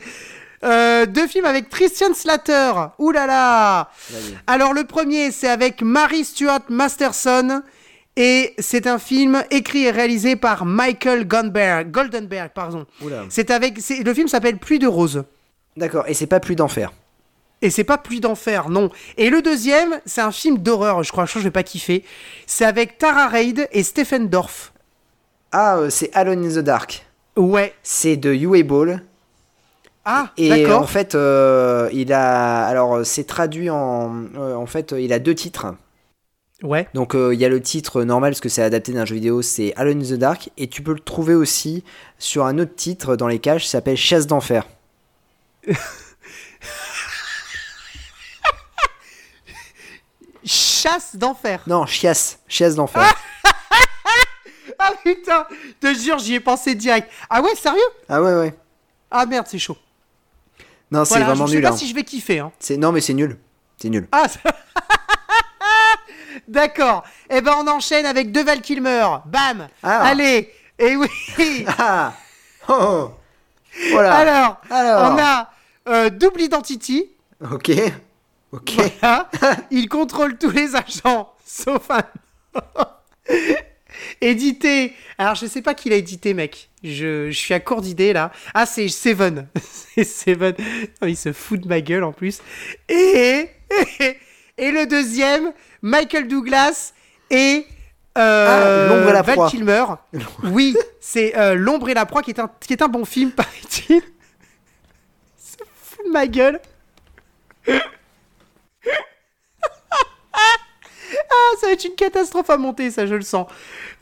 Speaker 3: Euh, deux films avec Christian Slater. Ouh là là Alors le premier, c'est avec Mary Stuart Masterson. Et c'est un film écrit et réalisé par Michael Goldberg. Goldenberg, pardon.
Speaker 2: Oula.
Speaker 3: C'est avec, c'est- le film s'appelle Pluie de roses.
Speaker 2: D'accord, et c'est pas plus d'enfer.
Speaker 3: Et c'est pas Pluie d'enfer, non. Et le deuxième, c'est un film d'horreur. Je crois que je vais pas kiffer. C'est avec Tara Reid et Stephen Dorff.
Speaker 2: Ah, euh, c'est Alone in the Dark.
Speaker 3: Ouais.
Speaker 2: C'est de Uwe Ball.
Speaker 3: Ah,
Speaker 2: Et euh, en
Speaker 3: d'accord.
Speaker 2: fait, euh, il a. Alors, euh, c'est traduit en. euh, en fait, euh, il a deux titres.
Speaker 3: Ouais.
Speaker 2: Donc, euh, il y a le titre normal, parce que c'est adapté d'un jeu vidéo, c'est Alone in the Dark. Et tu peux le trouver aussi sur un autre titre dans les caches, ça s'appelle Chasse d'enfer.
Speaker 3: Chasse d'enfer. [LAUGHS]
Speaker 2: Non, Chiasse. Chiasse d'enfer.
Speaker 3: Ah putain, te jure, j'y ai pensé direct. Ah ouais, sérieux
Speaker 2: Ah ouais, ouais.
Speaker 3: Ah merde, c'est chaud.
Speaker 2: Non, c'est
Speaker 3: Voilà,
Speaker 2: vraiment
Speaker 3: je sais
Speaker 2: nul.
Speaker 3: pas
Speaker 2: hein.
Speaker 3: si je vais kiffer. Hein.
Speaker 2: C'est- Non, mais c'est nul. C'est nul. [LAUGHS]
Speaker 3: Ah, ça- [LAUGHS] d'accord. Eh ben, on enchaîne avec Deval Kilmer. Bam.
Speaker 2: Ah.
Speaker 3: Allez. Et oui.
Speaker 2: Ah Oh Voilà.
Speaker 3: Alors,
Speaker 2: Alors.
Speaker 3: on a euh, double identity.
Speaker 2: Ok. Ok.
Speaker 3: Voilà. Il contrôle tous les agents, sauf un. [LAUGHS] édité. Alors, je sais pas qui l'a édité, mec. Je, je suis à court d'idées, là. Ah, c'est Seven. [LAUGHS] c'est Seven. Oh, il se fout de ma gueule, en plus. Et, [LAUGHS] et, et le deuxième, Michael Douglas et...
Speaker 2: Ah,
Speaker 3: euh,
Speaker 2: L'ombre et la
Speaker 3: Val
Speaker 2: proie.
Speaker 3: Kilmer. Oui, c'est euh, L'ombre et la proie qui est un, qui est un bon film, paraît-il. [LAUGHS] Il se fout de ma gueule. Ah, ça va être une catastrophe à monter, ça je le sens.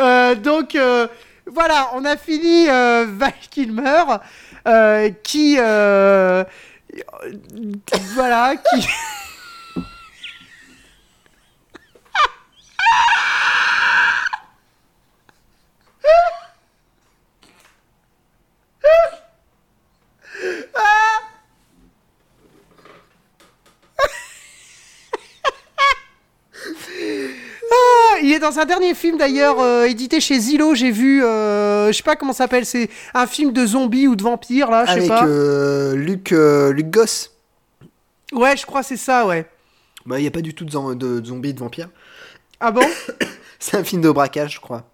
Speaker 3: Euh, donc euh, voilà, on a fini euh, Val Kilmer, euh, qui... euh, voilà, qui... [LAUGHS] Ah, il est dans un dernier film d'ailleurs euh, édité chez Zillow, j'ai vu, euh, je sais pas comment ça s'appelle, c'est un film de zombies ou de vampires là, je sais
Speaker 2: Avec
Speaker 3: pas.
Speaker 2: euh, Luc, euh, Luc Goss.
Speaker 3: Ouais, je crois c'est ça, ouais.
Speaker 2: Bah, il n'y a pas du tout de, zom- de, de zombies et de vampires.
Speaker 3: Ah bon
Speaker 2: [LAUGHS] C'est un film de braquage, je crois.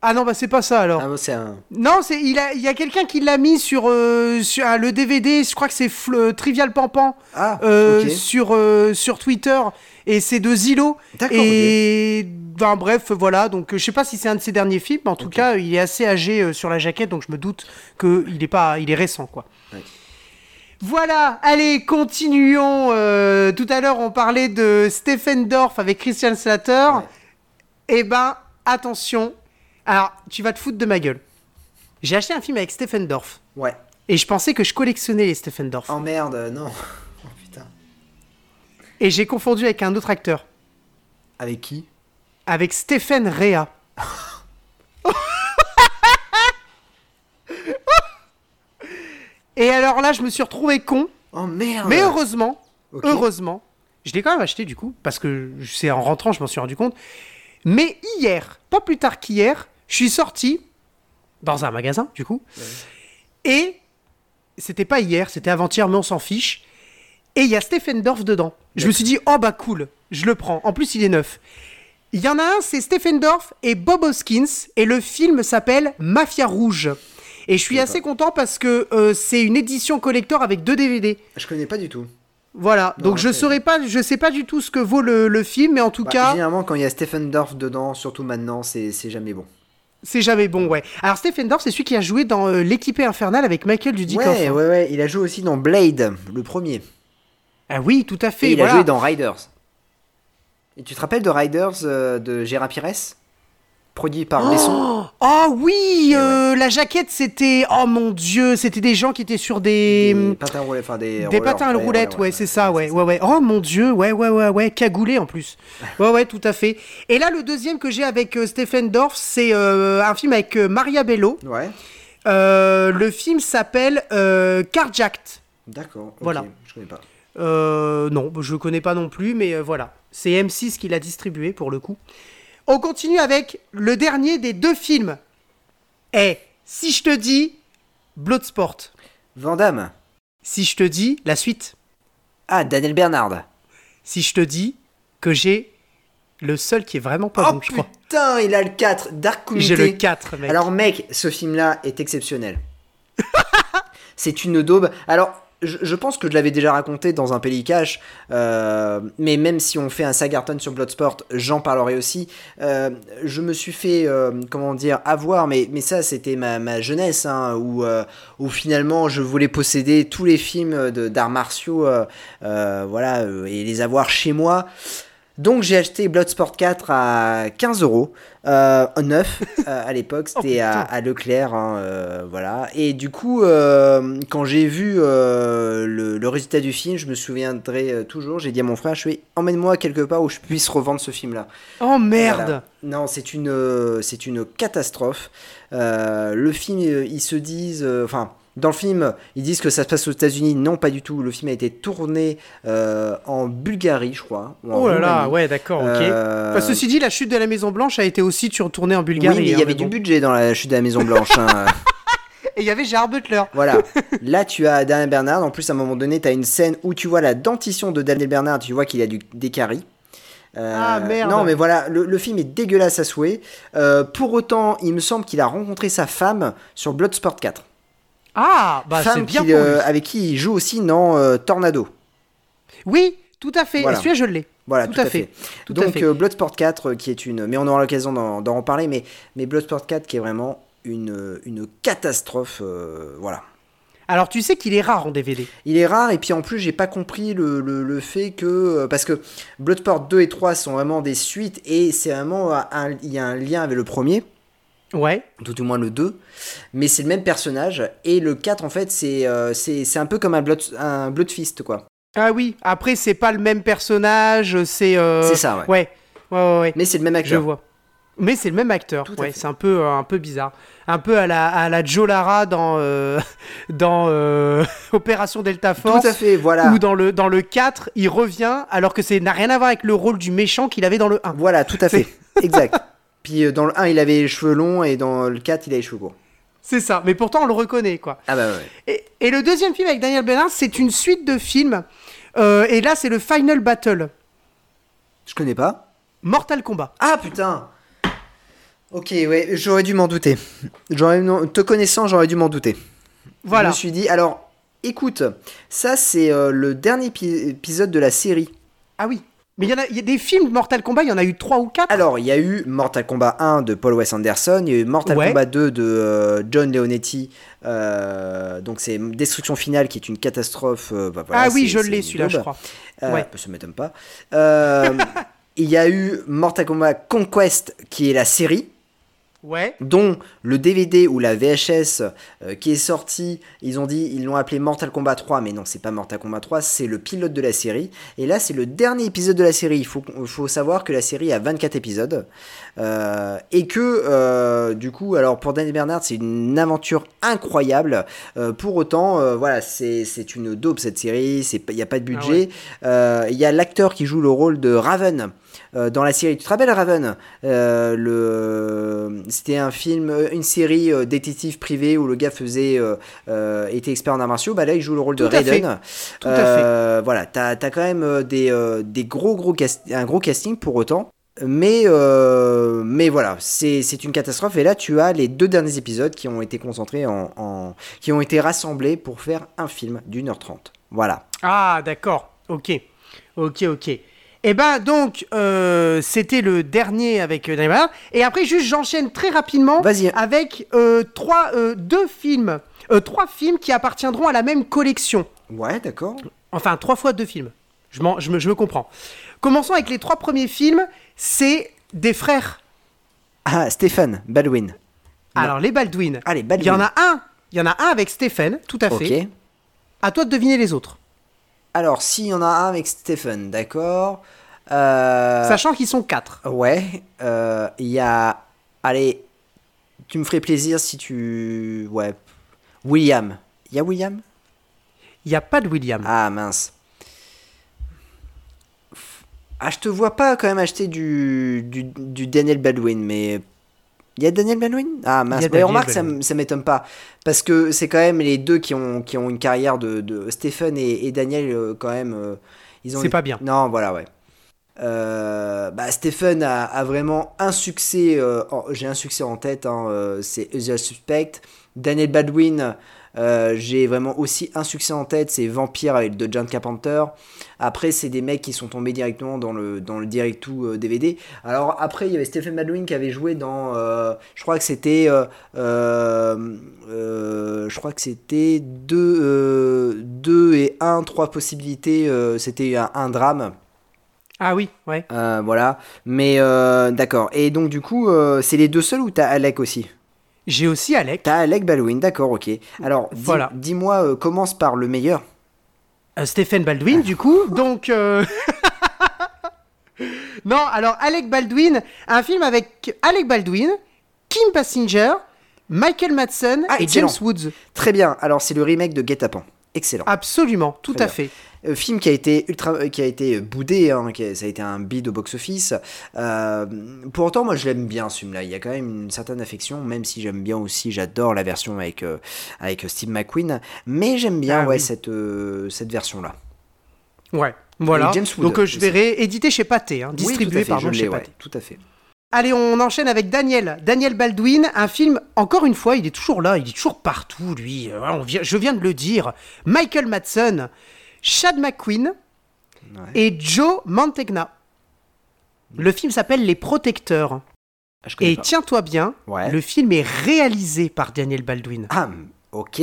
Speaker 3: Ah non, bah c'est pas ça alors.
Speaker 2: Ah, c'est un.
Speaker 3: Non, c'est il, a- il y a quelqu'un qui l'a mis sur, euh, sur ah, le DVD, je crois que c'est Fl- euh, Trivial Pampan
Speaker 2: Ah,
Speaker 3: euh,
Speaker 2: ok.
Speaker 3: sur, euh, sur Twitter et c'est de Zillow.
Speaker 2: D'accord,
Speaker 3: Et ben, bref, voilà, donc euh, je sais pas si c'est un de ses derniers films, mais en tout
Speaker 2: Ok.
Speaker 3: cas, il est assez âgé euh, sur la jaquette, donc je me doute qu'il est pas il est récent quoi.
Speaker 2: Ouais.
Speaker 3: Voilà, allez, continuons. euh, tout à l'heure, on parlait de Stephen Dorff avec Christian Slater. Eh ben, attention. Alors, tu vas te foutre de ma gueule. J'ai acheté un film avec Stephen Dorff.
Speaker 2: Ouais.
Speaker 3: Et je pensais que je collectionnais les Stephen Dorff.
Speaker 2: Oh merde, euh, non. [LAUGHS] Oh putain.
Speaker 3: Et j'ai confondu avec un autre acteur.
Speaker 2: Avec qui
Speaker 3: Avec Stephen Rea. Et alors là, je me suis retrouvé con.
Speaker 2: Oh merde
Speaker 3: Mais heureusement,
Speaker 2: Ok.
Speaker 3: heureusement, je l'ai quand même acheté du coup, parce que je- c'est en rentrant, je m'en suis rendu compte. Mais hier, pas plus tard qu'hier, je suis sorti dans un magasin du coup, et c'était pas hier, c'était avant-hier, mais on s'en fiche. Et il y a Stephen Dorff dedans. Je me suis dit, oh bah cool, je le prends. En plus, il est neuf. Il y en a un, c'est Stephen Dorff et Bob Hoskins, et le film s'appelle Mafia Rouge. Et je suis assez content parce que euh, c'est une édition collector avec deux DVD.
Speaker 2: Je connais pas du tout.
Speaker 3: Voilà,
Speaker 2: Non,
Speaker 3: donc je
Speaker 2: c'est-
Speaker 3: saurais pas, je sais pas du tout ce que vaut le, le film, mais en tout
Speaker 2: Bah,
Speaker 3: cas,
Speaker 2: Généralement, quand il y a Stephen Dorff dedans, surtout maintenant, c'est c'est jamais bon.
Speaker 3: c'est jamais bon, ouais. Alors Stephen Dorff, c'est celui qui a joué dans euh, L'équipé infernal avec Michael Dudikoff.
Speaker 2: Ouais, ouais, ouais. Il a joué aussi dans Blade, le premier.
Speaker 3: Ah oui, tout à fait.
Speaker 2: Et il
Speaker 3: voilà.
Speaker 2: a joué dans Riders. Et tu te rappelles de Riders euh, de Gérard Pires Produit par Besson.
Speaker 3: Oh oui, euh, la jaquette, c'était oh mon dieu, c'était des gens qui étaient sur des hum,
Speaker 2: Des patins roulés, enfin des.
Speaker 3: Des
Speaker 2: rollers,
Speaker 3: patins à la
Speaker 2: ouais,
Speaker 3: roulette,
Speaker 2: rollers,
Speaker 3: ouais, c'est ça, ouais, ouais, ouais. Oh mon dieu, ouais, ouais, ouais, ouais, cagoulé en plus.
Speaker 2: [LAUGHS]
Speaker 3: Ouais, ouais, tout à fait. Et là, le deuxième que j'ai avec euh, Stephen Dorff, c'est euh, un film avec euh, Maria Bello.
Speaker 2: Ouais,
Speaker 3: Euh, le film s'appelle euh, Carjacked.
Speaker 2: d'accord. ok,
Speaker 3: Voilà.
Speaker 2: Je connais pas.
Speaker 3: Euh, non, je le connais pas non plus, mais euh, voilà. C'est M6 qui l'a distribué pour le coup. On continue avec le dernier des deux films. Eh, si je te dis Bloodsport,
Speaker 2: Vandamme.
Speaker 3: si je te dis la suite,
Speaker 2: Ah, Daniel Bernard.
Speaker 3: si je te dis que j'ai le seul qui est vraiment pas
Speaker 2: Oh
Speaker 3: bon, je crois.
Speaker 2: putain, il a le 4. Dark Committee.
Speaker 3: J'ai le 4, mec.
Speaker 2: Alors mec, ce film-là est exceptionnel. c'est une daube. Alors, je, je pense que je l'avais déjà raconté dans un Pellicache, euh, mais même si on fait un Sagarton sur Bloodsport, j'en parlerai aussi. Euh, je me suis fait, euh, comment dire, avoir, mais, mais ça c'était ma, ma jeunesse, hein, où, euh, où finalement je voulais posséder tous les films de- d'arts martiaux, euh, euh, voilà, euh, et les avoir chez moi. Donc j'ai acheté Bloodsport 4 à 15 euros, euh,
Speaker 3: [LAUGHS]
Speaker 2: 9 euh, à l'époque,
Speaker 3: Oh,
Speaker 2: c'était à,
Speaker 3: putain.
Speaker 2: à Leclerc, hein, euh, voilà. Et du coup, euh, quand j'ai vu euh, le, le résultat du film, je me souviendrai euh, toujours, j'ai dit à mon frère, je suis emmène-moi quelque part où je puisse revendre ce film-là.
Speaker 3: Oh merde
Speaker 2: Voilà. Non, c'est une, euh, c'est une catastrophe. Euh, le film, euh, ils se disent, euh, enfin, dans le film, ils disent que ça se passe aux États-Unis. Non, pas du tout. Le film a été tourné euh, en Bulgarie, je crois. ou en
Speaker 3: Oh là là,
Speaker 2: Roumanie.
Speaker 3: ouais, d'accord, ok.
Speaker 2: Euh,
Speaker 3: Enfin, ceci dit, la chute de la Maison Blanche a été aussi tournée en
Speaker 2: oui,
Speaker 3: Bulgarie.
Speaker 2: mais il
Speaker 3: hein,
Speaker 2: y avait du
Speaker 3: bon.
Speaker 2: budget dans la chute de la Maison Blanche.
Speaker 3: [LAUGHS]
Speaker 2: hein.
Speaker 3: Et il y avait Gérard Butler.
Speaker 2: Voilà. Là, tu as Daniel Bernard. En plus, à un moment donné, tu as une scène où tu vois la dentition de Daniel Bernard. Tu vois qu'il a du, des caries. Euh,
Speaker 3: Ah, merde.
Speaker 2: Non, mais voilà, le, le film est dégueulasse à souhait. Euh, pour autant, il me semble qu'il a rencontré sa femme sur Bloodsport 4.
Speaker 3: Ah, bah c'est
Speaker 2: femme
Speaker 3: bien
Speaker 2: qui,
Speaker 3: pour
Speaker 2: euh,
Speaker 3: lui.
Speaker 2: avec qui il joue aussi dans euh, Tornado.
Speaker 3: Oui, tout à fait.
Speaker 2: Voilà.
Speaker 3: Et Celui-là, je l'ai.
Speaker 2: Voilà,
Speaker 3: tout, à fait. Tout à
Speaker 2: Donc
Speaker 3: fait.
Speaker 2: euh, Bloodsport 4, euh, qui est une... Mais on aura l'occasion d'en d'en reparler, mais, mais Bloodsport 4 qui est vraiment une, une catastrophe. euh, voilà.
Speaker 3: Alors tu sais qu'il est rare en DVD.
Speaker 2: Il est rare et puis en plus j'ai pas compris le, le- le fait que euh, parce que Bloodsport 2 et 3 sont vraiment des suites et c'est vraiment un- il y a un lien avec le premier
Speaker 3: Ouais.
Speaker 2: tout du moins le 2 mais c'est le même personnage et le 4 en fait c'est euh, c'est c'est un peu comme un Blood un Bloodfist quoi.
Speaker 3: Ah oui, après c'est pas le même personnage, c'est... euh,
Speaker 2: C'est ça ouais.
Speaker 3: Ouais, ouais, ouais. ouais.
Speaker 2: Mais c'est le même
Speaker 3: Je
Speaker 2: acteur.
Speaker 3: vois. Mais c'est le même acteur.
Speaker 2: Tout à
Speaker 3: Ouais,
Speaker 2: fait.
Speaker 3: c'est un peu euh, un peu bizarre, un peu à la à la Joe Lara dans euh, [LAUGHS] dans euh, [LAUGHS] Opération Delta Force.
Speaker 2: Tout à fait, voilà.
Speaker 3: Ou dans le dans le 4, il revient alors que c'est n'a rien à voir avec le rôle du méchant qu'il avait dans le 1.
Speaker 2: Voilà, tout à fait. exact. [LAUGHS] Puis euh, dans le 1, il avait les cheveux longs et dans le 4, il a les cheveux courts.
Speaker 3: C'est ça, mais pourtant on le reconnaît quoi.
Speaker 2: Ah bah ouais.
Speaker 3: Et, et le deuxième film avec Daniel Benin, c'est une suite de films euh, et là c'est le Final Battle,
Speaker 2: Je connais pas.
Speaker 3: Mortal Kombat.
Speaker 2: Ah putain Ok, ouais, j'aurais dû m'en douter. J'aurais, non, te connaissant, j'aurais dû m'en douter. Je
Speaker 3: Voilà.
Speaker 2: me suis dit, alors, écoute, ça c'est euh, le dernier épi- épisode de la série.
Speaker 3: Ah oui. Mais il y en a, il y a des films de Mortal Kombat, il y en a eu 3 ou 4.
Speaker 2: Alors, il y a eu Mortal Kombat 1 de Paul Wes Anderson, il y a eu Mortal
Speaker 3: Ouais.
Speaker 2: Kombat 2 de euh, John Leonetti, euh, donc c'est Destruction Finale qui est une catastrophe. euh, bah, voilà,
Speaker 3: ah oui,
Speaker 2: c'est-
Speaker 3: je
Speaker 2: c'est
Speaker 3: l'ai
Speaker 2: une
Speaker 3: celui-là, je
Speaker 2: daube.
Speaker 3: crois.
Speaker 2: Euh,
Speaker 3: Ouais.
Speaker 2: Ça m'étonne pas. Euh, [LAUGHS] il y a eu Mortal Kombat Conquest qui est la série,
Speaker 3: Ouais.
Speaker 2: dont le DVD ou la VHS euh, qui est sorti, ils ont dit, ils l'ont appelé Mortal Kombat 3, mais non, c'est pas Mortal Kombat 3, c'est le pilote de la série. Et là, c'est le dernier épisode de la série. Il faut, faut savoir que la série a 24 épisodes. Euh, et que, euh, du coup, alors pour Daniel Bernard, c'est une aventure incroyable. Euh, pour autant, euh, voilà, c'est c'est une daube cette série, c'est pas- il n'y a pas de budget. Euh, Il y a l'acteur qui joue le rôle de Raven. euh, dans la série, tu te rappelles Raven Euh, le... C'était un film, euh, une série euh, détective privée où le gars faisait, euh, euh, était expert en arts martiaux. Bah là, il joue le rôle de
Speaker 3: Tout à fait.
Speaker 2: Raiden.
Speaker 3: Tout à fait.
Speaker 2: Euh, Voilà, t'as as quand même euh, des, euh, des gros, gros cast- un gros casting pour autant. Mais, euh, mais voilà, c'est c'est une catastrophe. Et là, tu as les deux derniers épisodes qui ont été concentrés en, en- qui ont été rassemblés pour faire un film d'une heure trente. Voilà.
Speaker 3: Ah, d'accord. Ok. Ok, ok. Eh ben, donc, euh, c'était le dernier avec euh, Daniel Bernard. Et après, juste, j'enchaîne très rapidement
Speaker 2: Vas-y.
Speaker 3: avec euh, trois, euh, deux films. euh, trois films qui appartiendront à la même collection.
Speaker 2: Ouais, d'accord.
Speaker 3: Enfin, trois fois deux films. Je, m'en- je, me, je me comprends. Commençons avec les trois premiers films. C'est des frères.
Speaker 2: Ah, Stéphane, Baldwin.
Speaker 3: Alors, les Baldwin.
Speaker 2: Ah, les Baldwin.
Speaker 3: Il y en a un. Il y en a un avec Stéphane, tout à fait.
Speaker 2: Ok.
Speaker 3: À toi de deviner les autres.
Speaker 2: Alors, s'il y en a un avec Stéphane, d'accord. Euh,
Speaker 3: Sachant qu'ils sont quatre.
Speaker 2: Ouais. euh, Il y a. Allez, tu me ferais plaisir si tu. Ouais. William. Il y a
Speaker 3: Mm.
Speaker 2: William
Speaker 3: Il n'y a pas de William.
Speaker 2: Ah mince. Ah, je te vois pas quand même acheter du, du, du Daniel Baldwin, mais. Il y a Daniel Baldwin Ah
Speaker 3: Il y
Speaker 2: mince,
Speaker 3: a
Speaker 2: mais
Speaker 3: Daniel
Speaker 2: remarque, ça m-
Speaker 3: Baldwin.
Speaker 2: ça m'étonne pas. Parce que c'est quand même les deux qui ont, qui ont une carrière de. de Stephen et, et Daniel, euh, quand même. euh, ils ont
Speaker 3: C'est
Speaker 2: une-
Speaker 3: pas bien.
Speaker 2: Non, voilà, ouais. Euh, bah, Stephen a, a vraiment un succès. euh, en- j'ai un succès en tête, hein, euh, c'est The Suspect. Daniel Badwin, euh, j'ai vraiment aussi un succès en tête, c'est Vampire avec de John Carpenter. Après, c'est des mecs qui sont tombés directement dans le, dans le Direct to euh, DVD. Alors, après, il y avait Stephen Badwin qui avait joué dans. euh, je crois que c'était. euh, euh, euh, je crois que c'était 2 et 1, 3 possibilités. euh, c'était un, un drame.
Speaker 3: Ah oui, ouais.
Speaker 2: Euh, voilà. Mais euh, d'accord. Et donc, du coup, euh, c'est les deux seuls ou t'as Alec aussi
Speaker 3: J'ai aussi Alec.
Speaker 2: T'as Alec Baldwin, d'accord, ok. Alors, dis-
Speaker 3: Voilà.
Speaker 2: dis-moi, euh, commence par le meilleur.
Speaker 3: Euh, Stephen Baldwin, du coup. Donc. euh, [LAUGHS] non, alors Alec Baldwin, un film avec Alec Baldwin, Kim Basinger, Michael Madsen
Speaker 2: Ah,
Speaker 3: et
Speaker 2: excellent.
Speaker 3: James Woods.
Speaker 2: Très bien, alors c'est le remake de Guet-Apens. Excellent.
Speaker 3: Absolument, tout
Speaker 2: Très
Speaker 3: à
Speaker 2: bien.
Speaker 3: fait.
Speaker 2: Euh, film qui a été ultra, euh, qui a été boudé, hein, qui a- ça a été un bid au box-office. Euh, pour autant, moi, je l'aime bien ce film-là. Il y a quand même une certaine affection, même si j'aime bien aussi, j'adore la version avec euh, avec Steve McQueen, mais j'aime bien
Speaker 3: Ah
Speaker 2: ouais
Speaker 3: oui.
Speaker 2: cette euh, cette version-là.
Speaker 3: Ouais. Voilà.
Speaker 2: Et James Woods
Speaker 3: Donc euh, je
Speaker 2: aussi.
Speaker 3: verrai édité chez Pathé, hein,
Speaker 2: Oui,
Speaker 3: distribué
Speaker 2: tout à fait,
Speaker 3: pardon
Speaker 2: je
Speaker 3: chez
Speaker 2: l'ai, ouais,
Speaker 3: Pathé.
Speaker 2: tout à fait.
Speaker 3: Allez, on enchaîne avec Daniel. Daniel Baldwin, un film, encore une fois, il est toujours là, il est toujours partout, lui. Euh, on vient- je viens de le dire. Michael Madsen, Chad McQueen
Speaker 2: Ouais.
Speaker 3: et Joe Mantegna. Le film s'appelle Les Protecteurs.
Speaker 2: Ah, je connais
Speaker 3: Et
Speaker 2: pas.
Speaker 3: tiens-toi bien,
Speaker 2: Ouais.
Speaker 3: le film est réalisé par Daniel Baldwin.
Speaker 2: Ah, ok.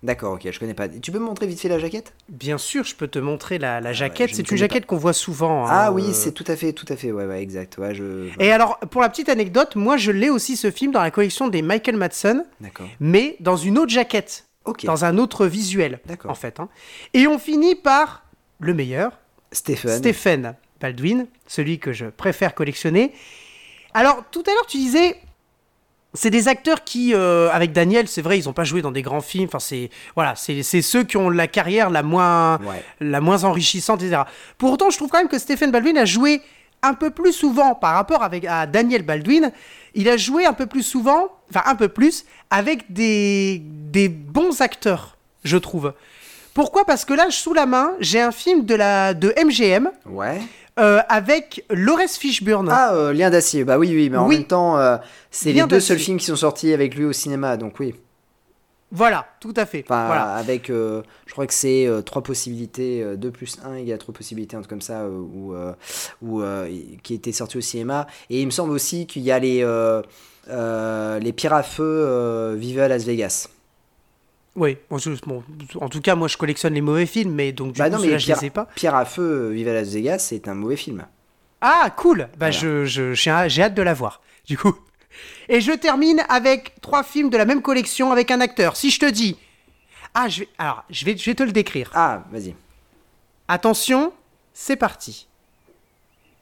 Speaker 2: D'accord, ok, je connais pas. Tu peux me montrer vite fait la jaquette
Speaker 3: Bien sûr, je peux te montrer la, la
Speaker 2: Ah ouais,
Speaker 3: jaquette.
Speaker 2: je ne
Speaker 3: c'est une
Speaker 2: connais
Speaker 3: jaquette qu'on voit souvent. hein,
Speaker 2: Ah
Speaker 3: euh.
Speaker 2: oui, c'est tout à fait, tout à fait, ouais, ouais, exact. Ouais, je...
Speaker 3: Et alors, pour la petite anecdote, moi je l'ai aussi ce film dans la collection des Michael Madsen,
Speaker 2: D'accord.
Speaker 3: mais dans une autre jaquette,
Speaker 2: Ok.
Speaker 3: dans un autre visuel,
Speaker 2: D'accord.
Speaker 3: en fait. hein. Et on finit par le meilleur,
Speaker 2: Stéphane.
Speaker 3: Stephen Baldwin, celui que je préfère collectionner. Alors, tout à l'heure, tu disais, c'est des acteurs qui, euh, avec Daniel, c'est vrai, ils n'ont pas joué dans des grands films. Enfin, c'est voilà, c'est c'est ceux qui ont la carrière la moins,
Speaker 2: Ouais.
Speaker 3: la moins enrichissante, etc. Pour autant, je trouve quand même que Stephen Baldwin a joué un peu plus souvent par rapport avec, à Daniel Baldwin. Il a joué un peu plus souvent, enfin un peu plus, avec des, des bons acteurs, je trouve. Pourquoi Parce que là, sous la main, j'ai un film de, la, de MGM
Speaker 2: Ouais.
Speaker 3: euh, avec Laurence Fishburne.
Speaker 2: Ah, euh, Lien d'acier, bah oui, oui, mais en
Speaker 3: Hein. Oui.
Speaker 2: même temps, euh, c'est les
Speaker 3: Lien
Speaker 2: deux
Speaker 3: d'acier.
Speaker 2: seuls films qui sont sortis avec lui au cinéma, donc oui.
Speaker 3: Voilà, tout à fait.
Speaker 2: Enfin,
Speaker 3: voilà.
Speaker 2: avec, euh, je crois que c'est euh, trois possibilités, euh, 2 plus 1 égale trois possibilités, un truc comme ça, euh, ou, euh, ou, euh, qui était sorti au cinéma. Et il me semble aussi qu'il y a les, euh, euh, les pirates à feu euh, Vive à Las Vegas.
Speaker 3: Oui, bon, je- bon, en tout cas, moi, je collectionne les mauvais films, mais donc du
Speaker 2: Bah
Speaker 3: coup,
Speaker 2: non, mais
Speaker 3: ceux-là, je
Speaker 2: Pierre-
Speaker 3: les ai pas.
Speaker 2: Pierre à feu euh, Vive à Las Vegas, c'est un mauvais film.
Speaker 3: Ah, cool Bah,
Speaker 2: Voilà.
Speaker 3: je, je- j'ai un- j'ai hâte de la voir, du coup. Et je termine avec trois films de la même collection avec un acteur. Si je te dis... Ah, je vais, alors, je vais, je vais te le décrire.
Speaker 2: Ah, vas-y.
Speaker 3: Attention, c'est parti.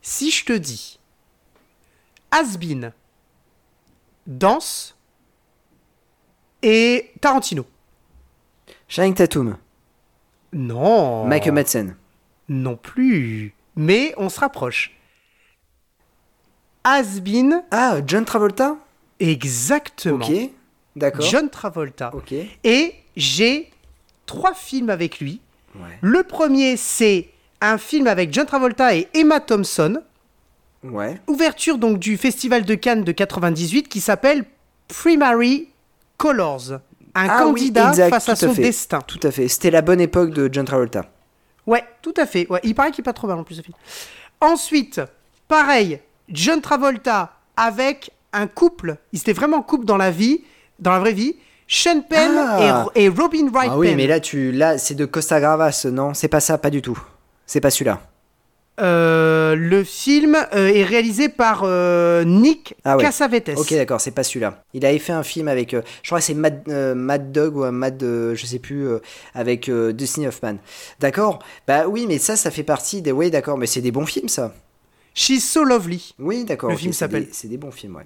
Speaker 3: Si je te dis... Asbin, Danse et Tarantino.
Speaker 2: Shining Tatum,
Speaker 3: Non.
Speaker 2: Michael Madsen.
Speaker 3: Non plus. Mais on se rapproche. Asbin,
Speaker 2: Ah, John Travolta
Speaker 3: exactement.
Speaker 2: Ok, d'accord.
Speaker 3: John Travolta.
Speaker 2: Ok.
Speaker 3: Et j'ai trois films avec lui.
Speaker 2: Ouais.
Speaker 3: Le premier, c'est un film avec John Travolta et Emma Thompson.
Speaker 2: Ouais.
Speaker 3: Ouverture donc du Festival de Cannes de 98 qui s'appelle Primary Colors. Un
Speaker 2: Ah oui,
Speaker 3: candidat
Speaker 2: exact,
Speaker 3: face à
Speaker 2: tout
Speaker 3: son
Speaker 2: fait.
Speaker 3: destin.
Speaker 2: Tout à fait. C'était la bonne époque de John Travolta.
Speaker 3: Ouais, tout à fait. Ouais, il paraît qu'il est pas trop mal en plus ce film. Ensuite, pareil, John Travolta avec un couple. Il était vraiment en couple dans la vie, dans la vraie vie. Sean Penn
Speaker 2: Ah.
Speaker 3: et Ro- et, Robin Wright
Speaker 2: Ah oui,
Speaker 3: Penn.
Speaker 2: mais là, tu, là, c'est de Costa Gravas, non C'est pas ça, pas du tout. C'est pas celui-là.
Speaker 3: Euh, le film euh, est réalisé par euh, Nick
Speaker 2: Ah ouais.
Speaker 3: Cassavetes.
Speaker 2: Ok, d'accord, c'est pas celui-là. Il avait fait un film avec, euh, je crois que c'est Mad, euh, Mad Dog ou un Mad, euh, je sais plus, euh, avec euh, Dustin Hoffman. D'accord. Bah oui, mais ça, ça fait partie des. Oui, d'accord, mais c'est des bons films, ça.
Speaker 3: She's So Lovely.
Speaker 2: Oui, d'accord.
Speaker 3: Le
Speaker 2: ok,
Speaker 3: film
Speaker 2: c'est
Speaker 3: s'appelle-
Speaker 2: des- C'est des bons films, ouais.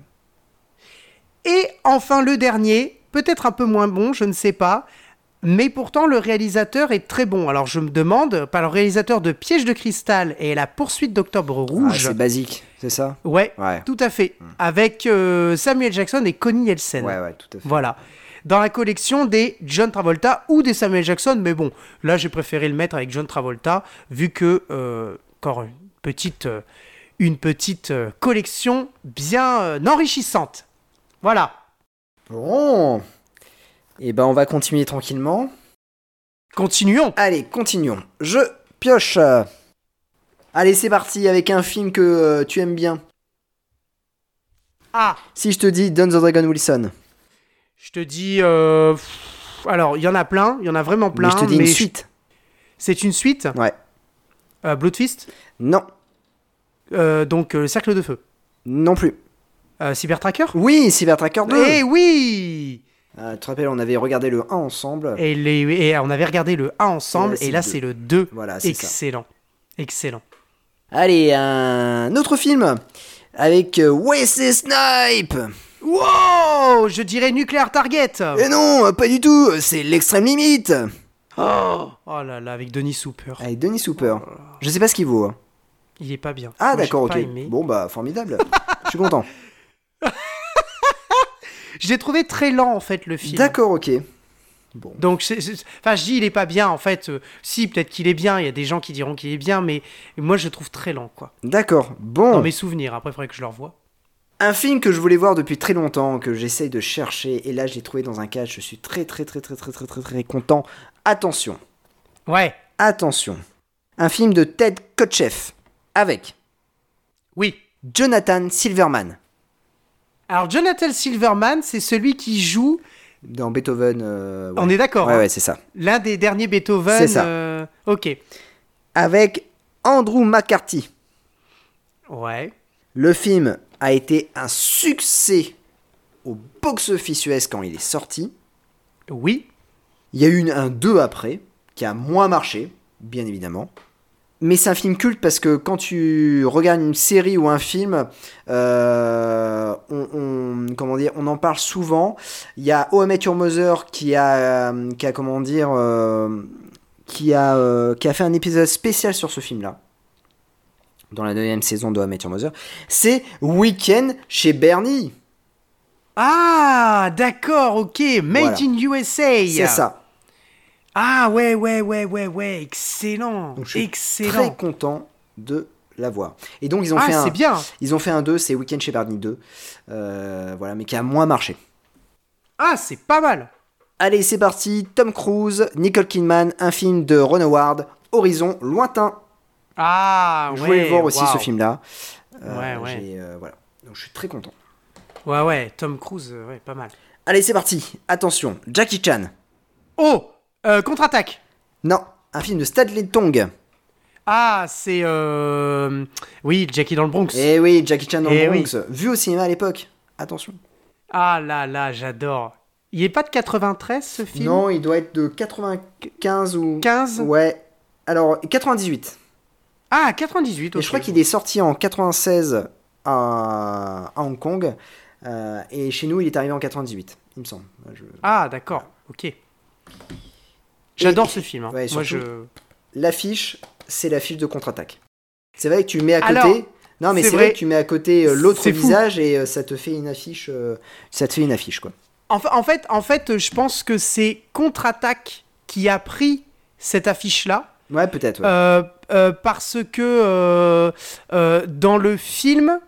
Speaker 3: Et enfin le dernier, peut-être un peu moins bon, je ne sais pas, mais pourtant le réalisateur est très bon. Alors je me demande, par le réalisateur de Piège de cristal et La poursuite d'Octobre
Speaker 2: Ah,
Speaker 3: Rouge.
Speaker 2: c'est basique, c'est ça
Speaker 3: ouais,
Speaker 2: Ouais. Hmm.
Speaker 3: tout à fait. Avec euh, Samuel Jackson et Connie Nielsen.
Speaker 2: Ouais, ouais, tout à fait.
Speaker 3: Voilà. Dans la collection des John Travolta ou des Samuel Jackson, mais bon, là j'ai préféré le mettre avec John Travolta, vu que, euh, encore une petite, euh, une petite euh, collection bien euh, enrichissante. Voilà.
Speaker 2: Bon. Et ben, on va continuer tranquillement.
Speaker 3: Continuons.
Speaker 2: Allez, continuons. Je pioche. Allez, c'est parti avec un film que euh, tu aimes bien.
Speaker 3: Ah,
Speaker 2: Si je te dis Don the Dragon Wilson,
Speaker 3: je te dis. euh, pff, alors, il y en a plein, il y en a vraiment plein.
Speaker 2: mais je te dis une suite.
Speaker 3: C'est une suite.
Speaker 2: Ouais.
Speaker 3: Euh, Blood Fist,
Speaker 2: Non,
Speaker 3: euh, donc euh, le cercle de feu.
Speaker 2: non plus.
Speaker 3: Euh, Cybertracker
Speaker 2: Oui, Cybertracker 2.
Speaker 3: Eh oui
Speaker 2: Ah, tu te rappelles, on avait regardé le 1 ensemble.
Speaker 3: et, les- et euh, on avait regardé le 1 ensemble,
Speaker 2: Et là, c'est
Speaker 3: et là
Speaker 2: le
Speaker 3: c'est le 2.
Speaker 2: Voilà, c'est ça.
Speaker 3: Excellent. Excellent.
Speaker 2: Allez, un autre film avec euh, Wesley Snipe.
Speaker 3: Wow Je dirais Nuclear Target
Speaker 2: Et Eh non, pas du tout, c'est l'extrême limite.
Speaker 3: Oh Oh là là, avec Denis Souper.
Speaker 2: Avec Denis Hooper. Je sais pas ce qu'il vaut. hein.
Speaker 3: Il est pas bien.
Speaker 2: Ah,
Speaker 3: Oh. Moi, j'ai
Speaker 2: d'accord, ok.
Speaker 3: pas aimé.
Speaker 2: Bon, bah,
Speaker 3: [LAUGHS]
Speaker 2: formidable. Je suis content.
Speaker 3: J'ai trouvé très lent en fait le film.
Speaker 2: D'accord, ok. Bon.
Speaker 3: Donc, c'est- c'est- enfin, je dis, il est pas bien en fait. Euh, si, peut-être qu'il est bien. Il y a des gens qui diront qu'il est bien, mais moi, je le trouve très lent, quoi.
Speaker 2: D'accord, bon.
Speaker 3: Dans mes souvenirs. Après, il faudrait que je le revoie.
Speaker 2: Un film que je voulais voir depuis très longtemps, que j'essaye de chercher, et là je l'ai trouvé dans un cache, je suis très très très très très très très très content. Attention,
Speaker 3: Ouais.
Speaker 2: attention. Un film de Ted Kotcheff, avec
Speaker 3: Oui.
Speaker 2: Jonathan Silverman.
Speaker 3: Alors, Jonathan Silverman, c'est celui qui joue
Speaker 2: Dans Beethoven. euh, ouais.
Speaker 3: On est d'accord.
Speaker 2: Ouais,
Speaker 3: hein.
Speaker 2: ouais, c'est ça.
Speaker 3: L'un des derniers Beethoven.
Speaker 2: C'est ça.
Speaker 3: euh, Ok.
Speaker 2: Avec Andrew McCarthy.
Speaker 3: Ouais.
Speaker 2: Le film a été un succès au box-office US quand il est sorti.
Speaker 3: Oui.
Speaker 2: Il y a eu une- un 2 après, qui a moins marché, bien évidemment. Mais c'est un film culte parce que quand tu regardes une série ou un film, euh, on, on- comment dire, on en parle souvent. Il y a Ohamet Your Mother qui a, euh, qui a comment dire, euh, qui a, euh, qui a fait un épisode spécial sur ce film-là. Dans la deuxième saison de Ohamet Your Mother. C'est Weekend chez Bernie.
Speaker 3: Ah, d'accord, ok. Made
Speaker 2: Voilà.
Speaker 3: in USA.
Speaker 2: C'est ça.
Speaker 3: Ah, ouais, ouais, ouais, ouais, ouais. Excellent.
Speaker 2: Donc, je suis Très
Speaker 3: Excellent.
Speaker 2: content de l'avoir. Et donc ils ont fait
Speaker 3: Ah,
Speaker 2: un,
Speaker 3: c'est bien.
Speaker 2: Ils ont fait un 2, c'est Weekend chez Barney 2, euh, voilà, mais qui a moins marché.
Speaker 3: Ah, c'est pas mal.
Speaker 2: Allez, c'est parti, Tom Cruise, Nicole Kidman, un film de Ron Howard, Horizon lointain.
Speaker 3: Ah, ouais.
Speaker 2: Je voulais le voir aussi
Speaker 3: waouh.
Speaker 2: ce film-là.
Speaker 3: Ouais, ouais.
Speaker 2: j'ai, euh, voilà. Donc je suis très content.
Speaker 3: Ouais, ouais. Tom Cruise, euh, ouais, pas mal.
Speaker 2: Allez, c'est parti. Attention, Jackie Chan.
Speaker 3: Oh, euh, contre-attaque.
Speaker 2: Non, un film de Stanley Tong.
Speaker 3: Ah, c'est. euh, Oui, Jackie dans le Bronx.
Speaker 2: Eh oui, Jackie Chan dans
Speaker 3: Eh
Speaker 2: le
Speaker 3: oui.
Speaker 2: Bronx, vu au cinéma à l'époque. Attention.
Speaker 3: Ah là là, j'adore. Il est pas de 93 ce film
Speaker 2: Non, il doit être de 95 ou
Speaker 3: 15
Speaker 2: Ouais. Alors 98.
Speaker 3: Ah, 98.
Speaker 2: Et
Speaker 3: ok.
Speaker 2: je crois qu'il est sorti en 96 à, à Hong Kong. euh, et chez nous, il est arrivé en 98, il me semble. Euh, Je-
Speaker 3: Ah, d'accord, ok. J'adore ce film. hein.
Speaker 2: ouais,
Speaker 3: Moi, je...
Speaker 2: surtout- L'affiche, c'est l'affiche de contre-attaque. C'est vrai que tu mets à côté.
Speaker 3: Alors,
Speaker 2: non, mais
Speaker 3: c'est
Speaker 2: c'est vrai
Speaker 3: vrai.
Speaker 2: que tu mets à côté euh, l'autre
Speaker 3: C'est fou.
Speaker 2: visage et euh, ça te fait une affiche. euh, ça te fait une affiche, quoi.
Speaker 3: En, fa- en fait, en fait, je pense que c'est Contre-Attaque qui a pris cette affiche-là.
Speaker 2: Ouais, peut-être. ouais.
Speaker 3: euh, euh, parce que euh, euh, dans le film,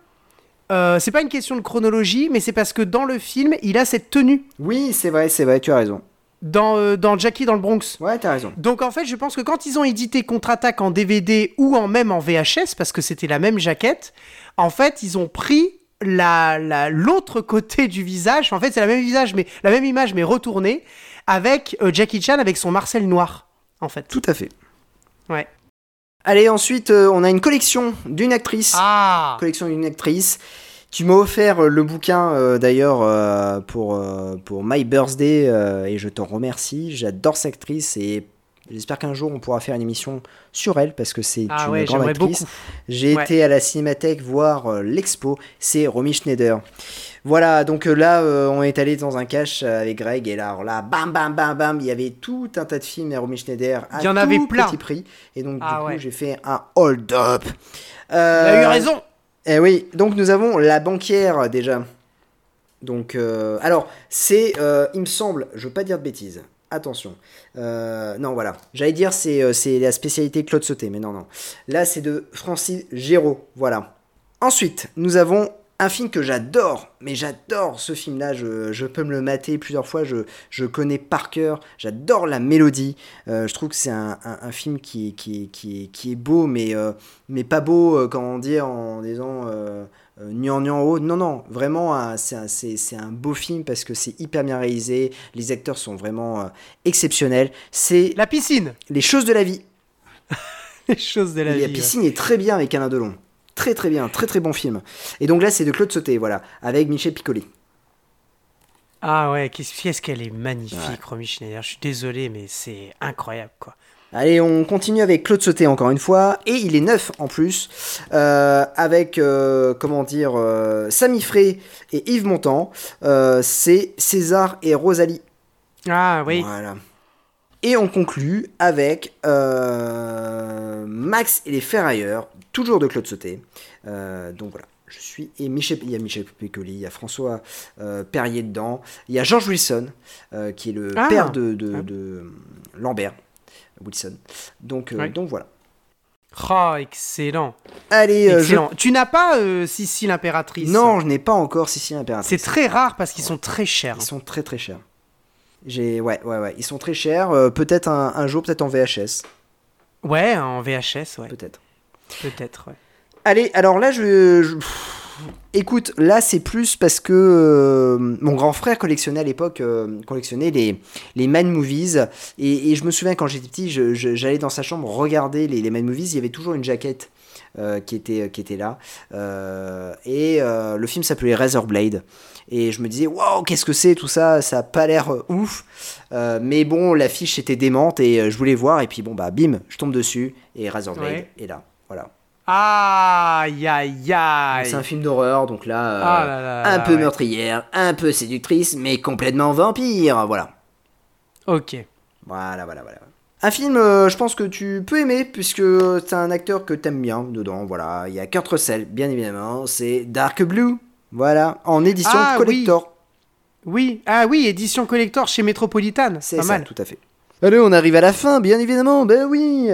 Speaker 3: euh, c'est pas une question de chronologie, mais c'est parce que dans le film, il a cette tenue.
Speaker 2: Oui, c'est vrai, c'est vrai, tu as raison.
Speaker 3: Dans, euh, dans Jackie dans le Bronx.
Speaker 2: Ouais, tu as raison.
Speaker 3: Donc en fait, je pense que quand ils ont édité Contre-attaque en DVD ou en même en VHS, parce que c'était la même jaquette, en fait, ils ont pris la la- l'autre côté du visage. En fait, c'est la même visage, mais la même image, mais retournée, avec euh, Jackie Chan avec son Marcel noir, en fait.
Speaker 2: Tout à fait.
Speaker 3: Ouais.
Speaker 2: Allez, ensuite, euh, on a une collection d'une actrice.
Speaker 3: Ah.
Speaker 2: collection d'une actrice. Tu m'as offert euh, le bouquin euh, d'ailleurs euh, pour, euh, pour My Birthday euh, et je t'en remercie. J'adore cette actrice et j'espère qu'un jour on pourra faire une émission sur elle parce que c'est
Speaker 3: Ah
Speaker 2: une
Speaker 3: ouais,
Speaker 2: grande
Speaker 3: j'aimerais
Speaker 2: actrice.
Speaker 3: beaucoup.
Speaker 2: J'ai
Speaker 3: Ouais.
Speaker 2: été à la cinémathèque voir euh, l'expo, c'est Romy Schneider. Voilà, donc euh, là euh, on est allé dans un cache euh, avec Greg et là, alors là bam bam bam bam, il y avait tout un tas de films à Romy Schneider à
Speaker 3: Il y en
Speaker 2: tout
Speaker 3: avait plein.
Speaker 2: petit prix et donc
Speaker 3: Ah
Speaker 2: du coup
Speaker 3: ouais.
Speaker 2: j'ai fait un hold up.
Speaker 3: Il a eu
Speaker 2: Euh,
Speaker 3: raison.
Speaker 2: eh oui, donc nous avons la banquière déjà. Donc, euh, alors, c'est, euh, il me semble, je veux pas dire de bêtises, attention. Euh, non, voilà, j'allais dire c'est euh, c'est la spécialité de Claude Sauté, mais non, non. Là, c'est de Francis Géraud, voilà. Ensuite, nous avons un film que j'adore, mais j'adore ce film-là, je, je peux me le mater plusieurs fois, je, je connais par cœur, j'adore la mélodie, Euh, je trouve que c'est un, un- un film qui, est- qui, est- qui, est- qui est beau, mais... euh, mais pas beau, euh, comment dire, en disant euh, euh, nian nian haut. Non, non, vraiment, un- c'est un, c'est- c'est un beau film parce que c'est hyper bien réalisé. Les acteurs sont vraiment euh, exceptionnels. C'est
Speaker 3: La piscine.
Speaker 2: Les choses de la vie.
Speaker 3: [LAUGHS] Les choses de la
Speaker 2: Et
Speaker 3: vie.
Speaker 2: la piscine est très bien avec Alain Delon. Très très bien, très très bon film. Et donc là, c'est de Claude Sauté, voilà, avec Michel Piccoli.
Speaker 3: ouais. Ah ouais, qu'est-ce qu'est-ce qu'elle est magnifique, Romy Schneider. Je suis désolé, mais c'est incroyable, quoi.
Speaker 2: Allez, on continue avec Claude Sauté encore une fois, et il est neuf en plus, euh, avec, euh, comment dire, euh, Samy Frey et Yves Montand, Euh, c'est César et Rosalie
Speaker 3: Ah oui.
Speaker 2: Voilà. Et on conclut avec euh, Max et les ferrailleurs, toujours de Claude Sauté. Euh, donc voilà, je suis. Et Michel, il y a Michel Piccoli, il y a François euh, Perrier dedans, il y a George Wilson, euh, qui est le
Speaker 3: Ah.
Speaker 2: père de, de-
Speaker 3: Ah.
Speaker 2: de Lambert Wilson. Donc, euh,
Speaker 3: Ouais.
Speaker 2: donc voilà.
Speaker 3: Oh, excellent.
Speaker 2: Allez, euh, je-
Speaker 3: Excellent. Tu n'as pas euh, Sissi l'impératrice
Speaker 2: Non, je n'ai pas encore Sicile
Speaker 3: C'est
Speaker 2: Impératrice.
Speaker 3: très rare parce qu'ils sont très chers. hein.
Speaker 2: Ils sont très très chers. J'ai... Ouais, ouais, ouais. Ils sont très chers. euh, peut-être un, un jour, peut-être en VHS.
Speaker 3: Ouais, en VHS, ouais.
Speaker 2: Peut-être.
Speaker 3: Peut-être, ouais.
Speaker 2: Allez, alors là, je. je- pff, Écoute, là c'est plus parce que euh, mon grand frère collectionnait à l'époque euh, collectionnait les, les Mad Movies et, et je me souviens quand j'étais petit, je- je- j'allais dans sa chambre regarder les, les Mad Movies, il y avait toujours une jaquette euh, qui, était, qui était là Euh, et euh, le film s'appelait Razorblade et je me disais waouh qu'est-ce que c'est tout ça, ça a pas l'air euh, ouf Euh, mais bon l'affiche était démente et euh, je voulais voir et puis bon bah bim je tombe dessus et Razorblade
Speaker 3: Ouais.
Speaker 2: est là voilà.
Speaker 3: Aïe, aïe, aïe.
Speaker 2: C'est un film d'horreur, donc là, euh,
Speaker 3: Ah là là
Speaker 2: un
Speaker 3: là,
Speaker 2: peu
Speaker 3: ouais.
Speaker 2: meurtrière, un peu séductrice, mais complètement vampire. Voilà.
Speaker 3: Ok.
Speaker 2: Voilà, voilà, voilà. Un film, euh, je pense que tu peux aimer, puisque c'est un acteur que t'aimes bien dedans. Voilà, il y a Kurt Russell, bien évidemment, c'est Dark Blue. Voilà, en édition
Speaker 3: Ah,
Speaker 2: collector.
Speaker 3: Oui, ah oui, édition collector chez Metropolitan.
Speaker 2: C'est
Speaker 3: pas
Speaker 2: ça,
Speaker 3: mal.
Speaker 2: tout à fait. Allez, on arrive à la fin, bien évidemment. Ben oui.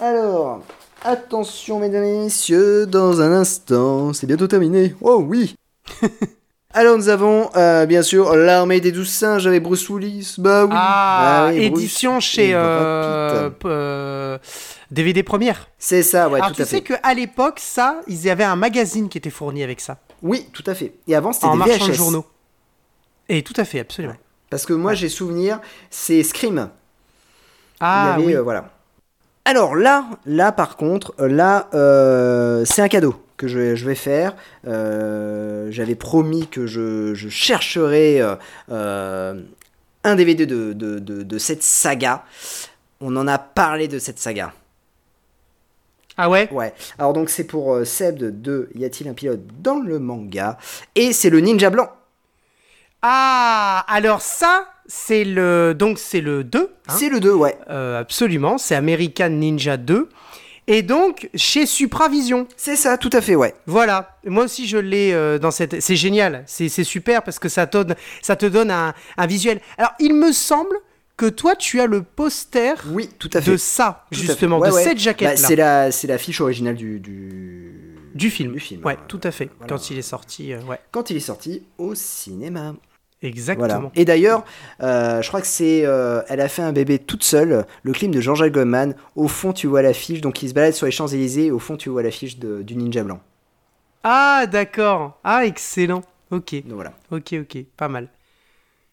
Speaker 2: Alors, attention, mesdames et messieurs, dans un instant, c'est bientôt terminé. Oh
Speaker 3: [LAUGHS]
Speaker 2: oui. Alors, nous avons, euh, bien sûr, l'armée des douze singes avec Bruce Willis. Bah oui.
Speaker 3: Ah,
Speaker 2: oui, Bruce
Speaker 3: édition
Speaker 2: et
Speaker 3: chez euh,
Speaker 2: Brad Pitt.
Speaker 3: p- euh, DVD Première.
Speaker 2: C'est ça, ouais,
Speaker 3: Alors
Speaker 2: tout
Speaker 3: tu
Speaker 2: à
Speaker 3: sais
Speaker 2: fait.
Speaker 3: qu'à l'époque, ça, ils y avaient un magazine qui était fourni avec ça,
Speaker 2: Oui, tout à fait. Et avant, c'était
Speaker 3: en
Speaker 2: des
Speaker 3: marchand de
Speaker 2: VHS.
Speaker 3: journaux. Et tout à fait, absolument.
Speaker 2: Parce que moi, j'ai souvenir, c'est Scream.
Speaker 3: Ah
Speaker 2: Il y avait,
Speaker 3: oui.
Speaker 2: euh, voilà. Alors là, là par contre, euh, là, euh, c'est un cadeau que je, je vais faire. Euh, J'avais promis que je, je chercherais euh, euh, un DVD de, de- de- de cette saga. On en a parlé de cette saga.
Speaker 3: Ah ouais
Speaker 2: Ouais. Alors donc c'est pour euh, Seb de 2, y a-t-il un pilote dans le manga Et c'est le ninja blanc.
Speaker 3: Ah, alors ça, c'est le donc c'est le 2. hein.
Speaker 2: c'est le 2, ouais.
Speaker 3: Euh, absolument, c'est American Ninja 2. Et donc, chez Supravision.
Speaker 2: C'est ça, tout à fait, ouais.
Speaker 3: Voilà, moi aussi je l'ai euh, dans cette. C'est génial, c'est c'est super parce que ça, donne, ça te donne un, un visuel. Alors il me semble que toi tu as le poster
Speaker 2: Oui, tout à fait.
Speaker 3: de ça,
Speaker 2: Tout à
Speaker 3: justement,
Speaker 2: fait. Ouais,
Speaker 3: de
Speaker 2: ouais.
Speaker 3: cette
Speaker 2: Bah,
Speaker 3: jaquette-là.
Speaker 2: c'est la, c'est la fiche originale du, du...
Speaker 3: du film.
Speaker 2: du film,
Speaker 3: Ouais,
Speaker 2: euh,
Speaker 3: tout à fait.
Speaker 2: voilà.
Speaker 3: Quand il est sorti, euh, ouais.
Speaker 2: quand il est sorti au cinéma.
Speaker 3: Exactement.
Speaker 2: Voilà. Et d'ailleurs, euh, je crois que c'est. euh, elle a fait un bébé toute seule, le clip de Jean-Jacques Goldman. Au fond, tu vois l'affiche. Donc, il se balade sur les Champs-Élysées. et Au fond, tu vois l'affiche de- du Ninja Blanc.
Speaker 3: Ah, d'accord. Ah, excellent. Ok,
Speaker 2: Donc, voilà.
Speaker 3: ok, ok. Pas mal.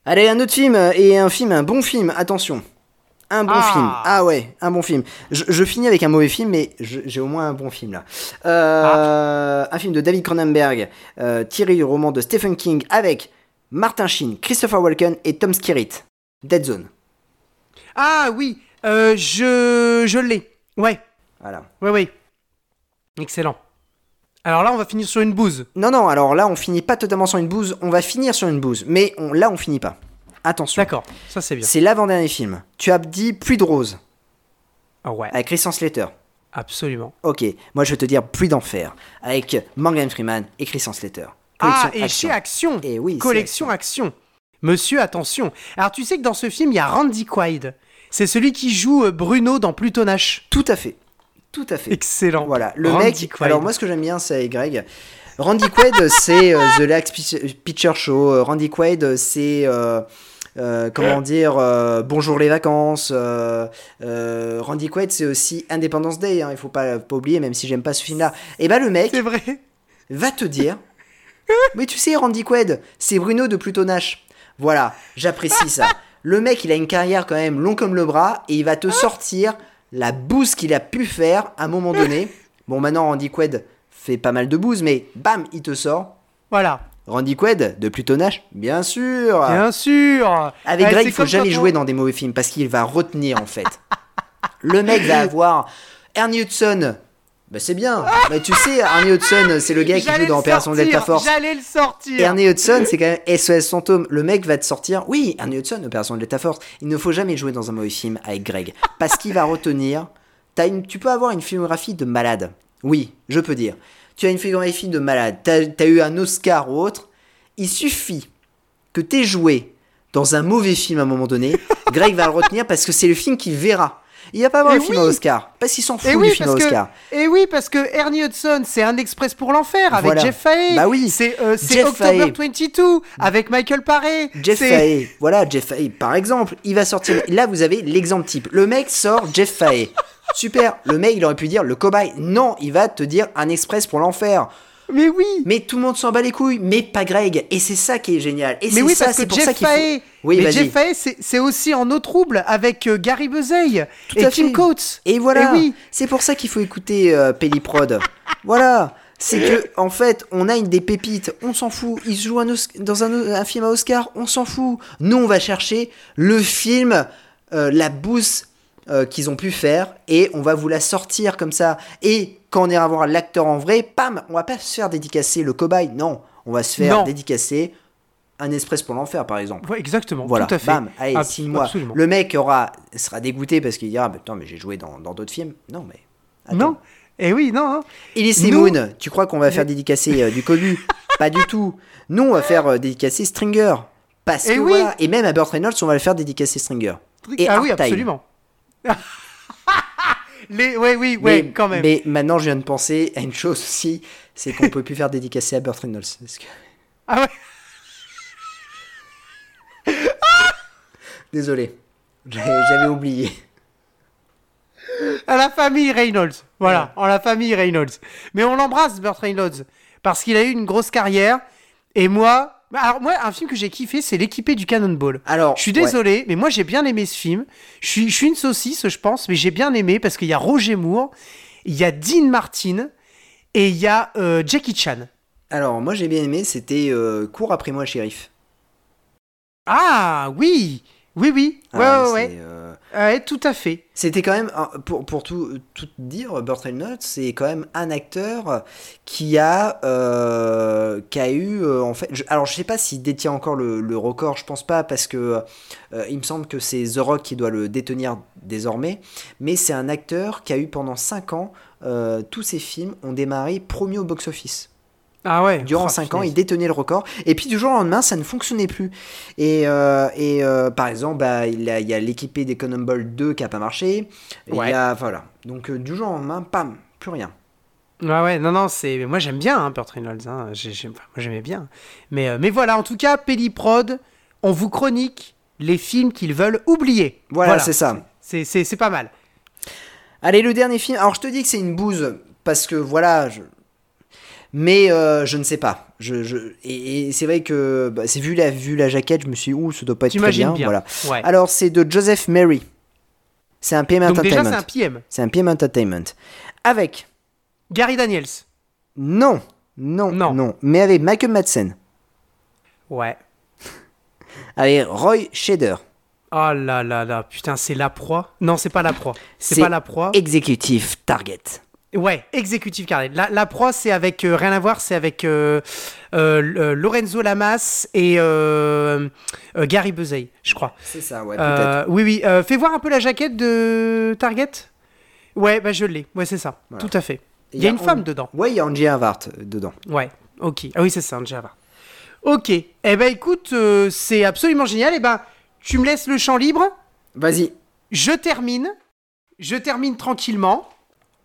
Speaker 2: Allez, un autre film. euh, Et un film, un bon film. Attention. Un bon
Speaker 3: Ah.
Speaker 2: film. Ah ouais, un bon film. Je, je finis avec un mauvais film, mais je- j'ai au moins un bon film là. Euh, Un film de David Cronenberg, euh, tiré du roman de Stephen King avec Martin Sheen, Christopher Walken et Tom Skerritt. Dead Zone.
Speaker 3: Ah oui, euh, je, je l'ai. Ouais,
Speaker 2: Voilà.
Speaker 3: ouais, ouais. Excellent. Alors là, on va finir sur une bouse.
Speaker 2: Non, non, alors là, on finit pas totalement sur une bouse, on va finir sur une bouse, mais on- là, on finit pas. Attention.
Speaker 3: D'accord, ça c'est bien.
Speaker 2: C'est l'avant-dernier film. Tu as dit Pluie de rose,
Speaker 3: Ah ouais,
Speaker 2: avec Christian Slater.
Speaker 3: absolument.
Speaker 2: Ok, moi je vais te dire Pluie d'enfer, avec Morgan Freeman et Christian Slater.
Speaker 3: Ah,
Speaker 2: Collection
Speaker 3: et
Speaker 2: Action.
Speaker 3: chez Action.
Speaker 2: Eh oui, c'est
Speaker 3: Collection Action. Monsieur, attention. Alors, tu sais que dans ce film, il y a Randy Quaid. C'est celui qui joue euh, Bruno dans Plutonache.
Speaker 2: Tout à fait. Tout à fait.
Speaker 3: Excellent.
Speaker 2: Voilà, le
Speaker 3: Randy
Speaker 2: mec.
Speaker 3: Quaid.
Speaker 2: Alors moi, ce que j'aime bien, c'est Greg. Randy Quaid, [LAUGHS] c'est euh, The Last Pic- Picture Show. Euh, Randy Quaid, c'est euh, euh,
Speaker 3: [CLEARS THROAT]
Speaker 2: comment dire euh, Bonjour les vacances. Euh, euh, Randy Quaid, c'est aussi Independence Day. hein, il faut pas, pas oublier, même si j'aime pas ce film-là. Et ben le mec
Speaker 3: [LAUGHS] C'est vrai.
Speaker 2: va te
Speaker 3: [LAUGHS]
Speaker 2: dire. Mais tu sais, Randy Quaid, c'est Bruno de Pluto Nash. Voilà, j'apprécie
Speaker 3: [LAUGHS]
Speaker 2: ça. Le mec, il a une carrière quand même long comme le bras et il va
Speaker 3: Ah.
Speaker 2: te sortir la bouse qu'il a pu faire à un moment
Speaker 3: [LAUGHS]
Speaker 2: donné. Bon, maintenant, Randy Quaid fait pas mal de bouse, mais bam, il te sort.
Speaker 3: Voilà.
Speaker 2: Randy Quaid de Pluto Nash, bien sûr.
Speaker 3: Bien sûr.
Speaker 2: Avec
Speaker 3: Ouais,
Speaker 2: Greg,
Speaker 3: c'est
Speaker 2: il faut
Speaker 3: comme
Speaker 2: jamais
Speaker 3: quand on-
Speaker 2: jouer dans des mauvais films parce qu'il va retenir en fait. [LAUGHS] le mec va avoir Ernie Hudson. Bah c'est bien. Mais tu sais, Ernie Hudson, c'est le gars qui
Speaker 3: Ah. J'allais
Speaker 2: joue dans
Speaker 3: le
Speaker 2: Opération
Speaker 3: sortir,
Speaker 2: Delta Force.
Speaker 3: J'allais le sortir.
Speaker 2: Ernie Hudson, c'est quand même SOS fantôme. Le mec va te sortir. Oui, Ernie Hudson, Opération Delta Force. Il ne faut jamais jouer dans un mauvais film avec Greg parce qu'il va retenir. T'as une- Tu peux avoir une filmographie de malade. Oui, je peux dire. Tu as une filmographie de malade. T'as as eu un Oscar ou autre. Il suffit que t'aies joué dans un mauvais film à un moment donné, Greg va le retenir parce que c'est le film qu'il verra. Il va pas voir
Speaker 3: Eh
Speaker 2: le film à
Speaker 3: oui.
Speaker 2: Oscar, parce qu'il s'en fout
Speaker 3: Et oui,
Speaker 2: du film à
Speaker 3: parce que,
Speaker 2: Oscar.
Speaker 3: et oui, parce que Ernie Hudson, c'est un express pour l'enfer avec
Speaker 2: Voilà.
Speaker 3: Jeff Fahey.
Speaker 2: Bah oui.
Speaker 3: C'est euh, c'est
Speaker 2: Jeff
Speaker 3: October
Speaker 2: Fahey.
Speaker 3: 22 avec Michael Paré.
Speaker 2: Jeff
Speaker 3: C'est-
Speaker 2: Fahey, voilà, Jeff Fahey, par exemple, il va sortir. Là, vous avez l'exemple type. Le mec sort Jeff Fahey. Super, le mec, il aurait pu dire le cobaye. Non, il va te dire un express pour l'enfer.
Speaker 3: Mais oui
Speaker 2: Mais tout le monde s'en bat les couilles, mais pas Greg. Et c'est ça qui est génial. Et
Speaker 3: Mais
Speaker 2: c'est
Speaker 3: oui,
Speaker 2: ça,
Speaker 3: parce
Speaker 2: c'est
Speaker 3: que
Speaker 2: pour
Speaker 3: Jeff
Speaker 2: ça qu'il faut-
Speaker 3: Fahey,
Speaker 2: Oui,
Speaker 3: mais
Speaker 2: vas-y.
Speaker 3: Jeff Fahey, c'est c'est aussi en eau trouble avec euh, Gary Bezeille
Speaker 2: Tout
Speaker 3: et
Speaker 2: à
Speaker 3: Tim
Speaker 2: fait.
Speaker 3: Coates.
Speaker 2: Et voilà.
Speaker 3: Eh oui.
Speaker 2: C'est pour ça qu'il faut écouter euh, Péliprod. voilà. C'est que en fait, on a une des pépites. On s'en fout. Il se joue un Os- dans un, o- un film à Oscar. On s'en fout. Nous, on va chercher le film, euh, la bouse euh, qu'ils ont pu faire, et on va vous la sortir comme ça. Et quand on ira voir l'acteur en vrai, pam, on va pas se faire dédicacer le cobaye. Non, on va se faire
Speaker 3: Non.
Speaker 2: dédicacer un Espresso pour l'enfer, par exemple.
Speaker 3: Ouais, exactement,
Speaker 2: Voilà,
Speaker 3: tout à fait.
Speaker 2: bam, allez,
Speaker 3: Ah,
Speaker 2: signe moi.
Speaker 3: absolument.
Speaker 2: Le mec aura, sera dégoûté parce qu'il dira, bah, putain, mais j'ai joué dans dans d'autres films. Non, mais. attends.
Speaker 3: Non, et oui, non. hein.
Speaker 2: Elise
Speaker 3: Nous-
Speaker 2: Moon, tu crois qu'on va faire dédicacer euh, du
Speaker 3: [LAUGHS]
Speaker 2: Colu Pas du tout. Nous, on va faire euh, dédicacer Stringer. Parce
Speaker 3: Eh
Speaker 2: que
Speaker 3: oui.
Speaker 2: voilà. Et même à Burt Reynolds, on va le faire dédicacer Stringer. Et
Speaker 3: ah oui,
Speaker 2: Hardtime.
Speaker 3: absolument. [LAUGHS] Les, ouais, oui, ouais,
Speaker 2: mais,
Speaker 3: quand même.
Speaker 2: Mais maintenant, je viens de penser à une chose aussi, c'est qu'on peut plus faire dédicacer à Burt Reynolds. Parce que-
Speaker 3: Ah ouais.
Speaker 2: [LAUGHS] Désolé, J'avais j'avais oublié.
Speaker 3: À la famille Reynolds. Voilà, en la famille Reynolds. Mais on l'embrasse, Burt Reynolds, parce qu'il a eu une grosse carrière. Et moi, bah, alors moi, un film que j'ai kiffé, c'est L'équipé du Cannonball.
Speaker 2: Alors,
Speaker 3: je suis
Speaker 2: ouais.
Speaker 3: désolé, mais moi j'ai bien aimé ce film. Je suis, je suis une saucisse, je pense, mais j'ai bien aimé parce qu'il y a Roger Moore, il y a Dean Martin et il y a euh, Jackie Chan.
Speaker 2: Alors, moi, j'ai bien aimé, c'était euh, Cours après moi, shérif.
Speaker 3: Ah oui, oui, oui, ouais,
Speaker 2: Ah,
Speaker 3: ouais,
Speaker 2: c'est,
Speaker 3: ouais,
Speaker 2: euh,
Speaker 3: Ouais, tout à fait.
Speaker 2: C'était quand même, un- pour, pour tout, tout dire, Burt Reynolds, c'est quand même un acteur qui a, euh, qui a eu, euh, en fait, je- alors je sais pas s'il détient encore le, le record, je pense pas, parce que euh, il me semble que c'est The Rock qui doit le détenir désormais, mais c'est un acteur qui a eu pendant 5 ans, euh, tous ses films ont démarré premier au box-office.
Speaker 3: Ah ouais.
Speaker 2: Durant
Speaker 3: Oh,
Speaker 2: 5 ans,
Speaker 3: punaise.
Speaker 2: il détenait le record. Et puis du jour au lendemain, ça ne fonctionnait plus. Et, euh, et, euh, par exemple, bah, il, a- il y a l'équipé des Cannonball 2 qui n'a pas marché. Et
Speaker 3: Ouais.
Speaker 2: Il y a, voilà. Donc euh, du jour au lendemain, pam, plus rien.
Speaker 3: Ouais, ouais, non, non, c'est. mais Moi, j'aime bien hein, Burt Reynolds. hein, j'ai- j'ai- enfin, moi, j'aimais bien. Mais, euh, mais voilà, en tout cas, Péliprod, on vous chronique les films qu'ils veulent oublier.
Speaker 2: Voilà, c'est ça.
Speaker 3: C'est- C'est c'est pas mal.
Speaker 2: Allez, le dernier film. Alors je te dis que c'est une bouse, parce que voilà. je- Mais euh, je ne sais pas. Je, je- Et, et c'est vrai que bah, c'est vu la, vu la jaquette, je me suis dit, ouh, ça doit pas être très
Speaker 3: T'imagines
Speaker 2: bien.
Speaker 3: bien.
Speaker 2: Voilà.
Speaker 3: Ouais.
Speaker 2: Alors c'est de Joseph Mary. C'est un PM
Speaker 3: Donc, déjà,
Speaker 2: Entertainment.
Speaker 3: c'est un PM.
Speaker 2: C'est un PM Entertainment. Avec
Speaker 3: Gary Daniels.
Speaker 2: Non, non, non,
Speaker 3: Non.
Speaker 2: Mais avec Michael Madsen,
Speaker 3: Ouais.
Speaker 2: avec Roy Shader,
Speaker 3: Oh là là là, putain, c'est la proie. Non, c'est pas la proie. C'est
Speaker 2: C'est
Speaker 3: pas la proie.
Speaker 2: exécutif Target.
Speaker 3: Ouais, exécutif carré. La, la proie, c'est avec. euh, rien à voir, c'est avec euh, euh, euh, Lorenzo Lamas et euh, euh, Gary Bezeille, je crois.
Speaker 2: C'est ça, ouais,
Speaker 3: Euh, oui, oui. euh, fais voir un peu la jaquette de Target. Ouais, bah je l'ai. Ouais, c'est ça.
Speaker 2: Voilà.
Speaker 3: Tout à fait. Il y a une femme dedans.
Speaker 2: Ouais, il y a Angie Havart dedans.
Speaker 3: Ouais. Ok. Ah oui, c'est ça, un Java. Ok. Eh ben, écoute, euh, c'est absolument génial. Eh ben, tu me laisses le champ libre.
Speaker 2: Vas-y.
Speaker 3: Je termine. Je termine tranquillement.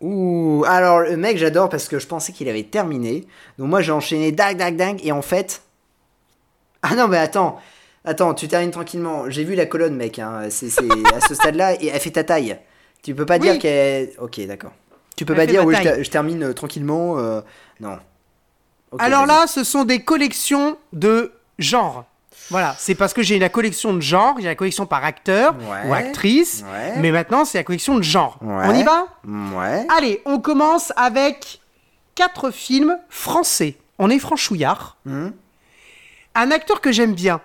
Speaker 2: Ouh, alors le mec, j'adore parce que je pensais qu'il avait terminé. Donc moi, j'ai enchaîné dang, dang, dang, et en fait. Ah non, mais attends, attends, tu termines tranquillement. J'ai vu la colonne, mec. hein. C'est c'est- à ce stade-là, et elle fait ta taille. Tu peux pas
Speaker 3: Oui.
Speaker 2: dire qu'elle. Ok, d'accord. Tu peux
Speaker 3: Elle
Speaker 2: pas
Speaker 3: fait
Speaker 2: dire,
Speaker 3: ma
Speaker 2: oui, je,
Speaker 3: taille.
Speaker 2: ter- je termine euh, tranquillement. euh, Non. Ok,
Speaker 3: Alors
Speaker 2: vas-y.
Speaker 3: là, ce sont des collections de genre. Voilà, c'est parce que j'ai la collection de genre, j'ai la collection par acteur
Speaker 2: Ouais.
Speaker 3: ou actrice,
Speaker 2: Ouais.
Speaker 3: mais maintenant c'est la collection de genre.
Speaker 2: Ouais.
Speaker 3: On y va Ah.
Speaker 2: Ouais.
Speaker 3: Allez, on commence avec quatre films français. On est franchouillard.
Speaker 2: Mhm.
Speaker 3: Un acteur que j'aime bien.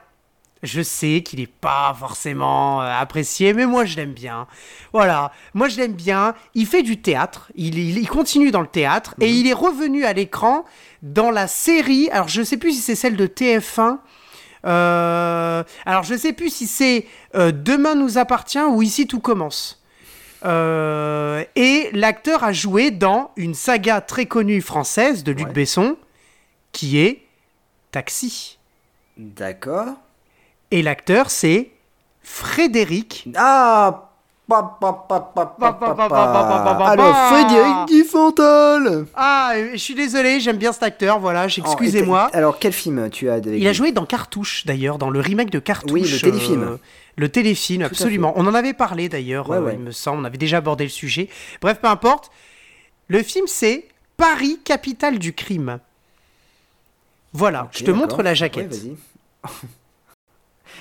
Speaker 3: Je sais qu'il n'est pas forcément euh, apprécié, mais moi je l'aime bien. Voilà, moi je l'aime bien. Il fait du théâtre, il, il- il continue dans le théâtre, et il est revenu à l'écran dans la série, alors je ne sais plus si c'est celle de TF1, euh, alors je ne sais plus si c'est euh, Demain nous appartient ou Ici tout commence. Euh, et l'acteur a joué dans une saga très connue française de Luc
Speaker 2: Ouais.
Speaker 3: Besson, qui est Taxi.
Speaker 2: D'accord.
Speaker 3: Et l'acteur, c'est Frédéric.
Speaker 2: Ah pa, pa, pa, pa, pa,
Speaker 3: Pa, pa, pa, pa, pa, pa, pa, pa.
Speaker 2: Alors, Frédéric Dufantal
Speaker 3: Ah, euh, je suis désolé, j'aime bien cet acteur, voilà, j- excusez-moi.
Speaker 2: Oh, et- Alors, quel film tu as avec
Speaker 3: Il a
Speaker 2: lui
Speaker 3: joué dans Cartouche, d'ailleurs, dans le remake de Cartouche. euh,
Speaker 2: Oui, le téléfilm.
Speaker 3: le téléfilm,
Speaker 2: fait.
Speaker 3: absolument. On en avait parlé, d'ailleurs,
Speaker 2: Ouais,
Speaker 3: euh,
Speaker 2: ouais.
Speaker 3: il me semble. On avait déjà abordé le sujet. Bref, peu importe. Le film, c'est Paris, capitale du crime. Voilà,
Speaker 2: Ah, Ok,
Speaker 3: je te montre
Speaker 2: d'accord.
Speaker 3: la jaquette.
Speaker 2: Ouais, vas-y.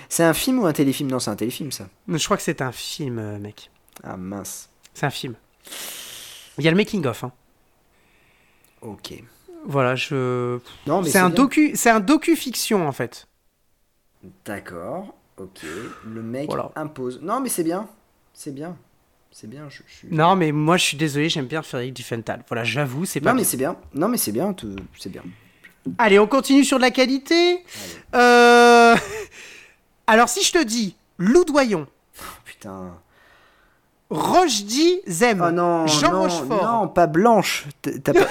Speaker 2: c'est un film ou un téléfilm Non, c'est un téléfilm, ça.
Speaker 3: je crois que c'est un film, euh, mec.
Speaker 2: Ah mince.
Speaker 3: C'est un film. Il y a le making of. Hein.
Speaker 2: Ok.
Speaker 3: Voilà, je.
Speaker 2: Non, Oh, mais
Speaker 3: C'est un
Speaker 2: bien.
Speaker 3: docu, c'est un docu-fiction en fait.
Speaker 2: D'accord. Ok. Le mec
Speaker 3: Voilà.
Speaker 2: impose. Non, mais c'est bien. C'est bien. C'est bien. Je, je suis- Non,
Speaker 3: Non, mais moi je suis désolé, j'aime bien Frédéric Dufenthal. Voilà, j'avoue, c'est pas.
Speaker 2: mais
Speaker 3: bien.
Speaker 2: c'est bien. Non, mais c'est bien. tout- C'est bien. Oh,
Speaker 3: Allez, on continue sur de la qualité. Euh, [LAUGHS] Alors si je te dis Loudoyon,
Speaker 2: Oh, putain.
Speaker 3: Rochdy Zem,
Speaker 2: Oh non.
Speaker 3: Jean
Speaker 2: non,
Speaker 3: Rochefort,
Speaker 2: Non, pas blanche. T- T'as pas...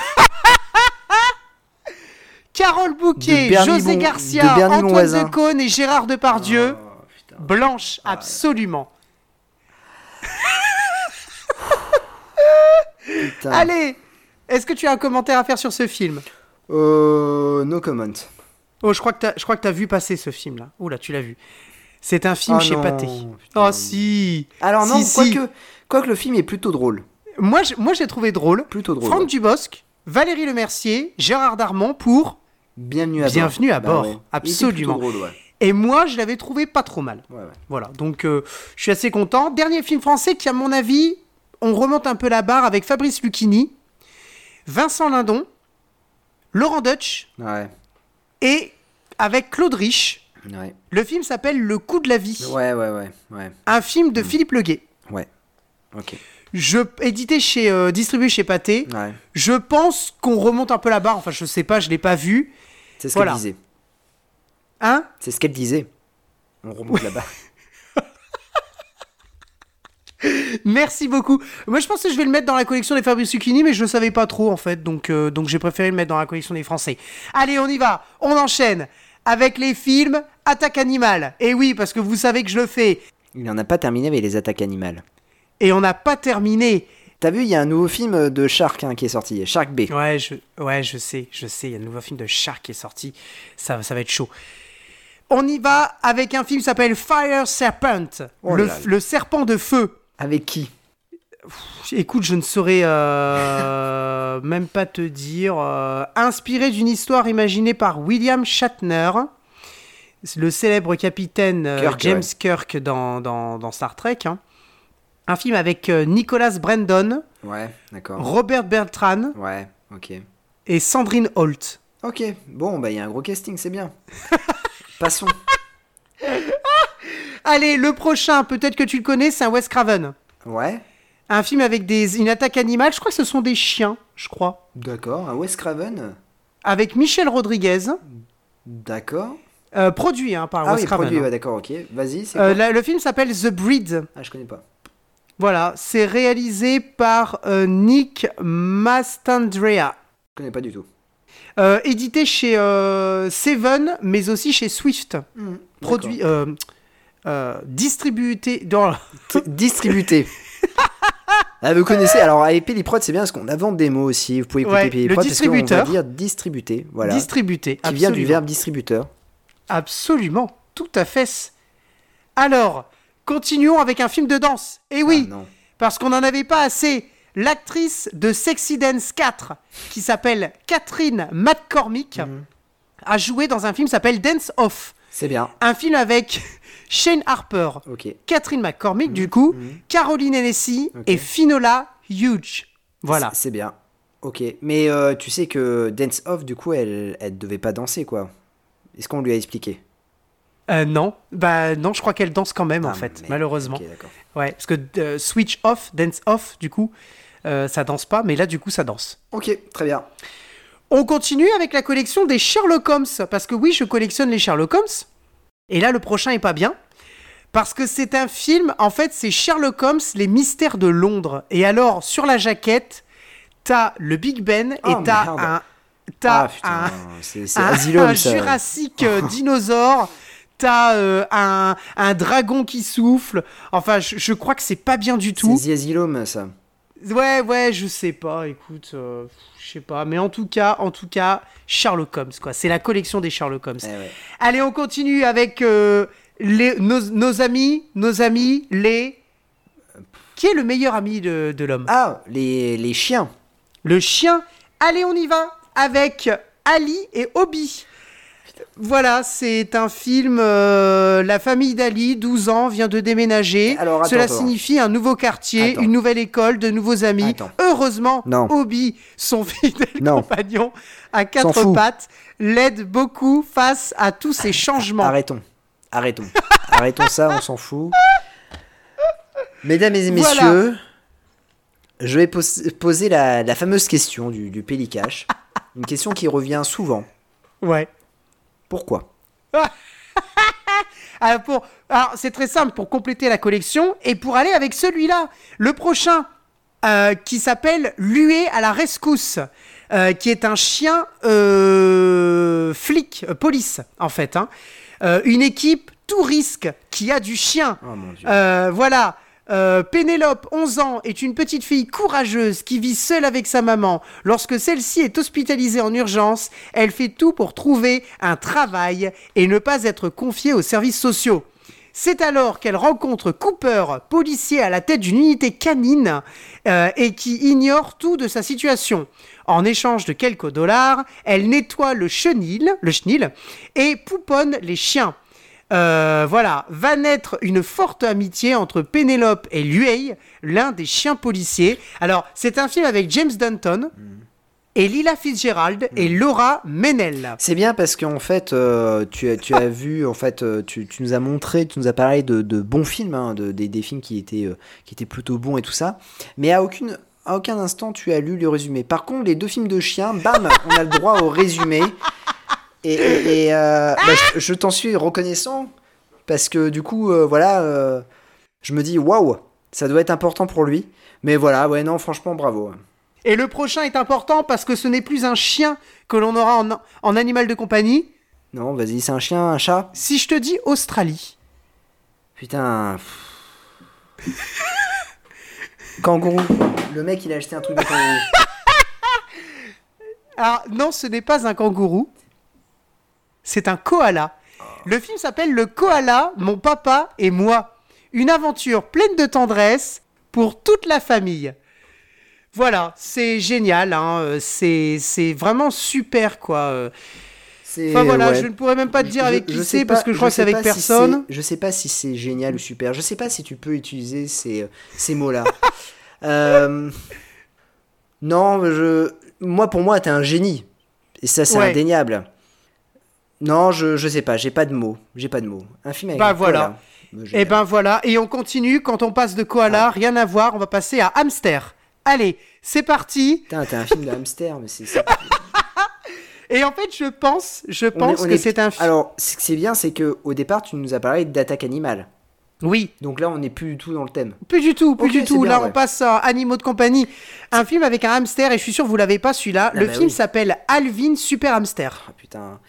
Speaker 3: Carole Bouquet,
Speaker 2: De Bernie
Speaker 3: José
Speaker 2: Bon-
Speaker 3: Garcia,
Speaker 2: de Bernie
Speaker 3: Antoine
Speaker 2: Bonvoisin.
Speaker 3: Decaune et Gérard Depardieu.
Speaker 2: Oh, putain.
Speaker 3: Blanche, absolument.
Speaker 2: putain.
Speaker 3: Allez, est-ce que tu as un commentaire à faire sur ce film
Speaker 2: Euh, no comment.
Speaker 3: Oh, je crois que t'as, je crois que t'as vu passer ce film là. Oula, tu l'as vu. C'est un film
Speaker 2: Ah
Speaker 3: chez
Speaker 2: non,
Speaker 3: Pathé.
Speaker 2: putain.
Speaker 3: Oh si.
Speaker 2: Alors non,
Speaker 3: Si, si.
Speaker 2: quoique, quoique le film est plutôt drôle.
Speaker 3: Moi, je- moi, j'ai trouvé drôle.
Speaker 2: Plutôt drôle.
Speaker 3: Franck
Speaker 2: ouais.
Speaker 3: Dubosc, Valérie Lemercier, Gérard Darmon pour.
Speaker 2: Bienvenue à
Speaker 3: Bienvenue
Speaker 2: bord. Bah
Speaker 3: à bord,
Speaker 2: ouais. Il était
Speaker 3: absolument.
Speaker 2: plutôt drôle, ouais.
Speaker 3: Et moi, je l'avais trouvé pas trop mal.
Speaker 2: Ouais, ouais.
Speaker 3: Voilà, donc euh, je suis assez content. Dernier film français qui, à mon avis, on remonte un peu la barre avec Fabrice Lucchini, Vincent Lindon, Laurent Deutsch
Speaker 2: Ouais,
Speaker 3: et avec Claude Rich.
Speaker 2: ouais,
Speaker 3: Le film s'appelle Le coup de la vie,
Speaker 2: ouais, Mmh. ouais, ouais, ouais,
Speaker 3: un film de Philippe Leguet.
Speaker 2: ouais. Ok.
Speaker 3: Je édité chez euh, distribué chez Pathé.
Speaker 2: Ouais.
Speaker 3: Je pense qu'on remonte un peu la barre. Enfin, je sais pas, je l'ai pas vu.
Speaker 2: C'est ce
Speaker 3: Voilà.
Speaker 2: qu'elle disait.
Speaker 3: Hein
Speaker 2: C'est ce qu'elle disait. On remonte là-bas. [LAUGHS]
Speaker 3: Merci beaucoup. Moi, je pensais que je vais le mettre dans la collection des Fabrice Zucchini, mais je le savais pas trop en fait, donc euh, donc j'ai préféré le mettre dans la collection des Français. Allez, on y va. On enchaîne avec les films Attaque animale. Et oui, parce que vous savez que je le fais.
Speaker 2: Il n'en a pas terminé avec les attaques animales.
Speaker 3: Et on n'a pas terminé.
Speaker 2: T'as vu, il y a un nouveau film de Shark hein, qui est sorti. Shark B.
Speaker 3: Ouais, je, ouais, je sais, je sais. Il y a un nouveau film de Shark qui est sorti. Ça, ça va être chaud. On y va avec un film qui s'appelle Fire Serpent,
Speaker 2: Oh
Speaker 3: le,
Speaker 2: là là.
Speaker 3: le serpent de feu.
Speaker 2: Avec qui
Speaker 3: Écoute, je ne saurais euh, [LAUGHS] même pas te dire. euh, inspiré d'une histoire imaginée par William Shatner, le célèbre capitaine euh,
Speaker 2: Kirk,
Speaker 3: James
Speaker 2: ouais.
Speaker 3: Kirk dans, dans, dans Star Trek. hein. Un film avec euh, Nicholas Brandon,
Speaker 2: Ouais, d'accord.
Speaker 3: Robert Bertrand
Speaker 2: Ouais, ok.
Speaker 3: et Sandrine Holt.
Speaker 2: Ok, bon, bah il y a un gros casting, c'est
Speaker 3: [LAUGHS]
Speaker 2: bien. Passons.
Speaker 3: Allez, le prochain, peut-être que tu le connais, c'est un Wes Craven.
Speaker 2: Ouais,
Speaker 3: Un film avec des, une attaque animale, je crois que ce sont des chiens, je crois.
Speaker 2: d'accord. Un Wes Craven
Speaker 3: Avec Michel Rodriguez,
Speaker 2: D'accord.
Speaker 3: euh, produit hein, par
Speaker 2: Ah
Speaker 3: Wes
Speaker 2: oui,
Speaker 3: Craven.
Speaker 2: produit,
Speaker 3: hein.
Speaker 2: ouais, d'accord, ok. Vas-y, c'est
Speaker 3: Euh,
Speaker 2: quoi
Speaker 3: la- le film s'appelle The Breed.
Speaker 2: Ah, je connais pas.
Speaker 3: Voilà, c'est réalisé par euh, Nick Mastandrea.
Speaker 2: Je connais pas du tout.
Speaker 3: Euh, édité chez euh, Seven, mais aussi chez Swift.
Speaker 2: Hmm,
Speaker 3: Produit, euh, euh, distribué dans. [LAUGHS]
Speaker 2: Distributé. Ah, vous connaissez, alors à Prod c'est bien parce qu'on invente des mots aussi. Vous pouvez écouter
Speaker 3: Ouais,
Speaker 2: Pili
Speaker 3: le
Speaker 2: Prod parce qu'on va
Speaker 3: distributeur.
Speaker 2: dire distributé, voilà.
Speaker 3: Distribué.
Speaker 2: qui vient du verbe distributeur.
Speaker 3: Absolument, tout à fait. Alors, continuons avec un film de danse. Eh oui,
Speaker 2: Ah, non.
Speaker 3: parce qu'on n'en avait pas assez. L'actrice de Sexy Dance 4, qui s'appelle Catherine McCormick,
Speaker 2: Mhm.
Speaker 3: a joué dans un film qui s'appelle Dance Off.
Speaker 2: C'est bien.
Speaker 3: Un film avec [LAUGHS] Shane Harper,
Speaker 2: Ok.
Speaker 3: Catherine McCormick, du coup, Caroline Hennessy
Speaker 2: Mhm. Ok.
Speaker 3: et Finola Hughes. Voilà.
Speaker 2: C'est c'est bien. Ok. Mais euh, tu sais que Dance Off, du coup, elle, elle devait pas danser, quoi. Est-ce qu'on lui a expliqué
Speaker 3: Euh, non, bah non, je crois qu'elle danse quand même, en
Speaker 2: Ah,
Speaker 3: fait,
Speaker 2: merde.
Speaker 3: malheureusement.
Speaker 2: Ok, d'accord.
Speaker 3: Ouais, parce que euh, Switch Off, Dance Off, du coup, euh, ça danse pas, mais là, du coup, ça danse.
Speaker 2: Ok, très bien.
Speaker 3: On continue avec la collection des Sherlock Holmes, parce que oui, je collectionne les Sherlock Holmes. Et là, le prochain est pas bien, parce que c'est un film, en fait, c'est Sherlock Holmes, les mystères de Londres. Et alors, sur la jaquette, t'as le Big Ben et
Speaker 2: Oh,
Speaker 3: t'as
Speaker 2: merde.
Speaker 3: un...
Speaker 2: Ah
Speaker 3: T'as
Speaker 2: putain,
Speaker 3: un,
Speaker 2: c'est c'est
Speaker 3: un,
Speaker 2: Asylum,
Speaker 3: un
Speaker 2: ça.
Speaker 3: Jurassic euh, dinosaure. T'as euh, un, un dragon qui souffle. Enfin, je, je crois que c'est pas bien du tout.
Speaker 2: C'est The Asylum, ça.
Speaker 3: Ouais, ouais, je sais pas, écoute, euh, je sais pas, mais en tout cas, en tout cas, Sherlock Holmes, quoi. C'est la collection des Sherlock Holmes.
Speaker 2: Eh ouais.
Speaker 3: Allez, on continue avec euh, les, nos, nos amis, nos amis, les. Qui est le meilleur ami de, de l'homme
Speaker 2: Ah, les, les chiens.
Speaker 3: Le chien. Allez, on y va avec Ali et Obi. Voilà, c'est un film. euh, la famille d'Ali, 12 ans, vient de déménager.
Speaker 2: Alors, attends,
Speaker 3: Cela
Speaker 2: attends.
Speaker 3: signifie un nouveau quartier,
Speaker 2: Attends.
Speaker 3: une nouvelle école, de nouveaux amis.
Speaker 2: Attends.
Speaker 3: Heureusement,
Speaker 2: Non.
Speaker 3: Obi, son [LAUGHS] fidèle
Speaker 2: Non.
Speaker 3: compagnon à
Speaker 2: S'en
Speaker 3: quatre
Speaker 2: fout. Ah,
Speaker 3: pattes, l'aide beaucoup face à tous ces changements.
Speaker 2: Arrêtons. Arrêtons. Arrêtons ça, on s'en fout. Mesdames et
Speaker 3: Voilà.
Speaker 2: messieurs, je vais pos- poser la, la fameuse question du, du Pélicache. Une question qui revient souvent.
Speaker 3: Ouais.
Speaker 2: Pourquoi
Speaker 3: Alors, Ah, pour- alors, c'est très simple pour compléter la collection et pour aller avec celui-là, le prochain euh, qui s'appelle Lué à la rescousse, euh, qui est un chien euh, flic, euh, police en fait, hein. Euh, une équipe tout risque qui a du chien.
Speaker 2: Oh mon dieu.
Speaker 3: Euh, voilà. Euh, Pénélope, 11 ans, est une petite fille courageuse qui vit seule avec sa maman. Lorsque celle-ci est hospitalisée en urgence, elle fait tout pour trouver un travail et ne pas être confiée aux services sociaux. C'est alors qu'elle rencontre Cooper, policier à la tête d'une unité canine, euh, et qui ignore tout de sa situation. En échange de quelques dollars, elle nettoie le chenil, le chenil et pouponne les chiens. Euh, voilà, va naître une forte amitié entre Pénélope et Luey, l'un des chiens policiers. Alors, c'est un film avec James Dunton et Lila Fitzgerald et Laura Menel.
Speaker 2: C'est bien parce qu'en fait, euh, tu, as- tu as vu, en fait, euh, tu, tu nous as montré, tu nous as parlé de, de bons films, hein, de, des, des films qui étaient, euh, qui étaient plutôt bons et tout ça, mais à, aucune, à aucun instant tu as lu le résumé. Par contre, les deux films de chiens, bam, on a le droit au résumé. Et, et- et, euh, bah, je, je t'en suis reconnaissant parce que du coup, euh, voilà, euh, je me dis, waouh, ça doit être important pour lui. Mais voilà, ouais, non, franchement, bravo.
Speaker 3: Et le prochain est important parce que ce n'est plus un chien que l'on aura en, en animal de compagnie.
Speaker 2: Non, vas-y, c'est un chien, un chat.
Speaker 3: Si je te dis Australie.
Speaker 2: Putain. kangourou. Le mec, il a acheté un truc de kangourou.
Speaker 3: Ah non, ce n'est pas un kangourou. C'est un koala. Le film s'appelle Le koala, mon papa et moi. Une aventure pleine de tendresse pour toute la famille. Voilà, c'est génial, hein, euh, c'est c'est vraiment super quoi. euh.
Speaker 2: C'est-
Speaker 3: Enfin voilà,
Speaker 2: ouais.
Speaker 3: je ne pourrais même pas te dire avec qui
Speaker 2: sais
Speaker 3: c'est
Speaker 2: pas-
Speaker 3: parce que je crois que
Speaker 2: sais
Speaker 3: c'est avec
Speaker 2: pas si
Speaker 3: personne.
Speaker 2: c'est- je sais pas si c'est génial ou super. Je sais pas si tu peux utiliser ces, ces
Speaker 3: [LAUGHS]
Speaker 2: mots-là. Euh, non, je, moi, pour moi, t'es un génie. Et ça, c'est
Speaker 3: Ouais.
Speaker 2: indéniable. Non, je, je sais pas. J'ai pas de mots. J'ai pas de mots. Un film avec
Speaker 3: Bah,
Speaker 2: un koala.
Speaker 3: voilà.
Speaker 2: Me gêne.
Speaker 3: Et ben voilà, et on continue quand on passe de koala, rien à voir, on va passer à hamster. Allez, c'est parti.
Speaker 2: Putain, t'es un film de hamster, mais c'est... c'est-
Speaker 3: Et en fait, je pense, je
Speaker 2: On est-
Speaker 3: pense
Speaker 2: on
Speaker 3: que
Speaker 2: est-
Speaker 3: c'est un film.
Speaker 2: Alors, ce que c'est bien, c'est que au départ, tu nous as parlé d'attaque animale.
Speaker 3: Oui,
Speaker 2: Donc là, on n'est plus du tout dans le thème.
Speaker 3: plus du tout, plus
Speaker 2: Ok,
Speaker 3: du tout.
Speaker 2: c'est bien,
Speaker 3: Là,
Speaker 2: ouais.
Speaker 3: on passe à Animaux de compagnie. Un film avec un hamster, et je suis sûr que vous l'avez pas celui-là.
Speaker 2: Ah,
Speaker 3: Le
Speaker 2: bah
Speaker 3: film
Speaker 2: oui.
Speaker 3: s'appelle Alvin Super Hamster.
Speaker 2: Ah putain.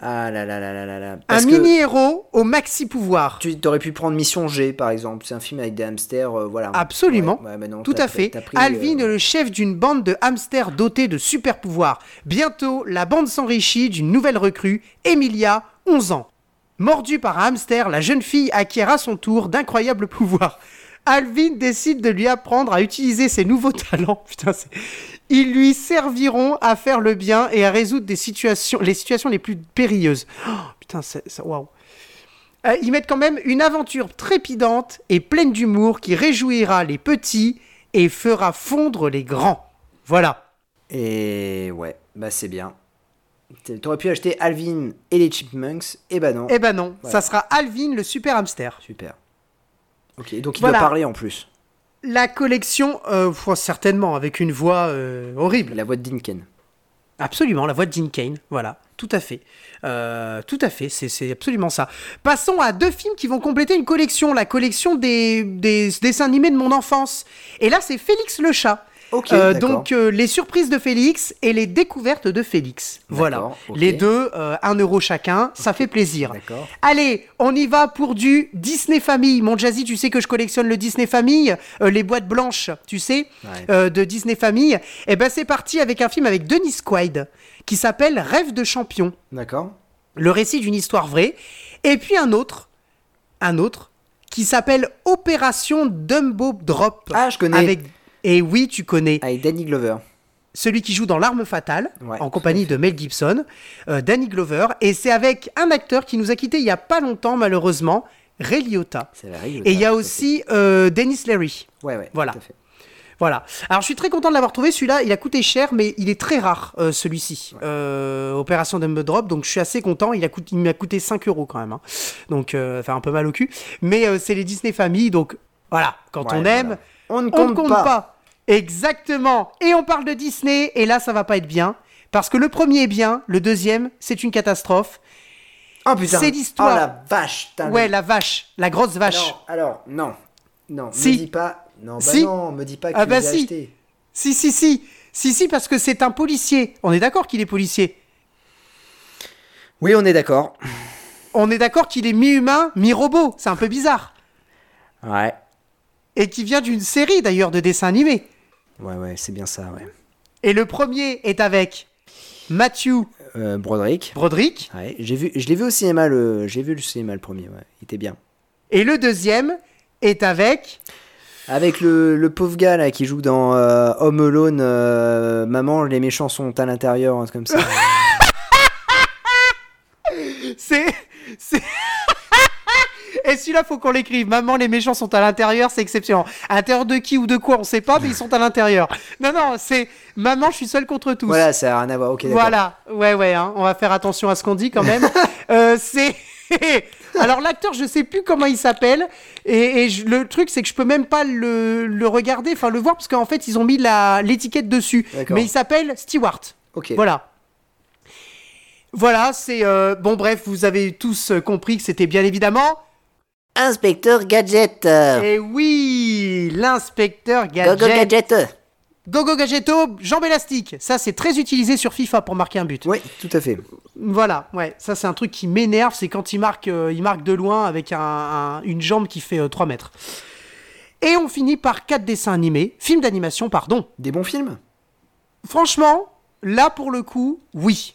Speaker 2: Ah là là là là là là.
Speaker 3: Un
Speaker 2: Parce que
Speaker 3: mini-héros au maxi pouvoir.
Speaker 2: Tu t'aurais pu prendre Mission G, par exemple. C'est un film avec des hamsters, euh, voilà.
Speaker 3: Absolument.
Speaker 2: Ouais, ouais, mais non,
Speaker 3: Tout
Speaker 2: t'as
Speaker 3: à
Speaker 2: pris-
Speaker 3: fait.
Speaker 2: t'as pris,
Speaker 3: Alvin,
Speaker 2: euh,
Speaker 3: le chef d'une bande de hamsters dotés de super pouvoirs. Bientôt, la bande s'enrichit d'une nouvelle recrue, Emilia, 11 ans. Mordue par un hamster, la jeune fille acquiert à son tour d'incroyables pouvoirs. Alvin décide de lui apprendre à utiliser ses nouveaux [LAUGHS] talents. Putain, c'est- ils lui serviront à faire le bien et à résoudre des situations, les situations les plus périlleuses. Oh, putain, c'est ça- waouh. Euh, ils mettent quand même une aventure trépidante et pleine d'humour qui réjouira les petits et fera fondre les grands. Voilà.
Speaker 2: Et ouais, bah c'est bien. T'es- T'aurais pu acheter Alvin et les Chipmunks, et bah non.
Speaker 3: Eh ben non,
Speaker 2: Voilà.
Speaker 3: ça sera Alvin le super hamster.
Speaker 2: Super. Ok, donc il
Speaker 3: Voilà.
Speaker 2: doit parler en plus.
Speaker 3: La collection, euh, faut certainement, avec une voix euh, horrible.
Speaker 2: La voix de Dinken.
Speaker 3: Absolument, la voix de Dean Kane, voilà, tout à fait. Euh, tout à fait, c'est- c'est absolument ça. Passons à deux films qui vont compléter une collection, la collection des, des dessins animés de mon enfance. Et là, c'est Félix le chat.
Speaker 2: Ok,
Speaker 3: Euh,
Speaker 2: d'accord.
Speaker 3: donc euh, les surprises de Félix et les découvertes de Félix. Voilà,
Speaker 2: D'accord, ok.
Speaker 3: les deux, euh, un euro chacun, ça fait plaisir.
Speaker 2: D'accord.
Speaker 3: Allez, on y va pour du Disney Famille. Mon Jazzy, tu sais que je collectionne le Disney Famille, euh, les boîtes blanches, tu sais,
Speaker 2: Ouais.
Speaker 3: euh, de Disney Famille. Et ben c'est parti avec un film avec Denis Quaid qui s'appelle Rêve de champion,
Speaker 2: D'accord.
Speaker 3: le récit d'une histoire vraie. Et puis un autre, un autre qui s'appelle Opération Dumbo Drop.
Speaker 2: Ah, je connais.
Speaker 3: Avec... Et oui, tu connais.
Speaker 2: Avec Danny Glover.
Speaker 3: celui qui joue dans L'Arme Fatale,
Speaker 2: Ouais.
Speaker 3: en compagnie de Mel Gibson, euh, Danny Glover, et c'est avec un acteur qui nous a quittés il y a pas longtemps, malheureusement, Ray Liotta.
Speaker 2: C'est la règle.
Speaker 3: Et il y a
Speaker 2: tout à
Speaker 3: aussi euh, Dennis Leary.
Speaker 2: fait. Ouais, ouais,
Speaker 3: voilà.
Speaker 2: tout à fait.
Speaker 3: Voilà. Alors je suis très content de l'avoir trouvé. Celui-là, il a coûté cher, mais il est très rare, euh, celui-ci. Euh, Opération Dumb Drop, donc je suis assez content. Il a coûté- il m'a coûté 5 euros quand même. hein. Donc, euh, enfin, un peu mal au cul. Mais euh, c'est les Disney Family, donc voilà. Quand
Speaker 2: Ouais,
Speaker 3: on
Speaker 2: voilà.
Speaker 3: aime,
Speaker 2: On ne
Speaker 3: on
Speaker 2: compte,
Speaker 3: ne compte pas. Exactement. Et on parle de Disney, et là, ça va pas être bien. Parce que le premier est bien, le deuxième, c'est une catastrophe.
Speaker 2: Oh putain.
Speaker 3: C'est l'histoire.
Speaker 2: Oh la vache. putain,
Speaker 3: Ouais, la vache, la grosse
Speaker 2: mais-
Speaker 3: vache.
Speaker 2: Alors, alors, non. Non,
Speaker 3: Si.
Speaker 2: me dis pas. Non, bah
Speaker 3: Si.
Speaker 2: non, me dis pas que
Speaker 3: Ah
Speaker 2: tu
Speaker 3: bah
Speaker 2: les as
Speaker 3: si.
Speaker 2: achetés.
Speaker 3: Si, si, si. Si, si, parce que c'est un policier. On est d'accord qu'il est policier.
Speaker 2: Oui, on est d'accord.
Speaker 3: on est d'accord qu'il est mi-humain, mi-robot. C'est un peu bizarre.
Speaker 2: Ouais.
Speaker 3: Et qui vient d'une série d'ailleurs de dessins animés.
Speaker 2: Ouais, ouais, c'est bien ça, ouais.
Speaker 3: Et le premier est avec Matthew
Speaker 2: Euh, Broderick.
Speaker 3: Broderick.
Speaker 2: Ouais, j'ai vu, je l'ai vu au cinéma le, j'ai vu le cinéma le premier, ouais, il était bien.
Speaker 3: Et le deuxième est avec.
Speaker 2: Avec le, le pauvre gars là qui joue dans euh, Home Alone, euh, maman, les méchants sont à l'intérieur, un truc comme
Speaker 3: [LAUGHS]
Speaker 2: ça.
Speaker 3: C'est. c'est- [LAUGHS] Et celui-là, faut qu'on l'écrive. Maman, les méchants sont à l'intérieur, c'est exceptionnel. À l'intérieur de qui ou de quoi, on sait pas, mais ils sont à l'intérieur. Non, non, c'est. Maman, je suis seul contre tous.
Speaker 2: voilà, ça a rien à voir. Ok, d'accord.
Speaker 3: Voilà, ouais, ouais, hein. on va faire attention à ce qu'on dit
Speaker 2: [LAUGHS]
Speaker 3: quand même. Euh, c'est. [LAUGHS] Alors, l'acteur, je sais plus comment il s'appelle. Et, et je- le truc, c'est que je peux même pas le, le regarder, enfin le voir, parce qu'en fait, ils ont mis la- l'étiquette dessus.
Speaker 2: D'accord.
Speaker 3: Mais il s'appelle Stewart.
Speaker 2: Ok.
Speaker 3: Voilà. Voilà, c'est. euh, Bon, bref, vous avez tous euh, compris que c'était bien évidemment.
Speaker 2: Inspecteur Gadget. euh,
Speaker 3: Et oui, l'inspecteur
Speaker 2: Go
Speaker 3: Gadget.
Speaker 2: go Gadget.
Speaker 3: Gogo Gadgeto, jambe élastique. Ça, c'est très utilisé sur FIFA pour marquer un but.
Speaker 2: Oui, tout à fait.
Speaker 3: Voilà, ouais, ça c'est un truc qui m'énerve, c'est quand il marque, euh, il marque de loin avec un- un- une jambe qui fait euh, 3 mètres. Et on finit par quatre dessins animés, films d'animation, pardon.
Speaker 2: Des bons films.
Speaker 3: Franchement, là pour le coup, oui.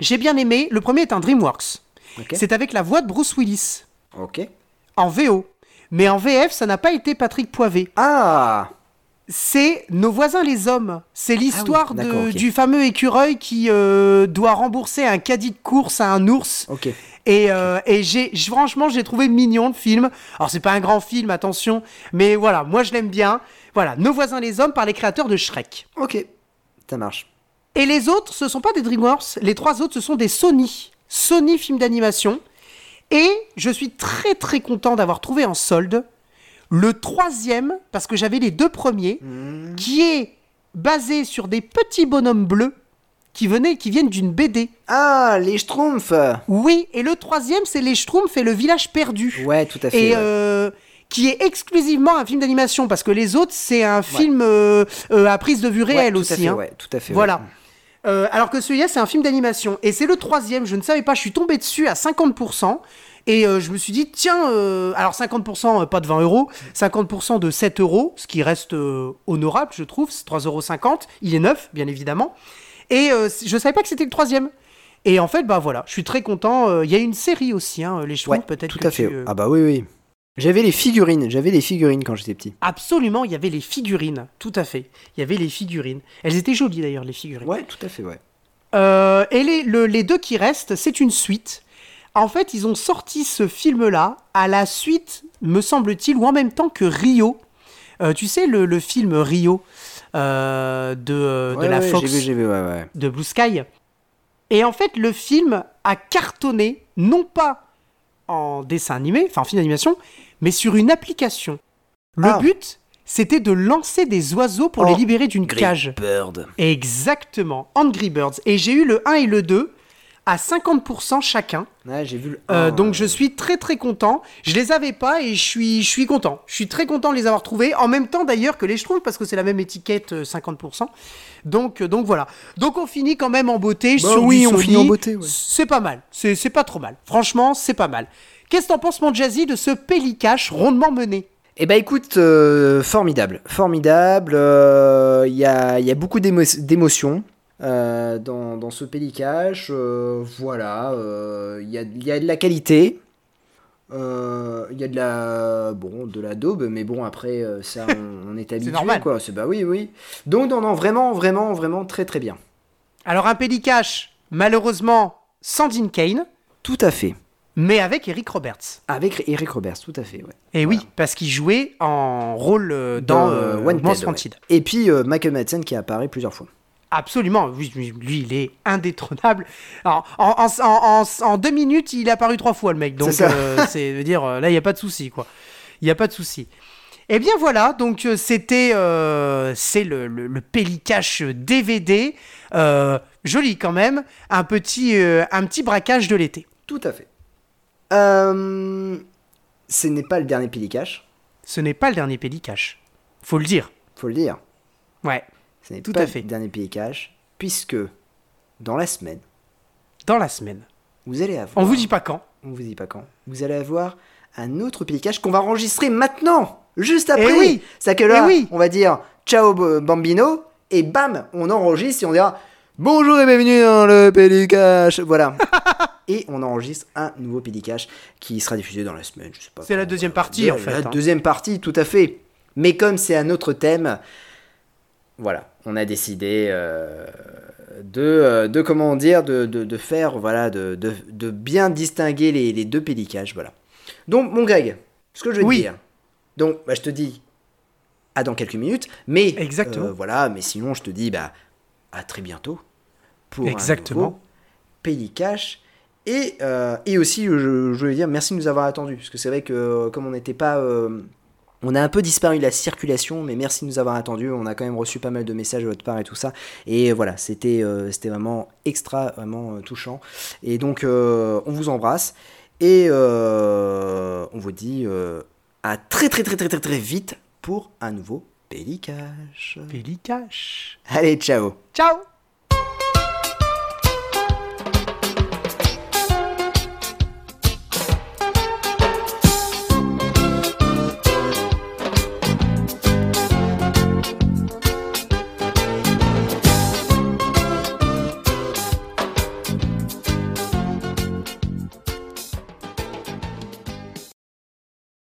Speaker 3: J'ai bien aimé, le premier est un DreamWorks.
Speaker 2: Ok.
Speaker 3: C'est avec la voix de Bruce Willis,
Speaker 2: Ok.
Speaker 3: en VO. Mais en VF, ça n'a pas été Patrick Poivet.
Speaker 2: Ah.
Speaker 3: c'est Nos voisins les hommes. C'est l'histoire de-
Speaker 2: Ah d'accord, ok.
Speaker 3: du fameux écureuil qui euh, doit rembourser un caddie de course à un ours.
Speaker 2: Ok.
Speaker 3: Et, euh, et j'ai, j- franchement, j'ai trouvé mignon le film. Alors, c'est pas un grand film, attention, mais voilà, moi je l'aime bien. Voilà, Nos voisins les hommes par les créateurs de Shrek.
Speaker 2: Ok. Ça marche.
Speaker 3: Et les autres, ce sont pas des DreamWorks, les trois autres, ce sont des Sony. Sony films d'animation. Et je suis très très content d'avoir trouvé en solde le troisième, parce que j'avais les deux premiers,
Speaker 2: Mm.
Speaker 3: qui est basé sur des petits bonhommes bleus qui, venaient, qui viennent d'une BD.
Speaker 2: Ah, les Schtroumpfs.
Speaker 3: Oui, et le troisième, c'est Les Schtroumpfs et le village perdu.
Speaker 2: Ouais, tout à fait.
Speaker 3: Et
Speaker 2: ouais.
Speaker 3: euh, qui est exclusivement un film d'animation, parce que les autres, c'est un film euh, euh, à prise de vue
Speaker 2: Ouais,
Speaker 3: réelle
Speaker 2: tout à
Speaker 3: aussi.
Speaker 2: fait,
Speaker 3: hein.
Speaker 2: ouais, tout à fait.
Speaker 3: Voilà.
Speaker 2: ouais.
Speaker 3: Euh, alors que celui-là, c'est un film d'animation. Et c'est le troisième, je ne savais pas, je suis tombé dessus à 50%. Et euh, je me suis dit, tiens, euh, alors 50%, euh, pas de 20 euros, 50% de 7 euros, ce qui reste euh, honorable, je trouve, c'est 3,50 euros. Il est neuf, bien évidemment. Et euh, c- je ne savais pas que c'était le troisième. Et en fait, bah voilà, je suis très content. Euh, Il y a une série aussi, hein, Les Chevaux,
Speaker 2: Ouais,
Speaker 3: peut-être.
Speaker 2: Tout
Speaker 3: que
Speaker 2: à fait.
Speaker 3: tu, euh,
Speaker 2: Ah bah oui, oui. J'avais les figurines. J'avais les figurines quand j'étais petit.
Speaker 3: Absolument, il y avait les figurines, tout à fait. Il y avait les figurines. Elles étaient jolies d'ailleurs, les figurines.
Speaker 2: Ouais, tout à fait, ouais.
Speaker 3: Euh, et les, le- les deux qui restent, c'est une suite. En fait, ils ont sorti ce film-là à la suite, me semble-t-il, ou en même temps que Rio. Euh, tu sais, le, le film Rio euh, de, euh, de
Speaker 2: Ouais,
Speaker 3: la
Speaker 2: ouais,
Speaker 3: Fox,
Speaker 2: J'ai vu, j'ai vu, ouais, ouais.
Speaker 3: de Blue Sky. Et en fait, le film a cartonné, non pas en dessin animé, enfin en film d'animation, mais sur une application. Le
Speaker 2: Ah.
Speaker 3: but, c'était de lancer des oiseaux pour
Speaker 2: Oh,
Speaker 3: les libérer d'une cage.
Speaker 2: Bird.
Speaker 3: Exactement, Angry Birds. Et j'ai eu le 1 et le 2 à 50% chacun.
Speaker 2: Ouais, j'ai vu le.
Speaker 3: Euh,
Speaker 2: un,
Speaker 3: donc
Speaker 2: euh,
Speaker 3: je suis très très content. Je les avais pas et je suis, je suis content. Je suis très content de les avoir trouvés. En même temps d'ailleurs que les trouve parce que c'est la même étiquette euh, 50%. Donc, euh, donc voilà. Donc on finit quand même en beauté.
Speaker 2: Bah
Speaker 3: sur
Speaker 2: oui,
Speaker 3: du
Speaker 2: on
Speaker 3: Sony.
Speaker 2: finit en beauté, ouais.
Speaker 3: C'est pas mal. C'est c'est pas trop mal. Franchement, c'est pas mal. Qu'est-ce que t'en penses mon Jazzy de ce Pélicache rondement mené
Speaker 2: Eh ben écoute, euh, formidable, formidable. euh, Il y, a, il y a beaucoup d'émo- d'émotions euh, dans, dans ce pélicache. euh, voilà, euh, il y, a, il y a de la qualité. Euh, Il y a de la bon de la daube, mais bon après euh, ça on, on
Speaker 3: [LAUGHS]
Speaker 2: est habitué
Speaker 3: normal.
Speaker 2: quoi. C'est bah oui oui. Donc non non vraiment vraiment vraiment très très bien.
Speaker 3: Alors un Pélicache, malheureusement, sans Dean Kane,
Speaker 2: Tout à fait.
Speaker 3: mais avec Eric Roberts.
Speaker 2: Avec Eric Roberts, tout à fait ouais.
Speaker 3: Et oui, parce qu'il jouait en rôle euh, dans
Speaker 2: Euh,
Speaker 3: euh,
Speaker 2: Wanted,
Speaker 3: Man's
Speaker 2: ouais.
Speaker 3: Wanted.
Speaker 2: Et puis euh, Michael Madsen qui apparaît plusieurs fois.
Speaker 3: Absolument, oui, oui, lui il est indétrônable. Alors, en, en- en- en- en deux minutes, il est apparu trois fois le mec, donc
Speaker 2: C'est ça.
Speaker 3: euh, c'est veut dire euh, là il n'y a pas de souci quoi. Il n'y a pas de souci. Eh bien voilà, donc euh, c'était euh, c'est le, le, le Pellicache DVD, euh, joli quand même, un petit euh, un petit braquage de l'été.
Speaker 2: Tout à fait. Euh, ce n'est pas le dernier Pilicache,
Speaker 3: Ce n'est pas le dernier Pellicache, faut le dire.
Speaker 2: faut le dire.
Speaker 3: Ouais,
Speaker 2: Ce n'est
Speaker 3: Tout
Speaker 2: pas
Speaker 3: à fait.
Speaker 2: le dernier Pilicache, puisque dans la semaine,
Speaker 3: dans la semaine.
Speaker 2: vous allez avoir.
Speaker 3: On vous dit pas quand.
Speaker 2: On vous dit pas quand. Vous allez avoir un autre Pilicache qu'on va enregistrer maintenant, juste après.
Speaker 3: Eh oui
Speaker 2: C'est que là,
Speaker 3: Eh oui
Speaker 2: on va dire ciao b- bambino et bam, on enregistre et on dira bonjour et bienvenue dans le Pilicache.
Speaker 3: [LAUGHS]
Speaker 2: Voilà. Et on enregistre un nouveau Pilicache qui sera diffusé dans la semaine. Je sais pas.
Speaker 3: C'est la
Speaker 2: quand,
Speaker 3: deuxième
Speaker 2: voilà.
Speaker 3: partie,
Speaker 2: Deux-
Speaker 3: en fait,
Speaker 2: La
Speaker 3: hein.
Speaker 2: deuxième partie, tout à fait. Mais comme c'est un autre thème, voilà, on a décidé euh, de, euh, de comment dire, de, de- de faire, voilà, de, de- de bien distinguer les, les deux pélicages, voilà. Donc, mon Greg, ce que je veux te
Speaker 3: Oui.
Speaker 2: dire, donc, bah, je te dis à dans quelques minutes, mais
Speaker 3: Exactement.
Speaker 2: euh, voilà, mais sinon, je te dis bah, à très bientôt pour
Speaker 3: Exactement.
Speaker 2: un nouveau Pélicache. Et, euh, et aussi, je, je voulais dire merci de nous avoir attendus, parce que c'est vrai que comme on n'était pas... euh, on a un peu disparu de la circulation, mais merci de nous avoir attendus. On a quand même reçu pas mal de messages de votre part et tout ça. Et voilà, c'était euh, c'était vraiment extra, vraiment euh, touchant. Et donc, euh, on vous embrasse. Et euh, on vous dit euh, à très très très très très très vite pour un nouveau Pélicache.
Speaker 3: Pellicache.
Speaker 2: Allez, ciao
Speaker 3: Ciao.